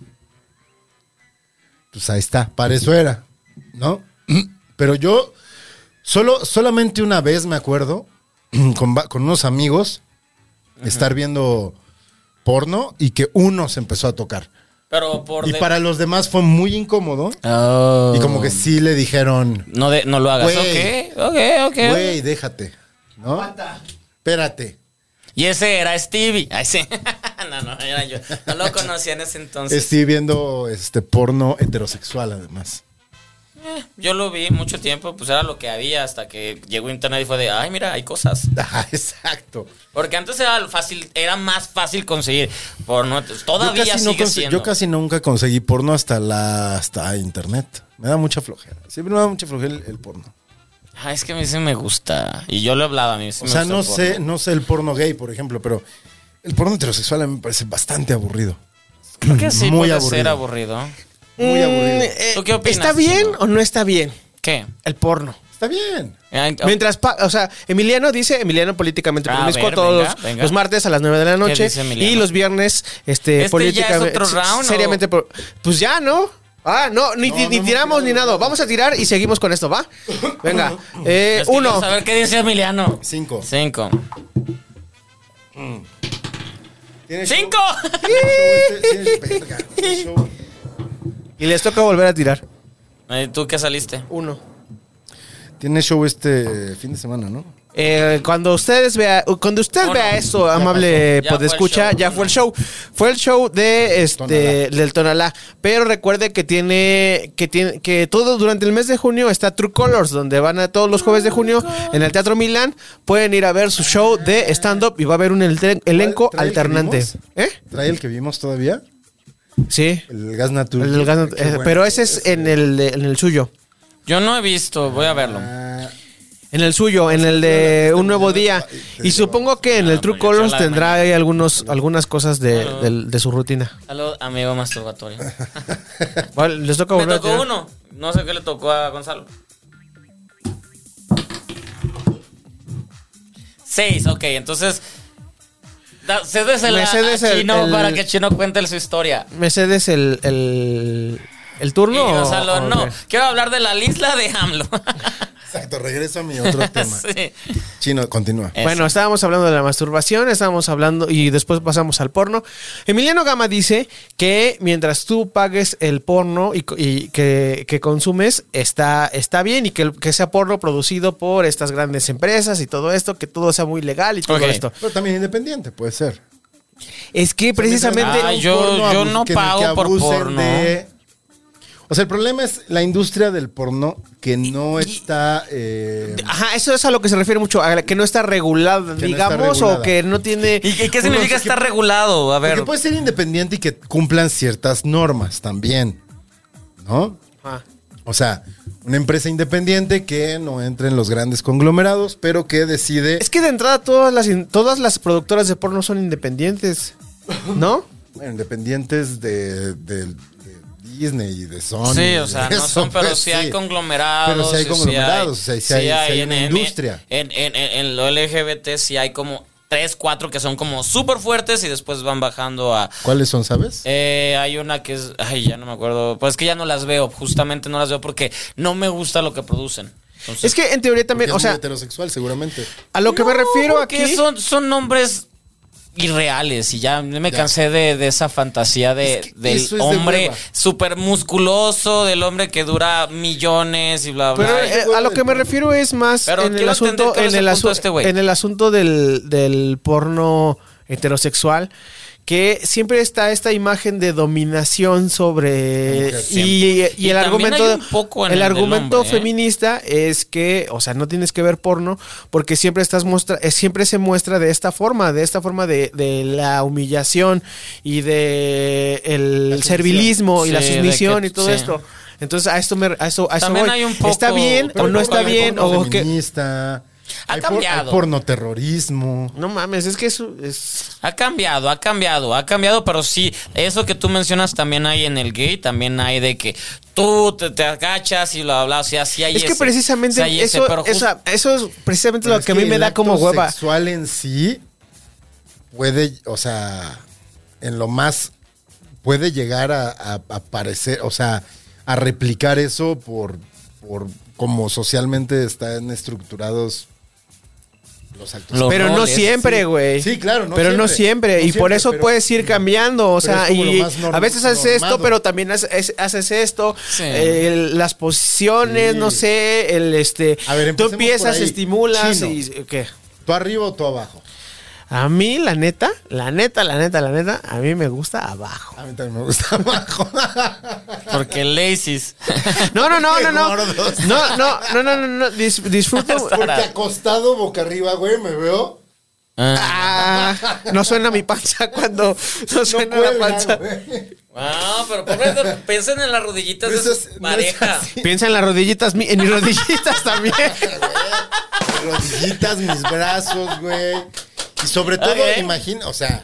[SPEAKER 5] pues ahí está, para eso era, ¿no? Pero yo solo, solamente una vez me acuerdo con, va- con unos amigos estar viendo porno y que uno se empezó a tocar.
[SPEAKER 7] Pero por
[SPEAKER 5] Y
[SPEAKER 7] de-
[SPEAKER 5] para los demás fue muy incómodo
[SPEAKER 7] Oh.
[SPEAKER 5] y como que sí le dijeron,
[SPEAKER 7] no de- no lo hagas.
[SPEAKER 5] Güey.
[SPEAKER 7] Ok, ok, ok.
[SPEAKER 5] güey, déjate, ¿no? Espérate.
[SPEAKER 7] Y ese era Stevie. Ay, sí. no, no, era yo. No lo conocía en ese entonces.
[SPEAKER 5] Estoy viendo este porno heterosexual además.
[SPEAKER 7] Yo lo vi mucho tiempo, pues era lo que había hasta que llegó internet y fue de, ay, mira, hay cosas.
[SPEAKER 5] Ah, exacto.
[SPEAKER 7] Porque antes era fácil, era más fácil conseguir porno.
[SPEAKER 5] yo
[SPEAKER 7] Todavía
[SPEAKER 5] casi, no
[SPEAKER 7] sigue
[SPEAKER 5] conse-
[SPEAKER 7] siendo.
[SPEAKER 5] yo casi nunca conseguí porno hasta la hasta internet. Me da mucha flojera. Siempre me da mucha flojera el, el porno.
[SPEAKER 7] Ay, es que a mí sí me gusta. Y yo lo hablaba a mí. sí
[SPEAKER 5] O
[SPEAKER 7] me
[SPEAKER 5] sea,
[SPEAKER 7] gusta
[SPEAKER 5] no
[SPEAKER 7] el porno.
[SPEAKER 5] sé, no sé el porno gay, por ejemplo, pero el porno heterosexual a mí me parece bastante aburrido.
[SPEAKER 7] Creo que sí
[SPEAKER 5] Muy
[SPEAKER 7] puede
[SPEAKER 5] aburrido.
[SPEAKER 7] ser aburrido. Mm, eh.
[SPEAKER 5] Muy aburrido.
[SPEAKER 7] ¿Tú qué opinas,
[SPEAKER 2] Mm, eh, ¿Está bien
[SPEAKER 7] Chino?
[SPEAKER 2] o no está bien
[SPEAKER 7] ¿Qué?
[SPEAKER 2] el porno?
[SPEAKER 5] Está bien.
[SPEAKER 7] Ay, oh,
[SPEAKER 2] Mientras, pa- o sea, Emiliano dice, Emiliano políticamente
[SPEAKER 7] A
[SPEAKER 2] promiscuo
[SPEAKER 7] ver,
[SPEAKER 2] todos
[SPEAKER 7] venga,
[SPEAKER 2] los,
[SPEAKER 7] venga.
[SPEAKER 2] los martes a las 9 de la noche
[SPEAKER 7] dice Emiliano?
[SPEAKER 2] y los viernes este,
[SPEAKER 7] ¿Este ya es
[SPEAKER 2] políticamente
[SPEAKER 7] otro round o-
[SPEAKER 2] seriamente pro- pues ya, ¿no? Ah, no, ni,
[SPEAKER 5] No,
[SPEAKER 2] ni-
[SPEAKER 5] no
[SPEAKER 2] ni
[SPEAKER 5] hemos
[SPEAKER 2] tiramos ni
[SPEAKER 5] tirado.
[SPEAKER 2] nada. Vamos a tirar y seguimos con esto, ¿va? Venga. eh,
[SPEAKER 7] es que quiero
[SPEAKER 2] uno.
[SPEAKER 7] saber qué dice Emiliano.
[SPEAKER 5] Cinco.
[SPEAKER 7] Cinco.
[SPEAKER 5] Tiene show-
[SPEAKER 7] ¡Cinco!
[SPEAKER 5] tiene show este- tiene- verga, tiene show.
[SPEAKER 2] Y les toca volver a tirar.
[SPEAKER 7] Eh, ¿Tú qué saliste?
[SPEAKER 2] Uno.
[SPEAKER 5] Tiene show este fin de semana, ¿no?
[SPEAKER 2] Eh, cuando ustedes vea, cuando usted
[SPEAKER 7] Oh, No,
[SPEAKER 2] vea
[SPEAKER 7] no.
[SPEAKER 2] esto, amable
[SPEAKER 7] pasó. Ya
[SPEAKER 2] podescucha,
[SPEAKER 7] fue el show.
[SPEAKER 2] ya fue el show. Fue el show de este
[SPEAKER 5] Tonalá.
[SPEAKER 2] del Tonalá, pero recuerde que tiene que tiene que todo durante el mes de junio está True Colors, donde van a todos los jueves de junio en el Teatro Milán, pueden ir a ver su show de stand up y va a haber un elte- elenco
[SPEAKER 5] ¿Trae el que
[SPEAKER 2] alternante,
[SPEAKER 5] vimos?
[SPEAKER 2] ¿eh?
[SPEAKER 5] ¿Trae el que vimos todavía?
[SPEAKER 2] Sí.
[SPEAKER 5] El gas natural.
[SPEAKER 2] El del Gas Nat- eh, Pero ese es en el de- en el suyo.
[SPEAKER 7] Yo no he visto, voy a verlo.
[SPEAKER 2] En el suyo, en el de Un Nuevo Día. Y supongo que en el True
[SPEAKER 7] pues yo
[SPEAKER 2] Colors
[SPEAKER 7] la de
[SPEAKER 2] tendrá ahí algunos, algunas cosas de, del- de su rutina.
[SPEAKER 7] Salud, amigo masturbatorio.
[SPEAKER 2] Vale, les toca
[SPEAKER 7] Me
[SPEAKER 2] volver a
[SPEAKER 7] tocó
[SPEAKER 2] tirar.
[SPEAKER 7] uno. No sé qué le tocó a Gonzalo. Seis, ok, entonces. da- Cedes el,
[SPEAKER 2] Me cedes el-
[SPEAKER 7] Chino
[SPEAKER 2] el-
[SPEAKER 7] para que Chino cuente su historia.
[SPEAKER 2] ¿Me cedes el, el, el
[SPEAKER 7] Y
[SPEAKER 2] turno? o-
[SPEAKER 7] Gonzalo,
[SPEAKER 2] o
[SPEAKER 7] no.
[SPEAKER 2] qué?
[SPEAKER 7] Quiero hablar de la isla de AMLO.
[SPEAKER 5] Exacto, regreso a mi otro tema.
[SPEAKER 7] Sí.
[SPEAKER 5] Chino, continúa.
[SPEAKER 7] Eso.
[SPEAKER 2] Bueno, estábamos hablando de la masturbación, estábamos hablando y después pasamos al porno. Emiliano Gama dice que mientras tú pagues el porno y, co- y que, que consumes, está, está bien y que, el- que sea porno producido por estas grandes empresas y todo esto, que todo sea muy legal y todo
[SPEAKER 7] Ok.
[SPEAKER 2] esto.
[SPEAKER 5] Pero también independiente, puede ser.
[SPEAKER 2] Es que precisamente...
[SPEAKER 7] Ah, yo- yo
[SPEAKER 5] pues,
[SPEAKER 7] no pago por porno.
[SPEAKER 5] O sea, el problema es la industria del porno que no
[SPEAKER 2] Y- y-
[SPEAKER 5] está... eh,
[SPEAKER 2] Ajá, eso es a lo que se refiere mucho, a la que no está regulada,
[SPEAKER 5] está
[SPEAKER 2] digamos, o
[SPEAKER 5] regulada.
[SPEAKER 2] que no tiene...
[SPEAKER 7] ¿Y qué, qué
[SPEAKER 5] Uno
[SPEAKER 7] significa
[SPEAKER 5] sí que-
[SPEAKER 7] estar regulado? A ver.
[SPEAKER 5] porque puede ser independiente y que cumplan ciertas normas también, ¿no?
[SPEAKER 2] Ajá.
[SPEAKER 5] O sea, una empresa independiente que no entre en los grandes conglomerados, pero que decide...
[SPEAKER 2] Es que de entrada todas las, in- todas las productoras de porno son independientes, ¿no?
[SPEAKER 5] Bueno, independientes de, de- de Disney y de Sony.
[SPEAKER 7] Sí, o
[SPEAKER 5] y
[SPEAKER 7] sea,
[SPEAKER 5] de
[SPEAKER 7] no
[SPEAKER 5] eso,
[SPEAKER 7] son, pero
[SPEAKER 5] pues,
[SPEAKER 7] sí hay
[SPEAKER 5] sí.
[SPEAKER 7] conglomerados.
[SPEAKER 5] Pero sí hay
[SPEAKER 7] y
[SPEAKER 5] conglomerados, o sea, sí hay- sí hay una
[SPEAKER 7] en-
[SPEAKER 5] industria.
[SPEAKER 7] En, en- en- en lo LGBT sí hay como tres, cuatro que son como súper fuertes y después van bajando a...
[SPEAKER 5] ¿Cuáles son, sabes?
[SPEAKER 7] Eh, hay una que es... Ay, ya no me acuerdo. Pues es que ya no las veo, justamente no las veo porque no me gusta lo que producen. Entonces,
[SPEAKER 2] Es que en teoría también,
[SPEAKER 5] Porque es
[SPEAKER 2] o sea,
[SPEAKER 5] muy heterosexual, seguramente.
[SPEAKER 2] a lo que me
[SPEAKER 7] No,
[SPEAKER 2] refiero
[SPEAKER 7] porque
[SPEAKER 2] aquí...
[SPEAKER 7] Son, son nombres irreales y ya me cansé de, de esa fantasía de,
[SPEAKER 5] Es que
[SPEAKER 7] del
[SPEAKER 5] eso es de
[SPEAKER 7] hombre
[SPEAKER 5] hueva.
[SPEAKER 7] súper musculoso, del hombre que dura millones y bla, bla.
[SPEAKER 2] Pero
[SPEAKER 7] bla.
[SPEAKER 2] eh, a lo que me refiero es más
[SPEAKER 7] Pero
[SPEAKER 2] en el
[SPEAKER 7] quiero entender
[SPEAKER 2] asunto,
[SPEAKER 7] cuál es
[SPEAKER 2] en
[SPEAKER 7] el
[SPEAKER 2] el,
[SPEAKER 7] punto de
[SPEAKER 2] asu-
[SPEAKER 7] este güey.
[SPEAKER 2] en el asunto del, del porno heterosexual, que siempre está esta imagen de dominación sobre
[SPEAKER 5] Mujer,
[SPEAKER 2] y, y
[SPEAKER 7] Y
[SPEAKER 2] el
[SPEAKER 7] también hay
[SPEAKER 2] argumento
[SPEAKER 7] un poco en
[SPEAKER 2] el
[SPEAKER 7] el del
[SPEAKER 2] argumento
[SPEAKER 7] hombre, ¿eh?
[SPEAKER 2] feminista es que, o sea, no tienes que ver porno porque siempre estás muestra, eh, siempre se muestra de esta forma, de esta forma de, de la humillación y de el servilismo y la
[SPEAKER 7] Sí, de
[SPEAKER 2] sumisión
[SPEAKER 7] que-
[SPEAKER 2] y todo
[SPEAKER 7] sí.
[SPEAKER 2] esto. Entonces a esto me, a eso a Ah, eso
[SPEAKER 7] También
[SPEAKER 2] voy.
[SPEAKER 7] hay un poco-
[SPEAKER 2] está bien
[SPEAKER 7] Pero
[SPEAKER 2] o no
[SPEAKER 7] hay
[SPEAKER 2] está
[SPEAKER 7] porno-
[SPEAKER 2] bien
[SPEAKER 5] hay porno
[SPEAKER 2] o que
[SPEAKER 5] feminista,
[SPEAKER 7] Ha
[SPEAKER 5] hay por-
[SPEAKER 7] cambiado.
[SPEAKER 5] hay pornoterrorismo.
[SPEAKER 2] no mames, es que eso es
[SPEAKER 7] Ha cambiado, ha cambiado, ha cambiado, pero sí, eso que tú mencionas también hay en el gay, también hay de que tú te, te agachas y bla, bla, o sea, sí hay
[SPEAKER 2] es que
[SPEAKER 7] ese,
[SPEAKER 2] precisamente
[SPEAKER 7] sí hay ese,
[SPEAKER 2] eso,
[SPEAKER 7] pero justo-
[SPEAKER 2] esa- eso es precisamente
[SPEAKER 5] Pero
[SPEAKER 2] lo
[SPEAKER 5] es
[SPEAKER 2] que a mí me
[SPEAKER 5] el
[SPEAKER 2] da
[SPEAKER 5] acto
[SPEAKER 2] como hueva.
[SPEAKER 5] sexual en sí puede, o sea, en lo más puede llegar a, a- a parecer, o sea, a replicar eso por, por como socialmente están estructurados los actos.
[SPEAKER 7] Los
[SPEAKER 2] Pero no
[SPEAKER 7] roles,
[SPEAKER 2] siempre, güey.
[SPEAKER 5] Sí, claro, no
[SPEAKER 2] Pero no siempre.
[SPEAKER 5] siempre. No
[SPEAKER 2] y por
[SPEAKER 5] siempre,
[SPEAKER 2] eso
[SPEAKER 5] pero-
[SPEAKER 2] puedes ir cambiando. O
[SPEAKER 5] pero
[SPEAKER 2] sea,
[SPEAKER 5] es como lo
[SPEAKER 2] y
[SPEAKER 5] más norm-
[SPEAKER 2] a veces haces esto,
[SPEAKER 5] normado.
[SPEAKER 2] pero también haces- es- haces esto.
[SPEAKER 7] Sí.
[SPEAKER 2] eh, las posiciones,
[SPEAKER 5] Sí.
[SPEAKER 2] no sé, el este.
[SPEAKER 5] A ver,
[SPEAKER 2] tú
[SPEAKER 5] empecemos
[SPEAKER 2] empiezas,
[SPEAKER 5] por ahí.
[SPEAKER 2] estimulas
[SPEAKER 5] Chino.
[SPEAKER 2] y. ¿Qué?
[SPEAKER 5] ¿Tú arriba o tú abajo?
[SPEAKER 2] A mí, la neta, la neta, la neta, la neta, a mí me gusta abajo.
[SPEAKER 5] A mí también me gusta abajo.
[SPEAKER 7] Porque laces.
[SPEAKER 2] No, no, no,
[SPEAKER 5] Qué
[SPEAKER 2] no, no.
[SPEAKER 5] gordos.
[SPEAKER 2] No, no, no, no, no, no. dis- disfruto.
[SPEAKER 5] Porque acostado boca arriba, güey, me veo.
[SPEAKER 7] Ah.
[SPEAKER 2] Ah, no suena mi panza cuando no
[SPEAKER 5] No
[SPEAKER 2] suena la
[SPEAKER 5] puedo.
[SPEAKER 2] panza.
[SPEAKER 7] Wow, Ah, pero pobre, piensen en las rodillitas
[SPEAKER 5] No
[SPEAKER 7] de
[SPEAKER 5] es-
[SPEAKER 7] su
[SPEAKER 5] no es
[SPEAKER 7] pareja.
[SPEAKER 5] así.
[SPEAKER 2] Piensa en las rodillitas, mi- en mis rodillitas también.
[SPEAKER 5] rodillitas, mis brazos, güey. Y sobre todo,
[SPEAKER 7] Ok.
[SPEAKER 5] imagina, o sea,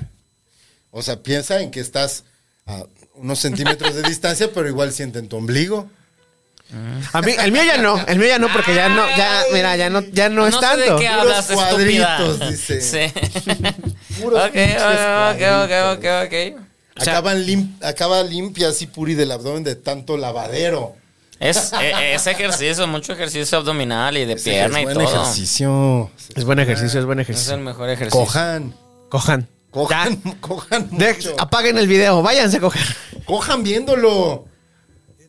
[SPEAKER 5] o sea, piensa en que estás a unos centímetros de distancia, pero igual sienten tu ombligo.
[SPEAKER 2] A mí, el mío ya no, el mío ya no, porque ya no, ya, mira, ya no, ya no, es
[SPEAKER 7] sé de
[SPEAKER 2] tanto.
[SPEAKER 7] qué hablas,
[SPEAKER 5] Puros
[SPEAKER 7] estúpida.
[SPEAKER 5] cuadritos, dice.
[SPEAKER 7] Sí.
[SPEAKER 5] Puros
[SPEAKER 7] ok,
[SPEAKER 5] pinches
[SPEAKER 7] ok, ok, ok,
[SPEAKER 5] cuadritos.
[SPEAKER 7] ok. O sea,
[SPEAKER 5] Acaban lim- acaba limpia así puri del abdomen de tanto lavadero.
[SPEAKER 7] es, e- es ejercicio, mucho ejercicio abdominal y de
[SPEAKER 5] Ese
[SPEAKER 7] pierna
[SPEAKER 5] es
[SPEAKER 7] y
[SPEAKER 5] buen
[SPEAKER 7] todo.
[SPEAKER 5] ejercicio.
[SPEAKER 7] Pues
[SPEAKER 2] Es buen ejercicio, es buen
[SPEAKER 7] Es el
[SPEAKER 2] ejercicio.
[SPEAKER 7] mejor ejercicio.
[SPEAKER 5] Cojan.
[SPEAKER 2] Cojan.
[SPEAKER 5] Cojan,
[SPEAKER 2] Ya.
[SPEAKER 5] cojan
[SPEAKER 2] De-
[SPEAKER 5] mucho.
[SPEAKER 2] apaguen el video, váyanse a coger.
[SPEAKER 5] Cojan viéndolo.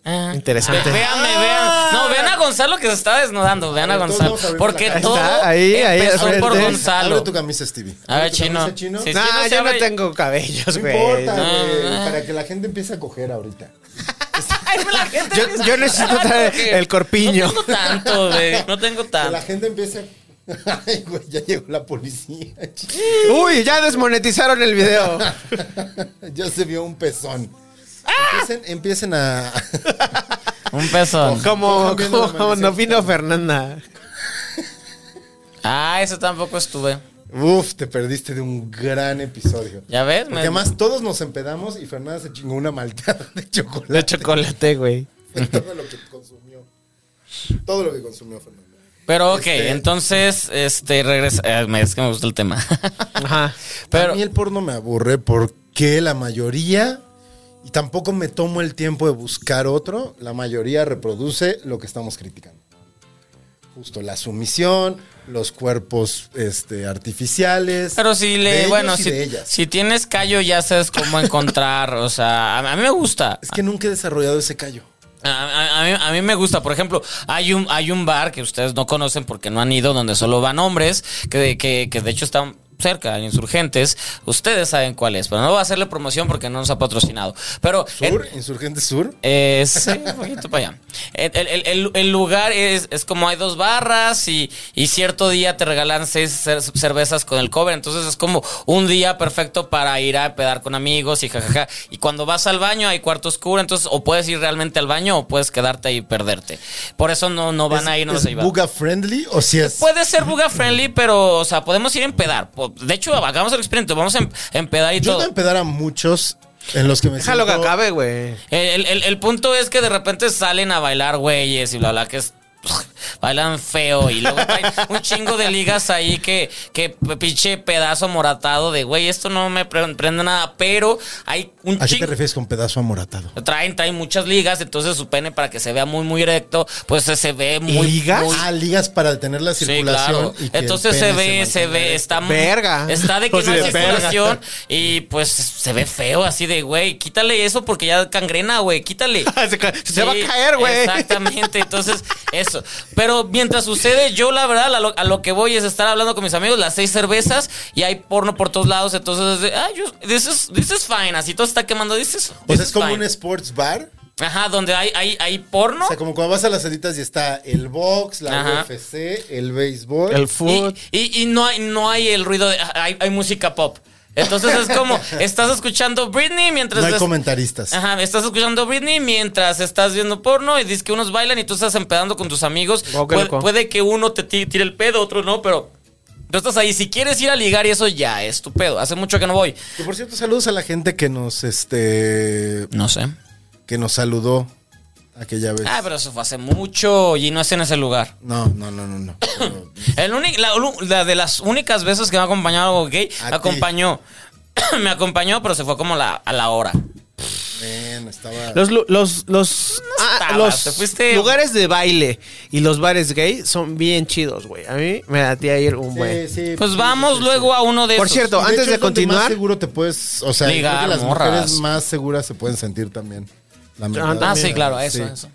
[SPEAKER 7] Ah.
[SPEAKER 2] Interesante.
[SPEAKER 7] Ve- Véanme, vean, No, vean a Gonzalo que se está desnudando. Vean a
[SPEAKER 5] Todos
[SPEAKER 7] Gonzalo.
[SPEAKER 5] vamos a abrir
[SPEAKER 7] Porque
[SPEAKER 5] una cara.
[SPEAKER 7] todo
[SPEAKER 2] Está ahí, ahí,
[SPEAKER 7] empezó
[SPEAKER 2] al
[SPEAKER 7] por
[SPEAKER 2] frente.
[SPEAKER 5] Abre
[SPEAKER 7] Gonzalo.
[SPEAKER 5] tu camisa, Stevie.
[SPEAKER 7] A ver,
[SPEAKER 5] Abre tu
[SPEAKER 7] chino.
[SPEAKER 5] camisa, chino.
[SPEAKER 7] Sí, Ah.
[SPEAKER 5] No
[SPEAKER 7] sí,
[SPEAKER 2] Nah,
[SPEAKER 7] se
[SPEAKER 2] yo no
[SPEAKER 7] abre.
[SPEAKER 2] tengo cabellos, güey.
[SPEAKER 5] importa,
[SPEAKER 2] No.
[SPEAKER 5] güey,
[SPEAKER 7] no.
[SPEAKER 5] Para que la gente empiece a coger ahorita.
[SPEAKER 7] Ay, la gente
[SPEAKER 2] Yo-
[SPEAKER 7] me
[SPEAKER 2] yo
[SPEAKER 7] saca
[SPEAKER 2] necesito
[SPEAKER 7] tanto
[SPEAKER 2] traer
[SPEAKER 7] que-
[SPEAKER 2] el corpiño.
[SPEAKER 7] No tengo tanto, güey. No tengo
[SPEAKER 5] Que la
[SPEAKER 7] tanto.
[SPEAKER 5] gente empiece a... Ay, güey, ya llegó la policía.
[SPEAKER 2] Uy, ya desmonetizaron el video.
[SPEAKER 5] ya se vio un pezón.
[SPEAKER 7] ¡Ah!
[SPEAKER 5] Empiecen, empiecen a...
[SPEAKER 7] Un pezón.
[SPEAKER 2] Como,
[SPEAKER 5] Cojan bien el
[SPEAKER 2] como
[SPEAKER 5] amanecer.
[SPEAKER 2] no vino Fernanda.
[SPEAKER 7] Ah, eso tampoco estuve.
[SPEAKER 5] Uf, te perdiste de un gran episodio.
[SPEAKER 7] ¿Ya ves?
[SPEAKER 5] Porque además todos nos empedamos y Fernanda se chingó una malteada de chocolate.
[SPEAKER 2] De chocolate, güey.
[SPEAKER 5] Fue todo lo que consumió. Todo lo que consumió Fernanda.
[SPEAKER 7] Pero ok,
[SPEAKER 5] Este-
[SPEAKER 7] entonces, este, regresa. eh, me- es que me gusta el tema.
[SPEAKER 2] Ajá.
[SPEAKER 7] Pero,
[SPEAKER 5] a mí el porno me aburre porque la mayoría, y tampoco me tomo el tiempo de buscar otro, la mayoría reproduce lo que estamos criticando. Justo la sumisión, los cuerpos este, artificiales.
[SPEAKER 7] pero si
[SPEAKER 5] de
[SPEAKER 7] le,
[SPEAKER 5] ellos
[SPEAKER 7] bueno,
[SPEAKER 5] y
[SPEAKER 7] si,
[SPEAKER 5] de ellas.
[SPEAKER 7] si tienes callo ya sabes cómo encontrar. o sea, a, a mí me gusta.
[SPEAKER 5] Es que nunca he desarrollado ese callo.
[SPEAKER 7] A, a- a mí, a mí me gusta, por ejemplo, hay un, hay un bar que ustedes no conocen porque no han ido, donde solo van hombres, que, que, que de hecho están cerca, en insurgentes. Ustedes saben cuál es, pero no voy a hacerle promoción porque no nos ha patrocinado. Pero
[SPEAKER 5] Sur, Insurgente Sur.
[SPEAKER 7] Eh, sí, un poquito para allá. El, el- el- el lugar es, es como hay dos barras y, y cierto día te regalan seis cer- cervezas con el cover. Entonces es como un día perfecto para ir a pedar con amigos y jajaja. Y cuando vas al baño hay cuarto oscuro, entonces o puedes ir realmente al baño o puedes quedarte ahí y perderte. Por eso no, no van
[SPEAKER 5] ¿Es-
[SPEAKER 7] a ir, no
[SPEAKER 5] ¿Es
[SPEAKER 7] se iban.
[SPEAKER 5] buga friendly o si es?
[SPEAKER 7] Puede ser buga friendly, pero, o sea, podemos ir a empedar. Po- De hecho, hagamos el experimento, vamos a em- empedar y
[SPEAKER 5] Yo
[SPEAKER 7] todo.
[SPEAKER 5] voy a empedar a muchos en los que me
[SPEAKER 2] Déjalo que
[SPEAKER 5] siento-
[SPEAKER 2] acabe, güey.
[SPEAKER 7] El, el- el punto es que de repente salen a bailar güeyes y bla bla que es bailan feo y luego traen un chingo de ligas ahí que que pinche pedazo moratado de güey esto no me pre- prende nada pero hay un
[SPEAKER 5] ¿A qué te
[SPEAKER 7] chingo
[SPEAKER 5] refieres con pedazo amoratado?
[SPEAKER 7] traen traen muchas ligas entonces su pene para que se vea muy muy recto pues se- se ve muy
[SPEAKER 2] ¿Ligas?
[SPEAKER 7] muy-
[SPEAKER 5] Ah, ligas para detener la
[SPEAKER 7] Sí,
[SPEAKER 5] circulación.
[SPEAKER 7] claro.
[SPEAKER 5] y que el
[SPEAKER 7] Entonces se
[SPEAKER 5] pene
[SPEAKER 7] ve, se,
[SPEAKER 5] mantenga
[SPEAKER 7] ve,
[SPEAKER 5] erecto.
[SPEAKER 7] está muy-
[SPEAKER 2] Verga.
[SPEAKER 7] Está de que
[SPEAKER 2] Pues
[SPEAKER 7] no
[SPEAKER 2] sí,
[SPEAKER 7] hay
[SPEAKER 2] de verga.
[SPEAKER 7] circulación y pues se ve feo así de, güey, quítale eso porque ya cangrena, güey, quítale.
[SPEAKER 2] Se ca- se va a caer, güey.
[SPEAKER 7] Exactamente, entonces eso. Pero mientras sucede, yo la verdad a lo, a lo que voy es estar hablando con mis amigos, las seis cervezas y hay porno por todos lados, entonces, es de, ah, yo- this, is, this is fine, así todo está quemando, this is,
[SPEAKER 5] O
[SPEAKER 7] this
[SPEAKER 5] sea,
[SPEAKER 7] is
[SPEAKER 5] Pues es como un
[SPEAKER 7] fine.
[SPEAKER 5] sports bar.
[SPEAKER 7] Ajá, donde hay, hay, hay porno.
[SPEAKER 5] O sea, como cuando vas a las editas y está el box, la
[SPEAKER 7] Ajá.
[SPEAKER 5] UFC, el béisbol.
[SPEAKER 2] El food.
[SPEAKER 7] Y, y- y no, hay, no hay el ruido de. Hay, hay música pop. Entonces es como, estás escuchando Britney mientras.
[SPEAKER 5] no hay
[SPEAKER 7] estás-
[SPEAKER 5] comentaristas.
[SPEAKER 7] Ajá, estás escuchando Britney mientras estás viendo porno y dices que unos bailan y tú estás empedando con tus amigos.
[SPEAKER 5] Oh,
[SPEAKER 2] Wow, qué
[SPEAKER 7] puede,
[SPEAKER 2] loco.
[SPEAKER 7] puede que uno te ti- tire el pedo, otro no, pero. Tú estás ahí. Si quieres ir a ligar y eso ya es tu pedo. Hace mucho que no voy.
[SPEAKER 5] Que por cierto, saludos a la gente que nos, este,
[SPEAKER 7] No sé.
[SPEAKER 5] que nos saludó aquella vez.
[SPEAKER 7] Ah, pero eso fue hace mucho y no es en ese lugar.
[SPEAKER 5] No, no, no, no, no. Pero-
[SPEAKER 7] El uni- la, la de las únicas veces que me ha acompañado algo gay,
[SPEAKER 5] A
[SPEAKER 7] me
[SPEAKER 5] ti.
[SPEAKER 7] acompañó. me acompañó, pero se fue como la- a la hora.
[SPEAKER 5] Man, estaba.
[SPEAKER 2] Los, lu- los, los, ah,
[SPEAKER 7] estabas,
[SPEAKER 2] los
[SPEAKER 7] te fuiste-
[SPEAKER 2] lugares de baile y los bares gay son bien chidos, güey. A mí me latía ir un buen.
[SPEAKER 5] sí,
[SPEAKER 7] Pues
[SPEAKER 5] sí,
[SPEAKER 7] vamos
[SPEAKER 5] sí, sí.
[SPEAKER 7] luego a uno de
[SPEAKER 2] Por
[SPEAKER 7] esos.
[SPEAKER 2] cierto,
[SPEAKER 5] Y
[SPEAKER 2] antes de
[SPEAKER 5] es donde
[SPEAKER 2] continuar-
[SPEAKER 5] Más seguro te puedes. O sea,
[SPEAKER 7] Ligar,
[SPEAKER 5] creo que las
[SPEAKER 7] morras.
[SPEAKER 5] mujeres más seguras se pueden sentir también. La
[SPEAKER 7] Ah,
[SPEAKER 5] verdad.
[SPEAKER 7] sí, claro, eso,
[SPEAKER 5] Sí.
[SPEAKER 7] eso.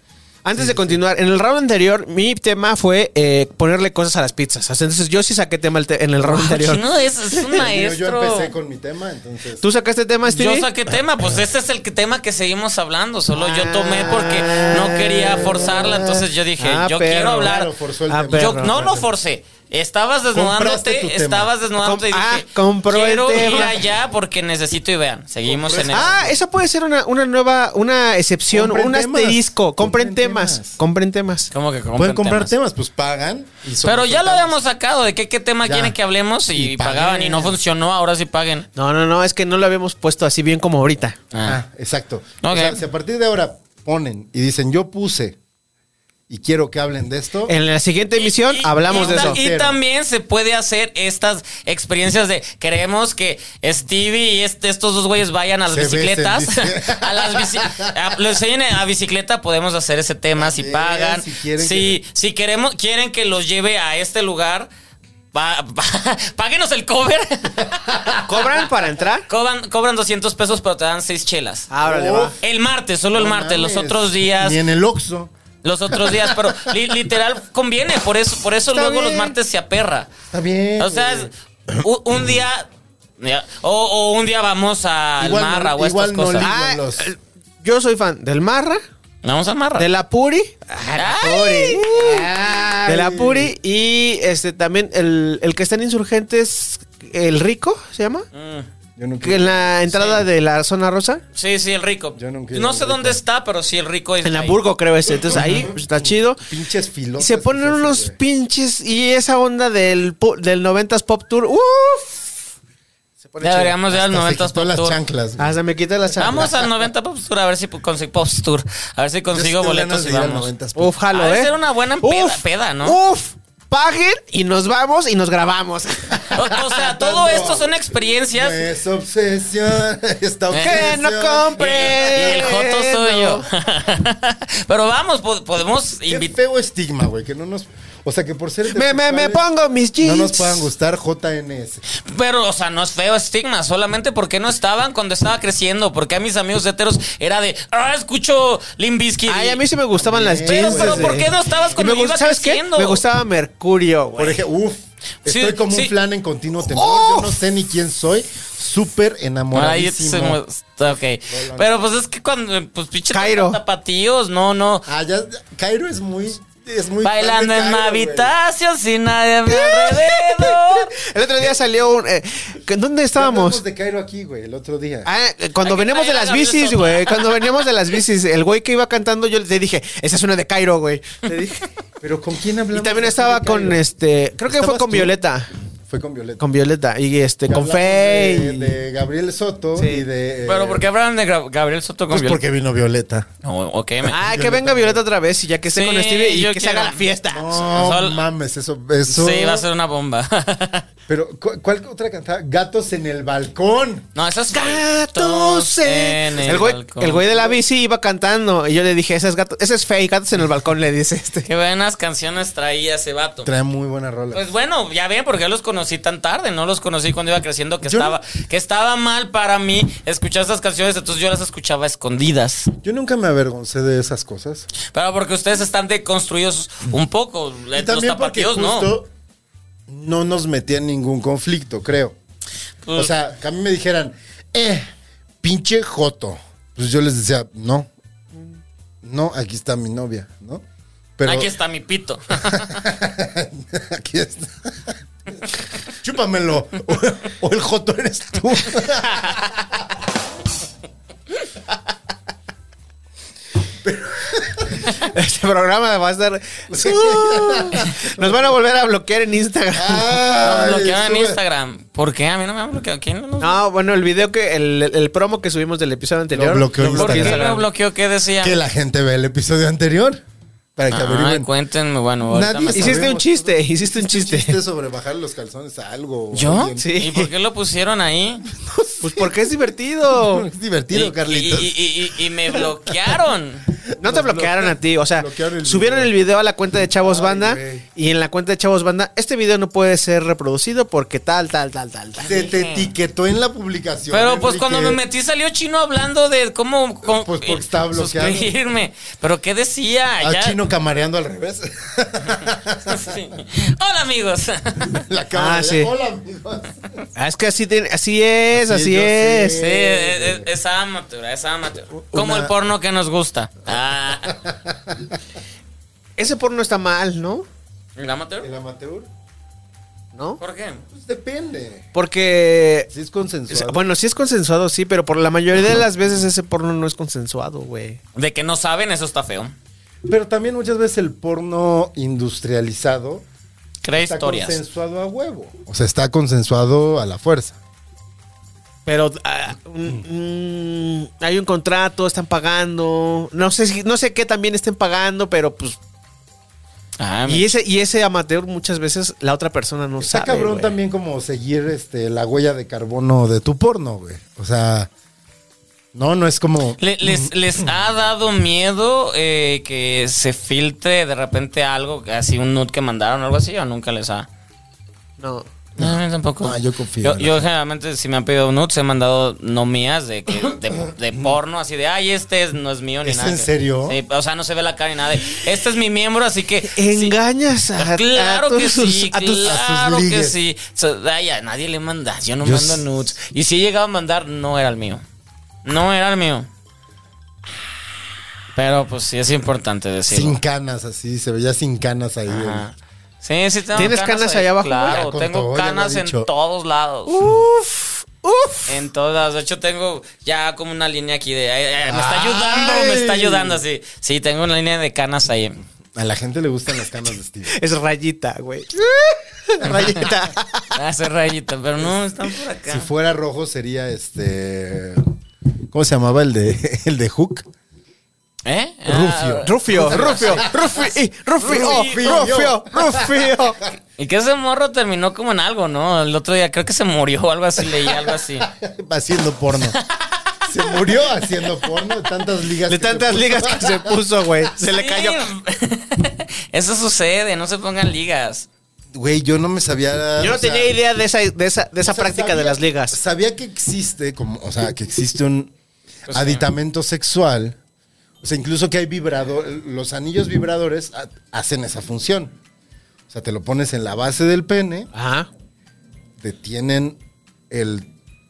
[SPEAKER 2] Antes de continuar, en el round anterior, mi tema fue eh, ponerle cosas a las pizzas. O sea, Entonces yo sí saqué tema el te- en el round anterior.
[SPEAKER 7] no, es, es un
[SPEAKER 5] Yo, yo
[SPEAKER 7] maestro.
[SPEAKER 5] empecé con mi tema, entonces.
[SPEAKER 2] ¿Tú sacaste tema, Stevie?
[SPEAKER 7] Yo saqué tema, pues este es el que- tema que seguimos hablando. Solo
[SPEAKER 2] Ah.
[SPEAKER 7] yo tomé porque no quería forzarla. Entonces yo dije,
[SPEAKER 2] Ah,
[SPEAKER 7] yo
[SPEAKER 2] perro.
[SPEAKER 7] quiero hablar.
[SPEAKER 5] Claro, forzó el
[SPEAKER 2] Ah,
[SPEAKER 5] tema.
[SPEAKER 2] perro.
[SPEAKER 7] Yo no lo forcé. Estabas
[SPEAKER 5] Compraste tu
[SPEAKER 7] desnudándote,
[SPEAKER 5] tema.
[SPEAKER 7] estabas desnudándote y
[SPEAKER 2] Com- ah,
[SPEAKER 7] dije,
[SPEAKER 2] compró el
[SPEAKER 7] quiero ir
[SPEAKER 2] tema".
[SPEAKER 7] allá porque necesito y vean, seguimos en eso.
[SPEAKER 2] Ah, esa puede ser una, una nueva, una excepción,
[SPEAKER 5] Compren
[SPEAKER 2] un
[SPEAKER 5] temas.
[SPEAKER 2] asterisco. Compren,
[SPEAKER 5] Compren
[SPEAKER 2] temas.
[SPEAKER 5] temas.
[SPEAKER 2] compren temas.
[SPEAKER 7] Como que
[SPEAKER 5] Pueden
[SPEAKER 7] compran
[SPEAKER 5] comprar
[SPEAKER 7] temas.
[SPEAKER 5] temas, pues pagan. y son-
[SPEAKER 7] Pero ya lo habíamos sacado, de qué, qué tema
[SPEAKER 5] Ya.
[SPEAKER 7] quieren que hablemos y,
[SPEAKER 5] Y paguen.
[SPEAKER 7] pagaban y no funcionó, ahora sí paguen.
[SPEAKER 2] No, no, no, es que no lo habíamos puesto así bien como ahorita.
[SPEAKER 7] Ah.
[SPEAKER 5] Ah, exacto.
[SPEAKER 7] Ok.
[SPEAKER 5] O sea, si a partir de ahora ponen y dicen, yo puse y quiero que hablen de esto.
[SPEAKER 2] En la siguiente emisión
[SPEAKER 7] Y-
[SPEAKER 2] hablamos
[SPEAKER 7] y
[SPEAKER 2] de
[SPEAKER 7] ta-
[SPEAKER 2] eso.
[SPEAKER 7] Y también se puede hacer estas experiencias de queremos que Stevie y este- estos dos güeyes vayan a las
[SPEAKER 5] Se besen,
[SPEAKER 7] bicicletas.
[SPEAKER 5] dice.
[SPEAKER 7] a las bici- a- los enseñen a bicicleta, podemos hacer ese tema si
[SPEAKER 5] También,
[SPEAKER 7] pagan.
[SPEAKER 5] si
[SPEAKER 7] Si,
[SPEAKER 5] quieren
[SPEAKER 7] si queremos, quieren que los lleve a este lugar. pa- pa- páguenos el cover.
[SPEAKER 2] ¿Cobran para entrar?
[SPEAKER 7] cobran, cobran 200 pesos, pero te dan seis chelas.
[SPEAKER 2] Ahora le va.
[SPEAKER 5] Uf,
[SPEAKER 7] El martes, solo el
[SPEAKER 5] no
[SPEAKER 7] martes. Los
[SPEAKER 5] mames.
[SPEAKER 7] otros días.
[SPEAKER 5] Ni en el Oxxo.
[SPEAKER 7] los otros días, pero li- literal conviene, por eso, por eso
[SPEAKER 5] Está
[SPEAKER 7] luego los
[SPEAKER 5] bien.
[SPEAKER 7] martes se aperra.
[SPEAKER 5] Está bien.
[SPEAKER 7] O sea,
[SPEAKER 5] güey.
[SPEAKER 7] es u- un, día ya, o, o un día vamos al
[SPEAKER 5] Igual no-
[SPEAKER 7] Marra o
[SPEAKER 5] igual
[SPEAKER 7] estas
[SPEAKER 5] no
[SPEAKER 7] cosas.
[SPEAKER 5] ligo
[SPEAKER 7] Ah,
[SPEAKER 5] los-
[SPEAKER 2] eh, Yo soy fan del Marra,
[SPEAKER 7] vamos al Marra.
[SPEAKER 2] de la Puri,
[SPEAKER 7] Ay. Ah.
[SPEAKER 2] de la Puri y este también el, el que está en Insurgentes, el Rico, ¿se llama?
[SPEAKER 7] Mm,
[SPEAKER 5] Yo nunca-
[SPEAKER 2] Que en la entrada
[SPEAKER 7] Sí.
[SPEAKER 2] de la zona rosa.
[SPEAKER 7] Sí, sí, el rico.
[SPEAKER 5] Yo nunca he ido
[SPEAKER 7] no
[SPEAKER 5] al
[SPEAKER 7] sé
[SPEAKER 5] Rico.
[SPEAKER 7] dónde está, pero sí, el rico es
[SPEAKER 2] En
[SPEAKER 7] ahí.
[SPEAKER 2] Hamburgo, creo ese. Entonces ahí pues, está chido.
[SPEAKER 5] Pinches filos.
[SPEAKER 2] Se ponen unos pinches y esa onda del, pu- del 90s Pop Tour. ¡Uf! Se pone
[SPEAKER 7] Ya
[SPEAKER 2] chido.
[SPEAKER 7] deberíamos ir al 90
[SPEAKER 5] Hasta
[SPEAKER 7] Pop
[SPEAKER 5] las
[SPEAKER 7] Tour.
[SPEAKER 5] chanclas.
[SPEAKER 7] Ah,
[SPEAKER 5] güey.
[SPEAKER 2] Hasta me quita la chancla.
[SPEAKER 7] Vamos al 90 Pop Tour a ver si consigo Pop Tour. A ver si
[SPEAKER 5] Yo sí
[SPEAKER 7] consigo
[SPEAKER 5] tengo ganas
[SPEAKER 7] boletos
[SPEAKER 5] de
[SPEAKER 7] y
[SPEAKER 5] ir al
[SPEAKER 7] vamos.
[SPEAKER 5] 90s
[SPEAKER 2] Uf, jalo,
[SPEAKER 7] Ha de
[SPEAKER 2] ¿eh?
[SPEAKER 7] ser una buena peda- peda, ¿no?
[SPEAKER 2] Uf, paguen y nos vamos y nos grabamos.
[SPEAKER 7] O, o sea, todo esto son experiencias.
[SPEAKER 5] No es obsesión. Esta
[SPEAKER 2] que no
[SPEAKER 5] obsesión.
[SPEAKER 7] Y, y el
[SPEAKER 2] comprendo.
[SPEAKER 7] Joto soy yo. Pero vamos, po- podemos
[SPEAKER 5] Qué
[SPEAKER 7] invitar.
[SPEAKER 5] feo estigma, güey. Que no nos. O sea, que por ser.
[SPEAKER 2] Me, me, me
[SPEAKER 5] heterosexuales
[SPEAKER 2] pongo mis jeans.
[SPEAKER 5] No nos puedan gustar JNS.
[SPEAKER 7] Pero, o sea, no es feo estigma. Solamente porque no estaban cuando estaba creciendo. Porque a mis amigos heteros era de. Ah, escucho Limbiskit.
[SPEAKER 2] Ay, a mí sí me gustaban las
[SPEAKER 5] Pero,
[SPEAKER 2] jeans.
[SPEAKER 5] pero,
[SPEAKER 2] desde-
[SPEAKER 5] ¿por
[SPEAKER 7] qué no estabas
[SPEAKER 2] Y
[SPEAKER 7] cuando
[SPEAKER 2] me gust-
[SPEAKER 7] iba
[SPEAKER 2] ¿Sabes qué?
[SPEAKER 7] creciendo?
[SPEAKER 2] Me gustaba Mercurio, güey.
[SPEAKER 5] Por ejemplo, uff.
[SPEAKER 7] Sí,
[SPEAKER 5] Estoy como
[SPEAKER 7] sí.
[SPEAKER 5] un flan en continuo temblor. Yo no sé ni quién soy. Súper
[SPEAKER 7] Ay, se
[SPEAKER 5] enamoradísimo.
[SPEAKER 7] mu- está ok. Pero pues es que cuando. Pues pinche
[SPEAKER 2] Cairo.
[SPEAKER 7] tapatíos. No, no.
[SPEAKER 5] Ah, ya, Cairo es muy. Es muy
[SPEAKER 7] Bailando en mi
[SPEAKER 5] Mavita
[SPEAKER 7] habitación sin nadie a mi alrededor.
[SPEAKER 2] El otro día salió un. eh, ¿que- ¿Dónde estábamos?
[SPEAKER 5] de Cairo aquí, güey, el otro día.
[SPEAKER 2] Ah, eh, cuando
[SPEAKER 7] Hay que
[SPEAKER 2] veníamos de
[SPEAKER 7] traer a
[SPEAKER 2] las
[SPEAKER 7] Gabriel
[SPEAKER 2] bicis,
[SPEAKER 7] Soto.
[SPEAKER 2] güey. Cuando veníamos de las bicis, el güey que iba cantando, yo le dije, esa es una de Cairo, güey. Le dije.
[SPEAKER 5] Pero ¿con quién hablamos?
[SPEAKER 2] Y también
[SPEAKER 5] así
[SPEAKER 2] estaba
[SPEAKER 5] de
[SPEAKER 2] con
[SPEAKER 5] Cairo?
[SPEAKER 2] este. Creo que fue
[SPEAKER 5] ¿Estabas
[SPEAKER 2] con
[SPEAKER 5] tú?
[SPEAKER 2] Violeta.
[SPEAKER 5] Fue con Violeta.
[SPEAKER 2] Con Violeta. Y este,
[SPEAKER 5] Que
[SPEAKER 2] con
[SPEAKER 5] hablamos
[SPEAKER 2] Faye.
[SPEAKER 5] De, de Gabriel Soto
[SPEAKER 2] Sí.
[SPEAKER 5] y de. eh,
[SPEAKER 7] Pero porque hablan de Gra- Gabriel Soto con
[SPEAKER 5] Pues
[SPEAKER 7] Violeta?
[SPEAKER 5] porque vino Violeta.
[SPEAKER 7] No, ok, me-
[SPEAKER 2] Ah, que venga Violeta otra vez y ya que esté
[SPEAKER 7] Sí,
[SPEAKER 2] con Stevie y
[SPEAKER 7] yo
[SPEAKER 2] que se haga
[SPEAKER 7] quiero.
[SPEAKER 2] la fiesta.
[SPEAKER 5] No
[SPEAKER 7] Sol-
[SPEAKER 5] mames, eso, eso.
[SPEAKER 7] Ah, Sí, va a ser una bomba.
[SPEAKER 5] Pero, ¿cu- ¿cuál otra cantaba? Gatos en el balcón.
[SPEAKER 7] no, esas
[SPEAKER 2] Gatos en el, güey,
[SPEAKER 7] balcón.
[SPEAKER 2] el güey de la bici iba cantando y yo le dije, ese es gato, ese es Faye, gatos en el balcón, le dice este.
[SPEAKER 7] Qué buenas canciones traía ese vato.
[SPEAKER 5] Trae muy buena rola.
[SPEAKER 7] Pues bueno, ya ven porque los conocí tan tarde, no los conocí cuando iba creciendo que
[SPEAKER 5] Yo no-
[SPEAKER 7] estaba que estaba mal para mí escuchar estas canciones, entonces yo las escuchaba a escondidas.
[SPEAKER 5] Yo nunca me avergoncé de esas cosas.
[SPEAKER 7] Pero porque ustedes están deconstruidos un poco,
[SPEAKER 5] Y
[SPEAKER 7] eh, los
[SPEAKER 5] también porque
[SPEAKER 7] tapatíos no.
[SPEAKER 5] justo no nos metía en ningún conflicto, creo.
[SPEAKER 7] Pues-
[SPEAKER 5] o sea, que a mí me dijeran, eh, pinche Joto. Pues yo les decía, no. No, aquí está mi novia, ¿no? Pero,
[SPEAKER 7] Aquí está mi pito.
[SPEAKER 5] aquí está. Chúpamelo. O, o el Joto eres tú.
[SPEAKER 2] Este programa va a estar. Nos van a volver a bloquear en Instagram.
[SPEAKER 5] Ay,
[SPEAKER 7] Nos bloquearon en
[SPEAKER 5] sube.
[SPEAKER 7] Instagram. ¿por qué? A mí no me han bloqueado. ¿Quién nos
[SPEAKER 2] No, bueno, el video que, el, el promo que subimos del episodio anterior.
[SPEAKER 5] Lo bloqueó
[SPEAKER 7] ¿Por qué
[SPEAKER 5] Instagram.
[SPEAKER 7] me bloqueó? ¿Qué decía?
[SPEAKER 5] Que la gente ve el episodio anterior. Para que
[SPEAKER 7] Ay,
[SPEAKER 5] averigüen.
[SPEAKER 7] cuéntenme, bueno, ahorita
[SPEAKER 5] Nadie
[SPEAKER 7] me-
[SPEAKER 5] sabe.
[SPEAKER 2] Hiciste un chiste, hiciste un
[SPEAKER 5] Chiste
[SPEAKER 2] chiste.
[SPEAKER 5] sobre bajar los calzones a algo. o a
[SPEAKER 7] ¿Yo?
[SPEAKER 5] alguien.
[SPEAKER 2] Sí.
[SPEAKER 7] ¿Y por qué lo pusieron ahí?
[SPEAKER 2] Pues porque es divertido.
[SPEAKER 5] Es divertido,
[SPEAKER 7] Y-
[SPEAKER 5] Carlitos.
[SPEAKER 7] Y, y- y- y me bloquearon.
[SPEAKER 2] No te bloquearon a ti, o sea,
[SPEAKER 5] bloquearon el
[SPEAKER 2] subieron
[SPEAKER 5] video.
[SPEAKER 2] el video a la cuenta de Chavos
[SPEAKER 5] Ay,
[SPEAKER 2] Banda
[SPEAKER 5] güey.
[SPEAKER 2] y en la cuenta de Chavos Banda, este video no puede ser reproducido porque tal, tal, tal, tal, tal.
[SPEAKER 5] Se te etiquetó en la publicación.
[SPEAKER 7] Pero pues
[SPEAKER 5] Enrique.
[SPEAKER 7] cuando me metí salió chino hablando de cómo, cómo- eh,
[SPEAKER 5] Pues, porque estaba bloqueado.
[SPEAKER 7] suscribirme. Pero ¿qué decía?
[SPEAKER 5] A
[SPEAKER 7] Ya-
[SPEAKER 5] chino camareando al revés.
[SPEAKER 7] Sí. Hola amigos.
[SPEAKER 5] la cámara.
[SPEAKER 2] Ah,
[SPEAKER 5] ya.
[SPEAKER 2] sí.
[SPEAKER 5] Hola, amigos.
[SPEAKER 2] Ah, es que así, tiene- así es,
[SPEAKER 5] Así
[SPEAKER 2] así,
[SPEAKER 5] yo
[SPEAKER 2] es.
[SPEAKER 7] Sí, es, es amateur, es amateur. Como
[SPEAKER 5] Una-
[SPEAKER 7] el porno que nos gusta. Ah,
[SPEAKER 2] Ese porno está mal, ¿no?
[SPEAKER 7] ¿El amateur?
[SPEAKER 5] ¿El amateur?
[SPEAKER 2] ¿No?
[SPEAKER 7] ¿Por qué?
[SPEAKER 5] Pues depende.
[SPEAKER 2] Porque...
[SPEAKER 5] Si es consensuado.
[SPEAKER 2] Bueno, sí es consensuado, sí, pero por la mayoría de las veces ese porno no es consensuado, güey.
[SPEAKER 7] De que no saben, eso está feo.
[SPEAKER 5] Pero también muchas veces el porno industrializado
[SPEAKER 7] Crea
[SPEAKER 5] está
[SPEAKER 7] historias.
[SPEAKER 5] consensuado a huevo. O sea, está consensuado a la fuerza.
[SPEAKER 2] Pero ah, mm, mm, hay un contrato, están pagando, no sé, si- no sé qué también estén pagando, pero pues
[SPEAKER 7] Ah,
[SPEAKER 2] Y ese, y ese amateur muchas veces la otra persona no
[SPEAKER 5] Está
[SPEAKER 2] sabe.
[SPEAKER 5] cabrón
[SPEAKER 2] güey.
[SPEAKER 5] también como seguir este, la huella de carbono de tu porno, güey. O sea, no, no es como...
[SPEAKER 7] Le-
[SPEAKER 5] Mm.
[SPEAKER 7] les, les ha dado miedo eh, que se filtre de repente algo, así un nude que mandaron o algo así, o nunca les ha.
[SPEAKER 2] No.
[SPEAKER 7] No, yo tampoco.
[SPEAKER 5] No, Ah, yo confío
[SPEAKER 7] Yo,
[SPEAKER 5] en la
[SPEAKER 7] yo generalmente, si me han pedido nudes, he mandado no mías de, que- de, de porno, así de, ay, este es- no es mío ni
[SPEAKER 5] ¿Es
[SPEAKER 7] nada.
[SPEAKER 5] en
[SPEAKER 7] que-
[SPEAKER 5] serio?
[SPEAKER 7] Sí, o sea, no se ve la cara ni nada. de, este es mi miembro, así que. sí".
[SPEAKER 2] Engañas a, a
[SPEAKER 7] Claro que
[SPEAKER 2] tus-
[SPEAKER 7] sí,
[SPEAKER 2] a tus-
[SPEAKER 7] claro que
[SPEAKER 5] ligues.
[SPEAKER 7] sí. So, ay, a nadie le manda, yo no
[SPEAKER 5] Yo
[SPEAKER 7] mando
[SPEAKER 5] s-
[SPEAKER 7] nudes. Y si he llegado a mandar, no era el mío. No era el mío. Pero pues sí es importante decirlo.
[SPEAKER 5] Sin canas, así, se veía sin canas ahí.
[SPEAKER 7] Ajá. Sí, sí tengo
[SPEAKER 2] ¿Tienes canas allá abajo?
[SPEAKER 5] Ya
[SPEAKER 7] Claro,
[SPEAKER 5] cortó,
[SPEAKER 7] tengo
[SPEAKER 5] ya lo ha
[SPEAKER 7] canas en
[SPEAKER 5] dicho.
[SPEAKER 7] todos lados.
[SPEAKER 2] Uf, uf.
[SPEAKER 7] En todas. De hecho, tengo ya como una línea aquí de. ay, ay, me está ayudando,
[SPEAKER 5] Ay.
[SPEAKER 7] me está ayudando así. Sí, tengo una línea de canas ahí.
[SPEAKER 5] A la gente le gustan las canas de Steve.
[SPEAKER 2] Es rayita, güey. rayita.
[SPEAKER 7] Hace rayita, pero no, están por acá.
[SPEAKER 5] Si fuera rojo sería este. ¿Cómo se llamaba el de el de Hook?
[SPEAKER 7] ¿Eh?
[SPEAKER 5] Rufio.
[SPEAKER 2] Rufio, Rufio, Rufi, Rufio,
[SPEAKER 5] Rufio.
[SPEAKER 2] Rufio, Rufio.
[SPEAKER 7] Y que ese morro terminó como en algo, ¿no? El otro día creo que se murió o algo así, leí algo así.
[SPEAKER 5] haciendo porno. Se murió haciendo porno de tantas ligas.
[SPEAKER 2] De
[SPEAKER 5] que se
[SPEAKER 2] tantas
[SPEAKER 5] puso.
[SPEAKER 2] ligas que se puso, güey. Se le
[SPEAKER 7] Sí.
[SPEAKER 2] cayó.
[SPEAKER 7] Eso sucede, no se pongan ligas.
[SPEAKER 5] Güey, yo no me sabía.
[SPEAKER 2] Yo no
[SPEAKER 5] o sea,
[SPEAKER 2] tenía idea de esa, de esa, de esa
[SPEAKER 5] o sea,
[SPEAKER 2] práctica de
[SPEAKER 5] sabía-
[SPEAKER 2] las ligas.
[SPEAKER 5] Sabía que existe, como, o sea, que existe un
[SPEAKER 7] Pues,
[SPEAKER 5] aditamento sexual. O sea, incluso que hay vibrador. Los anillos vibradores ha- hacen esa función. O sea, te lo pones en la base del pene.
[SPEAKER 2] Ajá.
[SPEAKER 5] detienen el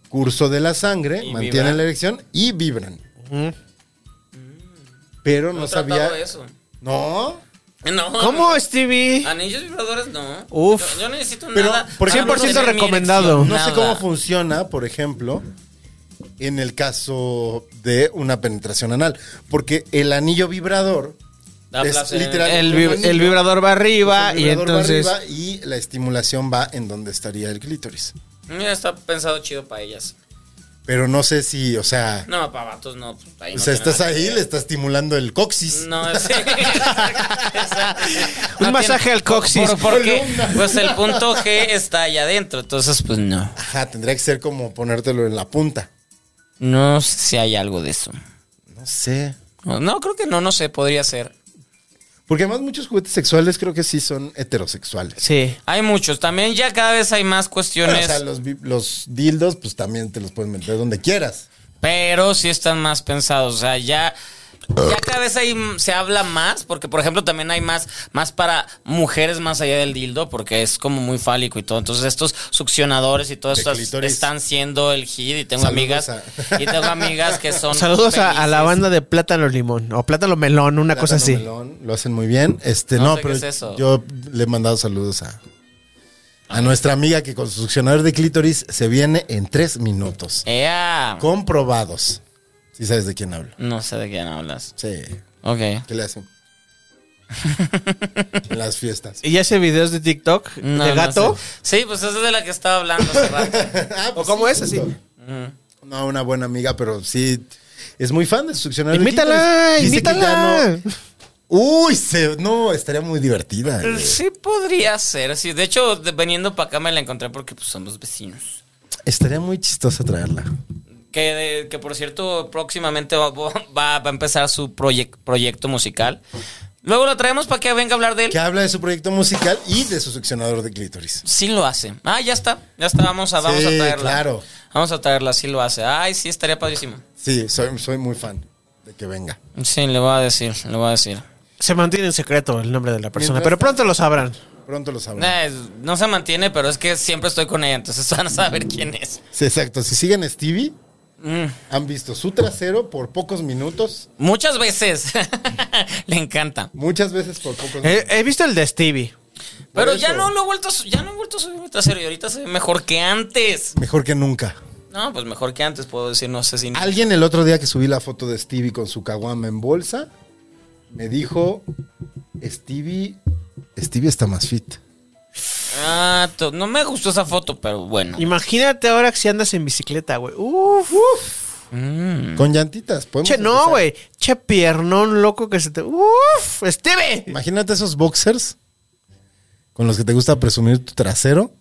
[SPEAKER 5] curso de la sangre,
[SPEAKER 7] Y
[SPEAKER 5] mantienen
[SPEAKER 7] vibran.
[SPEAKER 5] la erección y vibran. Pero no,
[SPEAKER 7] he
[SPEAKER 5] sabía.
[SPEAKER 7] tratado eso.
[SPEAKER 5] No,
[SPEAKER 7] No.
[SPEAKER 2] ¿Cómo, Stevie?
[SPEAKER 7] Anillos vibradores no.
[SPEAKER 2] Uf.
[SPEAKER 7] Yo, yo no necesito
[SPEAKER 5] Pero,
[SPEAKER 7] nada.
[SPEAKER 5] por
[SPEAKER 7] para no
[SPEAKER 2] 100%
[SPEAKER 7] tener mi
[SPEAKER 2] recomendado.
[SPEAKER 7] erección,
[SPEAKER 5] no sé
[SPEAKER 7] nada.
[SPEAKER 5] cómo funciona, por ejemplo, en el caso de una penetración anal, porque el anillo vibrador
[SPEAKER 7] Da
[SPEAKER 5] es
[SPEAKER 7] placer.
[SPEAKER 5] literal
[SPEAKER 2] El,
[SPEAKER 5] un
[SPEAKER 2] vib-
[SPEAKER 5] anillo,
[SPEAKER 2] el vibrador va arriba
[SPEAKER 5] el
[SPEAKER 2] y
[SPEAKER 5] vibrador va
[SPEAKER 2] entonces.
[SPEAKER 5] arriba y la estimulación va en donde estaría el clítoris.
[SPEAKER 7] Mira, Mm, está pensado chido para ellas.
[SPEAKER 5] Pero no sé si, o sea,
[SPEAKER 7] No, para vatos no. pues, ahí
[SPEAKER 5] o
[SPEAKER 7] no
[SPEAKER 5] sea,
[SPEAKER 7] tiene
[SPEAKER 5] estás
[SPEAKER 7] nada que
[SPEAKER 5] ahí,
[SPEAKER 7] ver.
[SPEAKER 5] le está estimulando el coxis.
[SPEAKER 7] No, sí.
[SPEAKER 2] Un masaje al coxis.
[SPEAKER 7] Por- porque pues el punto G está allá adentro, entonces pues no.
[SPEAKER 5] Ajá, tendría que ser como ponértelo en la punta.
[SPEAKER 7] No sé si hay algo de eso.
[SPEAKER 5] No sé.
[SPEAKER 7] No, no, creo que no, no sé, podría ser.
[SPEAKER 5] Porque además muchos juguetes sexuales creo que sí son heterosexuales.
[SPEAKER 2] Sí.
[SPEAKER 7] Hay muchos, también ya cada vez hay más
[SPEAKER 5] Pero, o
[SPEAKER 7] cuestiones,
[SPEAKER 5] sea, los, vi- los dildos, pues también te los puedes meter donde quieras.
[SPEAKER 7] pero sí están más pensados, o sea, ya... Ya cada vez hay, se habla más, porque por ejemplo también hay más, más para mujeres más allá del dildo, porque es como muy fálico y todo. Entonces estos succionadores y todo
[SPEAKER 5] De
[SPEAKER 7] esto
[SPEAKER 5] clítoris.
[SPEAKER 7] están siendo el hit y tengo
[SPEAKER 5] Saludos
[SPEAKER 7] amigas
[SPEAKER 5] a-
[SPEAKER 7] y tengo amigas que son
[SPEAKER 2] Saludos a, a la
[SPEAKER 7] felices.
[SPEAKER 2] banda de Plátano Limón o Plátano Melón, una cosa
[SPEAKER 5] Plátano
[SPEAKER 2] así.
[SPEAKER 5] melón, lo hacen muy bien. Este,
[SPEAKER 7] No
[SPEAKER 5] no,
[SPEAKER 7] sé
[SPEAKER 5] pero
[SPEAKER 7] qué es eso.
[SPEAKER 5] yo le he mandado saludos a, a nuestra amiga que con su succionador de clítoris se viene en tres minutos.
[SPEAKER 7] Ea.
[SPEAKER 5] Comprobados. Si sabes de quién hablo.
[SPEAKER 7] No sé de quién hablas.
[SPEAKER 5] Sí.
[SPEAKER 7] Ok.
[SPEAKER 5] ¿Qué le hacen? en las fiestas.
[SPEAKER 2] ¿Y ya hace videos de TikTok
[SPEAKER 7] No,
[SPEAKER 2] de
[SPEAKER 7] no
[SPEAKER 2] gato?
[SPEAKER 7] sé. Sí, pues esa es de la que estaba hablando hace rato.
[SPEAKER 5] Ah,
[SPEAKER 2] ¿O
[SPEAKER 5] pues
[SPEAKER 2] cómo
[SPEAKER 5] sí,
[SPEAKER 2] es así?
[SPEAKER 5] justo. No, una buena amiga, pero sí. Es muy fan de succionar. el
[SPEAKER 2] Imítala,
[SPEAKER 5] clítoris. Dice que ya
[SPEAKER 2] imítala.
[SPEAKER 5] no- Uy, se- no, estaría muy divertida. güey.
[SPEAKER 7] sí podría ser, sí. De hecho, de- veniendo para acá me la encontré porque pues somos vecinos.
[SPEAKER 5] Estaría muy chistosa traerla.
[SPEAKER 7] Que, de- que por cierto, próximamente va, va- va a empezar su proyec- proyecto musical. Luego lo traemos para que venga a hablar de él.
[SPEAKER 5] Que habla de su proyecto musical y de su succionador de clítoris.
[SPEAKER 7] Sí lo hace. Ah, ya está. Ya está. Vamos a, vamos
[SPEAKER 5] Sí,
[SPEAKER 7] a traerla.
[SPEAKER 5] claro.
[SPEAKER 7] Vamos a traerla. Sí lo hace. Ay, sí, estaría padrísimo.
[SPEAKER 5] Sí, soy, soy muy fan de que venga.
[SPEAKER 7] Sí, le voy a decir. Le voy a decir.
[SPEAKER 2] Se mantiene en secreto el nombre de la persona,
[SPEAKER 5] Mientras
[SPEAKER 2] pero pronto lo sabrán.
[SPEAKER 5] Pronto lo sabrán.
[SPEAKER 7] Eh, no se mantiene, pero es que siempre estoy con ella, entonces van a saber quién es.
[SPEAKER 5] Sí, exacto. Si siguen a Stevie,
[SPEAKER 7] Mm.
[SPEAKER 5] han visto su trasero por pocos minutos.
[SPEAKER 7] Muchas veces. Le encanta.
[SPEAKER 5] Muchas veces por
[SPEAKER 2] Eh.
[SPEAKER 5] pocos minutos.
[SPEAKER 2] He, he visto el de Stevie.
[SPEAKER 7] Pero
[SPEAKER 5] Por
[SPEAKER 7] ya
[SPEAKER 5] eso.
[SPEAKER 7] no lo he vuelto a, su- ya no he vuelto a subir mi trasero y ahorita se ve mejor que antes.
[SPEAKER 5] Mejor que nunca.
[SPEAKER 7] No, pues mejor que antes, puedo decir, no sé si.
[SPEAKER 5] Alguien el otro día que subí la foto de Stevie con su caguama en bolsa, me dijo, Stevie, Stevie está más fit.
[SPEAKER 7] Ah, to- no me gustó esa foto, pero bueno.
[SPEAKER 2] Imagínate ahora que si andas en bicicleta, güey. Uf, uf.
[SPEAKER 7] Mm.
[SPEAKER 5] Con llantitas. podemos
[SPEAKER 2] Che, no,
[SPEAKER 5] empezar.
[SPEAKER 2] güey. Che, piernón loco que se te. Uf, Stevie.
[SPEAKER 5] Imagínate esos boxers con los que te gusta presumir tu trasero.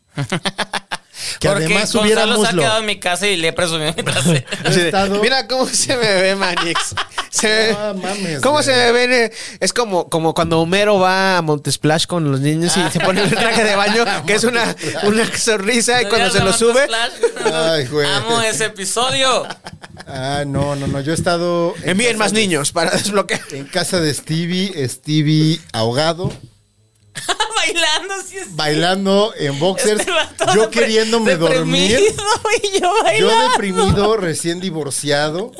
[SPEAKER 5] que
[SPEAKER 7] Porque
[SPEAKER 5] además hubiera
[SPEAKER 7] Gonzalo se ha
[SPEAKER 5] muslo.
[SPEAKER 7] quedado en mi casa y le he presumido mi trasero.
[SPEAKER 2] Así de,
[SPEAKER 5] estado-
[SPEAKER 2] Mira cómo se me ve, Manix. se-
[SPEAKER 5] No mames,
[SPEAKER 2] ¿Cómo
[SPEAKER 5] güey.
[SPEAKER 2] se ven? eh? Es como, como cuando Homero va a Montesplash con los niños y se pone el traje de baño, que es una, una sonrisa, y cuando se lo sube.
[SPEAKER 5] Ay, güey.
[SPEAKER 7] Amo ese episodio.
[SPEAKER 5] Ah, no, no, no. Yo he estado. en
[SPEAKER 2] Envíen
[SPEAKER 5] casa
[SPEAKER 2] más
[SPEAKER 5] de-
[SPEAKER 2] niños para desbloquear.
[SPEAKER 5] En casa de Stevie, Stevie ahogado,
[SPEAKER 7] Bailando, sí es.
[SPEAKER 5] bailando en boxers.
[SPEAKER 7] Este vato
[SPEAKER 5] Yo
[SPEAKER 7] depre-
[SPEAKER 5] queriéndome dormir.
[SPEAKER 7] deprimido Y yo
[SPEAKER 5] Yo
[SPEAKER 7] bailando.
[SPEAKER 5] deprimido, recién divorciado.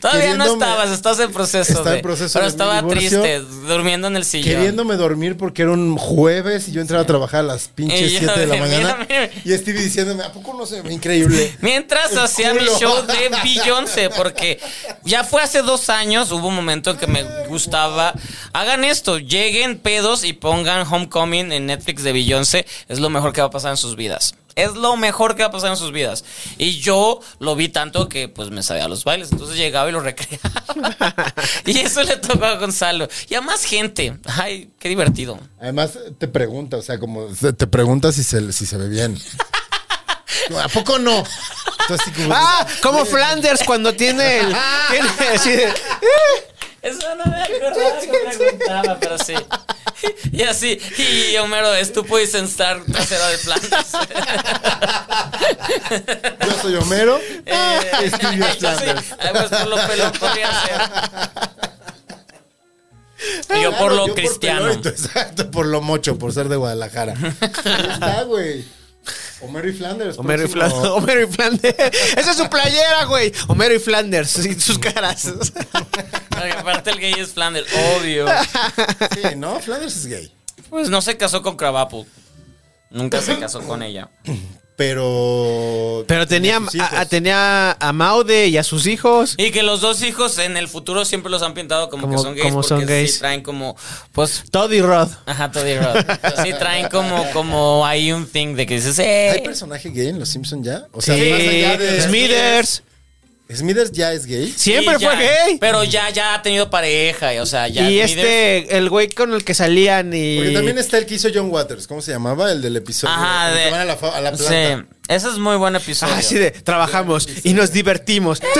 [SPEAKER 7] Todavía no
[SPEAKER 5] queriéndome-
[SPEAKER 7] estabas, estás en proceso.
[SPEAKER 5] Estaba en
[SPEAKER 7] de-
[SPEAKER 5] proceso
[SPEAKER 7] Pero
[SPEAKER 5] de mi
[SPEAKER 7] estaba
[SPEAKER 5] divorcio.
[SPEAKER 7] triste, durmiendo en el sillón.
[SPEAKER 5] Queriéndome dormir porque era un jueves y yo entraba a trabajar a las pinches
[SPEAKER 7] Y yo
[SPEAKER 5] 7 de la
[SPEAKER 7] de,
[SPEAKER 5] mañana.
[SPEAKER 7] mírame.
[SPEAKER 5] Y Stevie diciéndome, ¿a poco no se ve increíble?
[SPEAKER 7] Mientras
[SPEAKER 5] El
[SPEAKER 7] hacía mi
[SPEAKER 5] culo.
[SPEAKER 7] show de Beyoncé, porque ya fue hace dos años, hubo un momento en que me gustaba. Hagan esto, lleguen pedos y pongan Homecoming en Netflix de Beyoncé. Es lo mejor que va a pasar en sus vidas. Es lo mejor que va a pasar en sus vidas. Y yo lo vi tanto que pues me sabía los bailes. Entonces llegaba y lo recreaba. y eso le tocó a Gonzalo. Y a más gente. Ay, qué divertido.
[SPEAKER 5] Además, te pregunta, o sea, como se- te pregunta si se, si se ve bien. No, ¿A poco no? Entonces, así como-
[SPEAKER 2] Ah, como Flanders cuando tiene el. tiene así de-
[SPEAKER 7] Eso no me acordaba que preguntaba, pero sí. Y así, y Homero, estúpido y sensar trasero de plantas.
[SPEAKER 5] Yo soy Homero. Ah,
[SPEAKER 7] Eh,
[SPEAKER 5] Stevie
[SPEAKER 7] yo sí,
[SPEAKER 5] Flanders.
[SPEAKER 7] ay, pues por lo pelón podría ser. Y yo
[SPEAKER 5] Claro,
[SPEAKER 7] por lo
[SPEAKER 5] Ah, yo
[SPEAKER 7] cristiano.
[SPEAKER 5] pelón, exacto, por lo mocho, por ser de Guadalajara. Ahí está, güey. Homero y Flanders.
[SPEAKER 2] Homero y,
[SPEAKER 5] próximo.
[SPEAKER 2] Flan- Homero y Flanders. Esa es su playera, güey. Homero y Flanders. Y sus caras.
[SPEAKER 7] Porque aparte el gay es Flanders, obvio.
[SPEAKER 5] Sí, ¿no? Flanders es gay.
[SPEAKER 7] Pues no se casó con Cravapo. Nunca se casó con ella.
[SPEAKER 5] Pero.
[SPEAKER 2] Pero tenía
[SPEAKER 5] sus hijos.
[SPEAKER 2] a, a- tenía a Maude y a sus hijos.
[SPEAKER 7] Y que los dos hijos en el futuro siempre los han pintado como,
[SPEAKER 2] Como-
[SPEAKER 7] que son gays.
[SPEAKER 2] como
[SPEAKER 7] porque
[SPEAKER 2] son gays.
[SPEAKER 7] Sí traen como, pues,
[SPEAKER 2] Todd y Rod.
[SPEAKER 7] Ajá, Toddy Rod. Sí, traen como, como hay un thing de que dices, eh.
[SPEAKER 5] ¿Hay personaje gay en Los Simpsons ya? O sea, más
[SPEAKER 2] Sí,
[SPEAKER 5] allá de.
[SPEAKER 2] Smithers.
[SPEAKER 5] Smithers ya es gay.
[SPEAKER 2] Siempre
[SPEAKER 7] Sí, ya,
[SPEAKER 2] fue gay.
[SPEAKER 7] Pero ya, ya ha tenido pareja, y, o sea, ya.
[SPEAKER 2] y
[SPEAKER 7] líder-
[SPEAKER 2] este, el güey con el que salían y.
[SPEAKER 5] Porque también está el que hizo John Waters. ¿Cómo se llamaba? El del episodio.
[SPEAKER 7] Ajá,
[SPEAKER 5] donde
[SPEAKER 7] Ah, de.
[SPEAKER 5] van a la, fa- a la
[SPEAKER 7] sí,
[SPEAKER 5] planta.
[SPEAKER 7] ese es muy buen episodio.
[SPEAKER 2] Ah, Así de, trabajamos y nos divertimos. Tu, ti,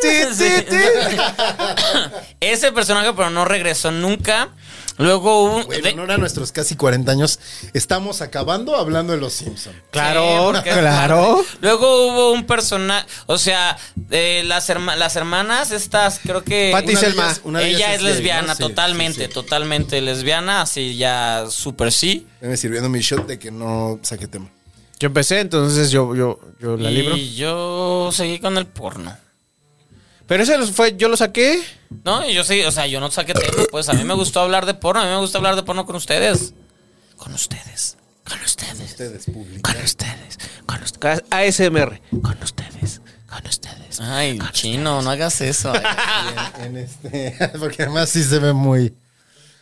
[SPEAKER 2] ti, ti, ti.
[SPEAKER 7] Ese personaje, pero no regresó nunca. Luego hubo. un-
[SPEAKER 5] Güey, en
[SPEAKER 7] de-
[SPEAKER 5] honor a nuestros casi 40 años, estamos acabando hablando de Los Simpsons.
[SPEAKER 2] Claro,
[SPEAKER 7] Sí, porque-
[SPEAKER 2] claro.
[SPEAKER 7] Luego hubo un personaje, o sea, eh, las, herma- las hermanas estas, creo que...
[SPEAKER 2] Patty
[SPEAKER 7] una de
[SPEAKER 2] Selma.
[SPEAKER 7] ellas- una de ellas Ella es,
[SPEAKER 5] gay,
[SPEAKER 7] lesbiana,
[SPEAKER 5] ¿no? Sí,
[SPEAKER 7] totalmente,
[SPEAKER 5] sí, sí.
[SPEAKER 7] totalmente lesbiana, así ya súper sí.
[SPEAKER 5] Me sirviendo mi shot de que no saqué tema.
[SPEAKER 2] Yo empecé, entonces yo, yo, yo la
[SPEAKER 7] y
[SPEAKER 2] libro.
[SPEAKER 7] yo seguí con el porno.
[SPEAKER 2] Pero ese los fue, yo lo saqué.
[SPEAKER 7] No, y yo seguí, o sea, yo no saqué tema, pues a mí me gustó hablar de porno, a mí me gusta hablar de porno con ustedes. Con ustedes, con ustedes,
[SPEAKER 5] Ustedes publican.
[SPEAKER 7] con ustedes, con ustedes.
[SPEAKER 2] ASMR.
[SPEAKER 7] Con ustedes, con ustedes. Ay, chino, no hagas eso.
[SPEAKER 5] en este. Porque además sí se ve muy.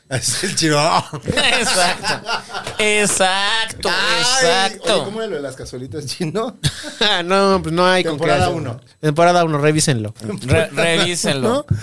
[SPEAKER 5] Así el chino.
[SPEAKER 7] Exacto. Exacto,
[SPEAKER 5] Ay, oye,
[SPEAKER 7] exacto.
[SPEAKER 5] ¿Cómo era lo de las casualitas chino?
[SPEAKER 2] no, pues no hay con qué
[SPEAKER 5] Temporada
[SPEAKER 2] hacer.
[SPEAKER 5] uno.
[SPEAKER 2] Temporada 1, revísenlo.
[SPEAKER 7] Re- revísenlo.
[SPEAKER 5] ¿No?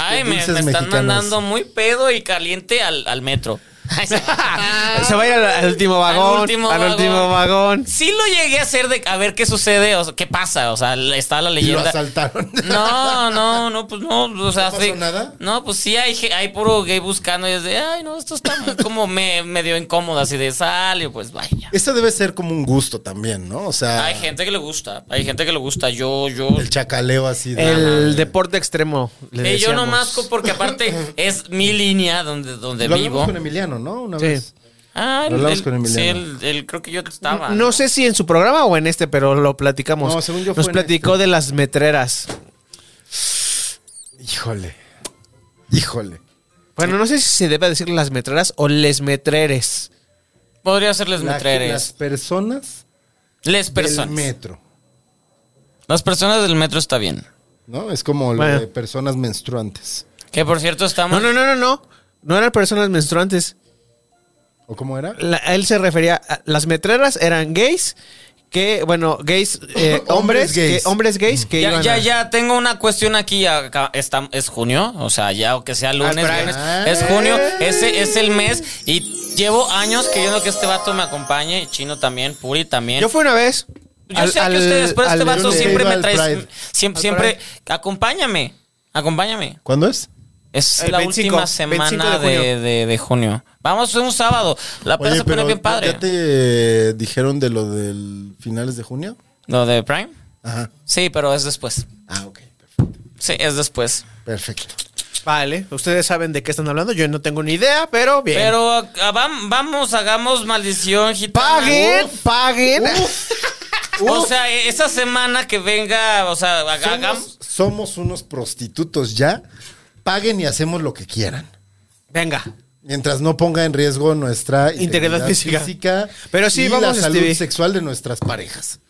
[SPEAKER 7] Ay,
[SPEAKER 5] Este,
[SPEAKER 7] me, me
[SPEAKER 5] dulces
[SPEAKER 7] están
[SPEAKER 5] mexicanos.
[SPEAKER 7] mandando muy pedo y caliente al, al metro. Ay, sí. Ah.
[SPEAKER 2] Se va a ir al, al último vagón. Al último, vagón.
[SPEAKER 7] Sí lo llegué a hacer de a ver qué sucede, o sea, qué pasa, o sea, está la
[SPEAKER 5] Y lo
[SPEAKER 7] leyenda.
[SPEAKER 5] asaltaron.
[SPEAKER 7] No, no, no, pues no, o sea,
[SPEAKER 5] pasó
[SPEAKER 7] sí.
[SPEAKER 5] nada?
[SPEAKER 7] No, pues sí hay, ge- hay puro gay buscando y es de, ay, no, esto está muy- como me, medio incómodo, así de sale, pues vaya.
[SPEAKER 5] Esto debe ser como un gusto también, ¿no? O sea,
[SPEAKER 7] Hay gente que le gusta, hay gente que le gusta, yo, yo.
[SPEAKER 5] el chacaleo así de.
[SPEAKER 2] El deporte extremo. Le
[SPEAKER 7] Eh, yo
[SPEAKER 2] decíamos.
[SPEAKER 7] no masco porque aparte es mi línea donde, donde
[SPEAKER 5] Lo hablamos
[SPEAKER 7] vivo.
[SPEAKER 5] con Emiliano, ¿no? Una
[SPEAKER 2] Sí.
[SPEAKER 5] vez.
[SPEAKER 7] Ah,
[SPEAKER 5] Lo hablamos con
[SPEAKER 7] Sí,
[SPEAKER 5] Emiliano.
[SPEAKER 7] el, el- creo que yo estaba.
[SPEAKER 2] No sé si en su programa o en este, pero lo platicamos.
[SPEAKER 5] No, según yo
[SPEAKER 2] Nos
[SPEAKER 5] fue en este.
[SPEAKER 2] platicó de las metreras.
[SPEAKER 5] Híjole. Híjole.
[SPEAKER 2] Bueno, no sé si se debe decir las metreras o les metreres.
[SPEAKER 7] Podría hacerles
[SPEAKER 5] La-
[SPEAKER 7] metreres.
[SPEAKER 5] las personas
[SPEAKER 7] Les
[SPEAKER 5] del
[SPEAKER 7] personas.
[SPEAKER 5] metro,
[SPEAKER 7] Las personas del metro está bien.
[SPEAKER 5] ¿no? Es como lo
[SPEAKER 2] Bueno.
[SPEAKER 5] de personas menstruantes.
[SPEAKER 7] Que por cierto
[SPEAKER 2] No,
[SPEAKER 7] estamos.
[SPEAKER 2] no, no, no, no. No eran personas menstruantes.
[SPEAKER 5] ¿O cómo era?
[SPEAKER 2] La- él se refería a las metreras eran gays que bueno gays eh, hombres,
[SPEAKER 5] Hombres gays.
[SPEAKER 2] gays. hombres gays que
[SPEAKER 7] Ya,
[SPEAKER 2] iban
[SPEAKER 7] ya,
[SPEAKER 2] a-
[SPEAKER 7] ya, tengo una cuestión aquí. acá está- es junio, o sea, ya o que sea lunes,
[SPEAKER 2] espera.
[SPEAKER 7] viernes,
[SPEAKER 5] Ah.
[SPEAKER 7] es junio, ese es el mes. Y llevo años queriendo que este vato me acompañe, y Chino también, Puri también.
[SPEAKER 2] yo fui una vez
[SPEAKER 7] Yo sé que ustedes, pero
[SPEAKER 2] al-
[SPEAKER 7] este vato
[SPEAKER 5] lunes.
[SPEAKER 7] siempre
[SPEAKER 5] Iba
[SPEAKER 7] me
[SPEAKER 5] al
[SPEAKER 7] trae.
[SPEAKER 5] Pride.
[SPEAKER 7] Siempre,
[SPEAKER 2] Al
[SPEAKER 7] siempre, acompáñame. Acompáñame.
[SPEAKER 5] ¿Cuándo es?
[SPEAKER 7] Es
[SPEAKER 2] El
[SPEAKER 7] la
[SPEAKER 2] 25,
[SPEAKER 7] última
[SPEAKER 2] 25
[SPEAKER 7] semana
[SPEAKER 2] de junio.
[SPEAKER 7] de, de- de junio. Vamos, es un sábado. La plaza se pone bien padre.
[SPEAKER 5] ¿ya te dijeron de lo del finales de junio?
[SPEAKER 7] ¿Lo de Prime?
[SPEAKER 5] Ajá.
[SPEAKER 7] Sí, pero es después.
[SPEAKER 5] Ah, ok.
[SPEAKER 7] Sí, es después.
[SPEAKER 5] Perfecto.
[SPEAKER 2] Vale, ustedes saben de qué están hablando. Yo no tengo ni idea, pero bien.
[SPEAKER 7] Pero ah, vam- vamos, hagamos maldición, gitana.
[SPEAKER 2] paguen,
[SPEAKER 7] Uf.
[SPEAKER 2] paguen.
[SPEAKER 7] O sea, e- esa semana que venga, o sea, haga- hagamos.
[SPEAKER 5] Somos, somos unos prostitutos ya. Paguen y hacemos lo que quieran.
[SPEAKER 2] Venga.
[SPEAKER 5] Mientras no ponga en riesgo nuestra
[SPEAKER 2] Integridad física. Pero sí,
[SPEAKER 5] y
[SPEAKER 2] vamos,
[SPEAKER 5] la salud
[SPEAKER 2] Stevie.
[SPEAKER 5] sexual de nuestras parejas.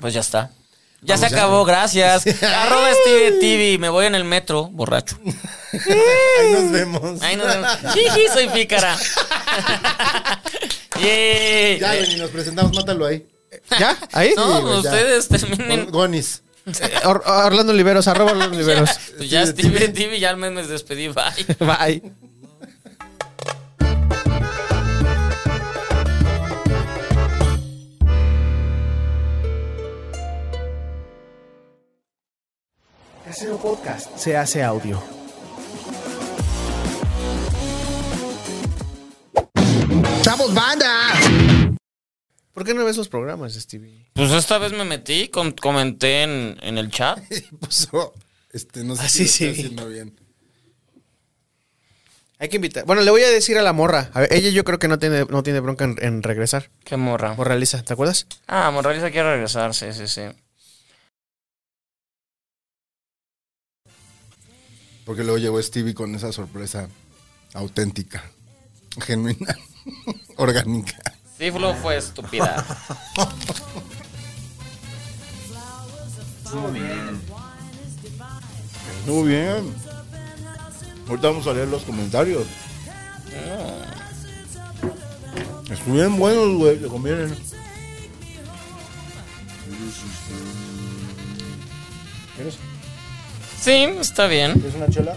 [SPEAKER 7] Pues ya está. Ya
[SPEAKER 5] Vamos,
[SPEAKER 7] se
[SPEAKER 5] ya.
[SPEAKER 7] acabó, gracias. Arroba Stevie TV. Me voy en el metro, borracho.
[SPEAKER 5] Ahí nos vemos.
[SPEAKER 7] Ay, no, no. Jiji, soy pícara. Yay.
[SPEAKER 2] Eh,
[SPEAKER 5] Ya, ven, y nos presentamos, mátalo ahí.
[SPEAKER 2] ¿Ya? ¿Ahí?
[SPEAKER 7] No,
[SPEAKER 5] Sí, güey, ya.
[SPEAKER 7] ustedes terminen.
[SPEAKER 5] Gonis.
[SPEAKER 2] Eh, Or- Orlando Oliveros, arroba Orlando Oliveros.
[SPEAKER 7] Pues ya
[SPEAKER 5] Stevie
[SPEAKER 7] Stevie TV, ya al menos me despedí. Bye.
[SPEAKER 2] Bye.
[SPEAKER 4] Casero Podcast se hace audio.
[SPEAKER 5] ¡Chavos, banda!
[SPEAKER 2] ¿Por qué no ves los programas, Stevie?
[SPEAKER 7] Pues esta vez me metí, com- comenté en, en el chat.
[SPEAKER 5] Y puso, este, no sé
[SPEAKER 2] Ah,
[SPEAKER 5] si
[SPEAKER 2] sí, sí.
[SPEAKER 5] lo estoy haciendo bien.
[SPEAKER 2] Hay que invitar. Bueno, le voy a decir a la morra. A ver, ella yo creo que no tiene, no tiene bronca en, en regresar.
[SPEAKER 7] Qué morra.
[SPEAKER 2] Morra Lisa, ¿te acuerdas?
[SPEAKER 7] Ah, Morraliza quiere regresar, sí, sí, sí.
[SPEAKER 5] Porque luego llegó Stevie con esa sorpresa auténtica, genuina, orgánica.
[SPEAKER 7] Sí, Flo fue estúpida.
[SPEAKER 5] Muy bien. Ahorita vamos a leer los comentarios. Ah. Estuvieron buenos, güey, te convienen. ¿Quieres,
[SPEAKER 7] Sí, está bien.
[SPEAKER 5] quieres una chela?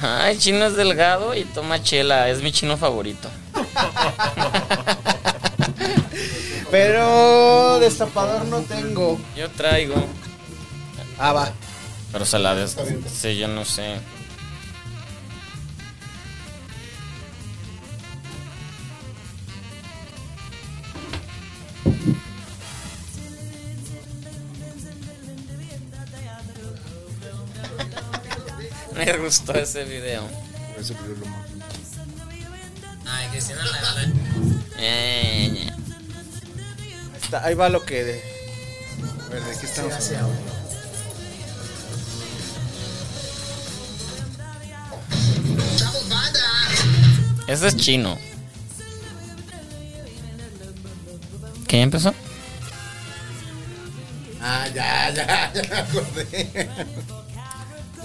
[SPEAKER 7] Ay, chino es delgado y toma chela. Es mi chino favorito.
[SPEAKER 2] Pero destapador no tengo.
[SPEAKER 7] Yo traigo.
[SPEAKER 2] Ah, va.
[SPEAKER 7] Pero se la des. Sí, yo no sé. Me gustó ese video.
[SPEAKER 5] Ese problema.
[SPEAKER 7] Ay, Cristina la.
[SPEAKER 2] Ahí
[SPEAKER 7] Eh,
[SPEAKER 2] está, ahí va lo que. de-
[SPEAKER 5] A ver, ¿de qué estamos hablando?
[SPEAKER 7] Ese es chino. ¿Qué ya empezó?
[SPEAKER 5] Ah, ya, ya, ya me acordé.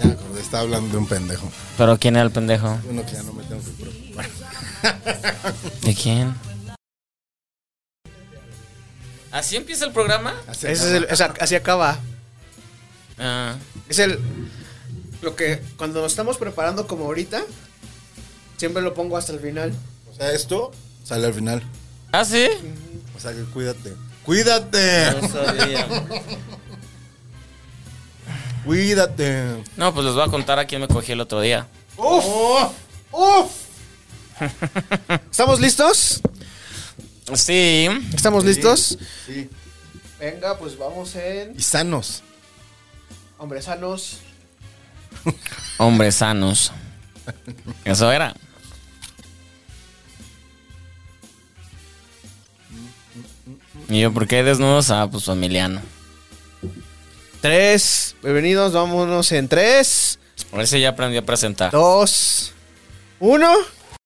[SPEAKER 5] Ya me acordé, estaba hablando de un pendejo.
[SPEAKER 7] ¿Pero quién era el pendejo?
[SPEAKER 5] Uno que ya no me tengo que preocupar.
[SPEAKER 7] ¿De quién? ¿Así empieza el programa?
[SPEAKER 2] Ese es el, esa- así acaba.
[SPEAKER 7] Ah,
[SPEAKER 2] Es el. Lo que cuando nos estamos preparando como ahorita, siempre lo pongo hasta el final.
[SPEAKER 5] O sea, esto sale al final.
[SPEAKER 7] ¿Ah, sí?
[SPEAKER 5] O sea, que cuídate. ¡Cuídate! ¡Cuídate!
[SPEAKER 7] No, pues les voy a contar a quién me cogí el otro día.
[SPEAKER 2] ¡Uf!
[SPEAKER 5] Oh.
[SPEAKER 2] ¡Uf! ¿Estamos listos?
[SPEAKER 7] Sí.
[SPEAKER 2] ¿Estamos listos?
[SPEAKER 5] Sí.
[SPEAKER 2] Venga, pues vamos en.
[SPEAKER 5] Y sanos.
[SPEAKER 2] Hombres sanos.
[SPEAKER 7] Hombres sanos. Eso era. Y yo, ¿por qué desnudos? Ah, pues familiano.
[SPEAKER 2] Tres. Bienvenidos, vámonos en tres,
[SPEAKER 7] A ver si ya aprendí a presentar.
[SPEAKER 2] dos, uno.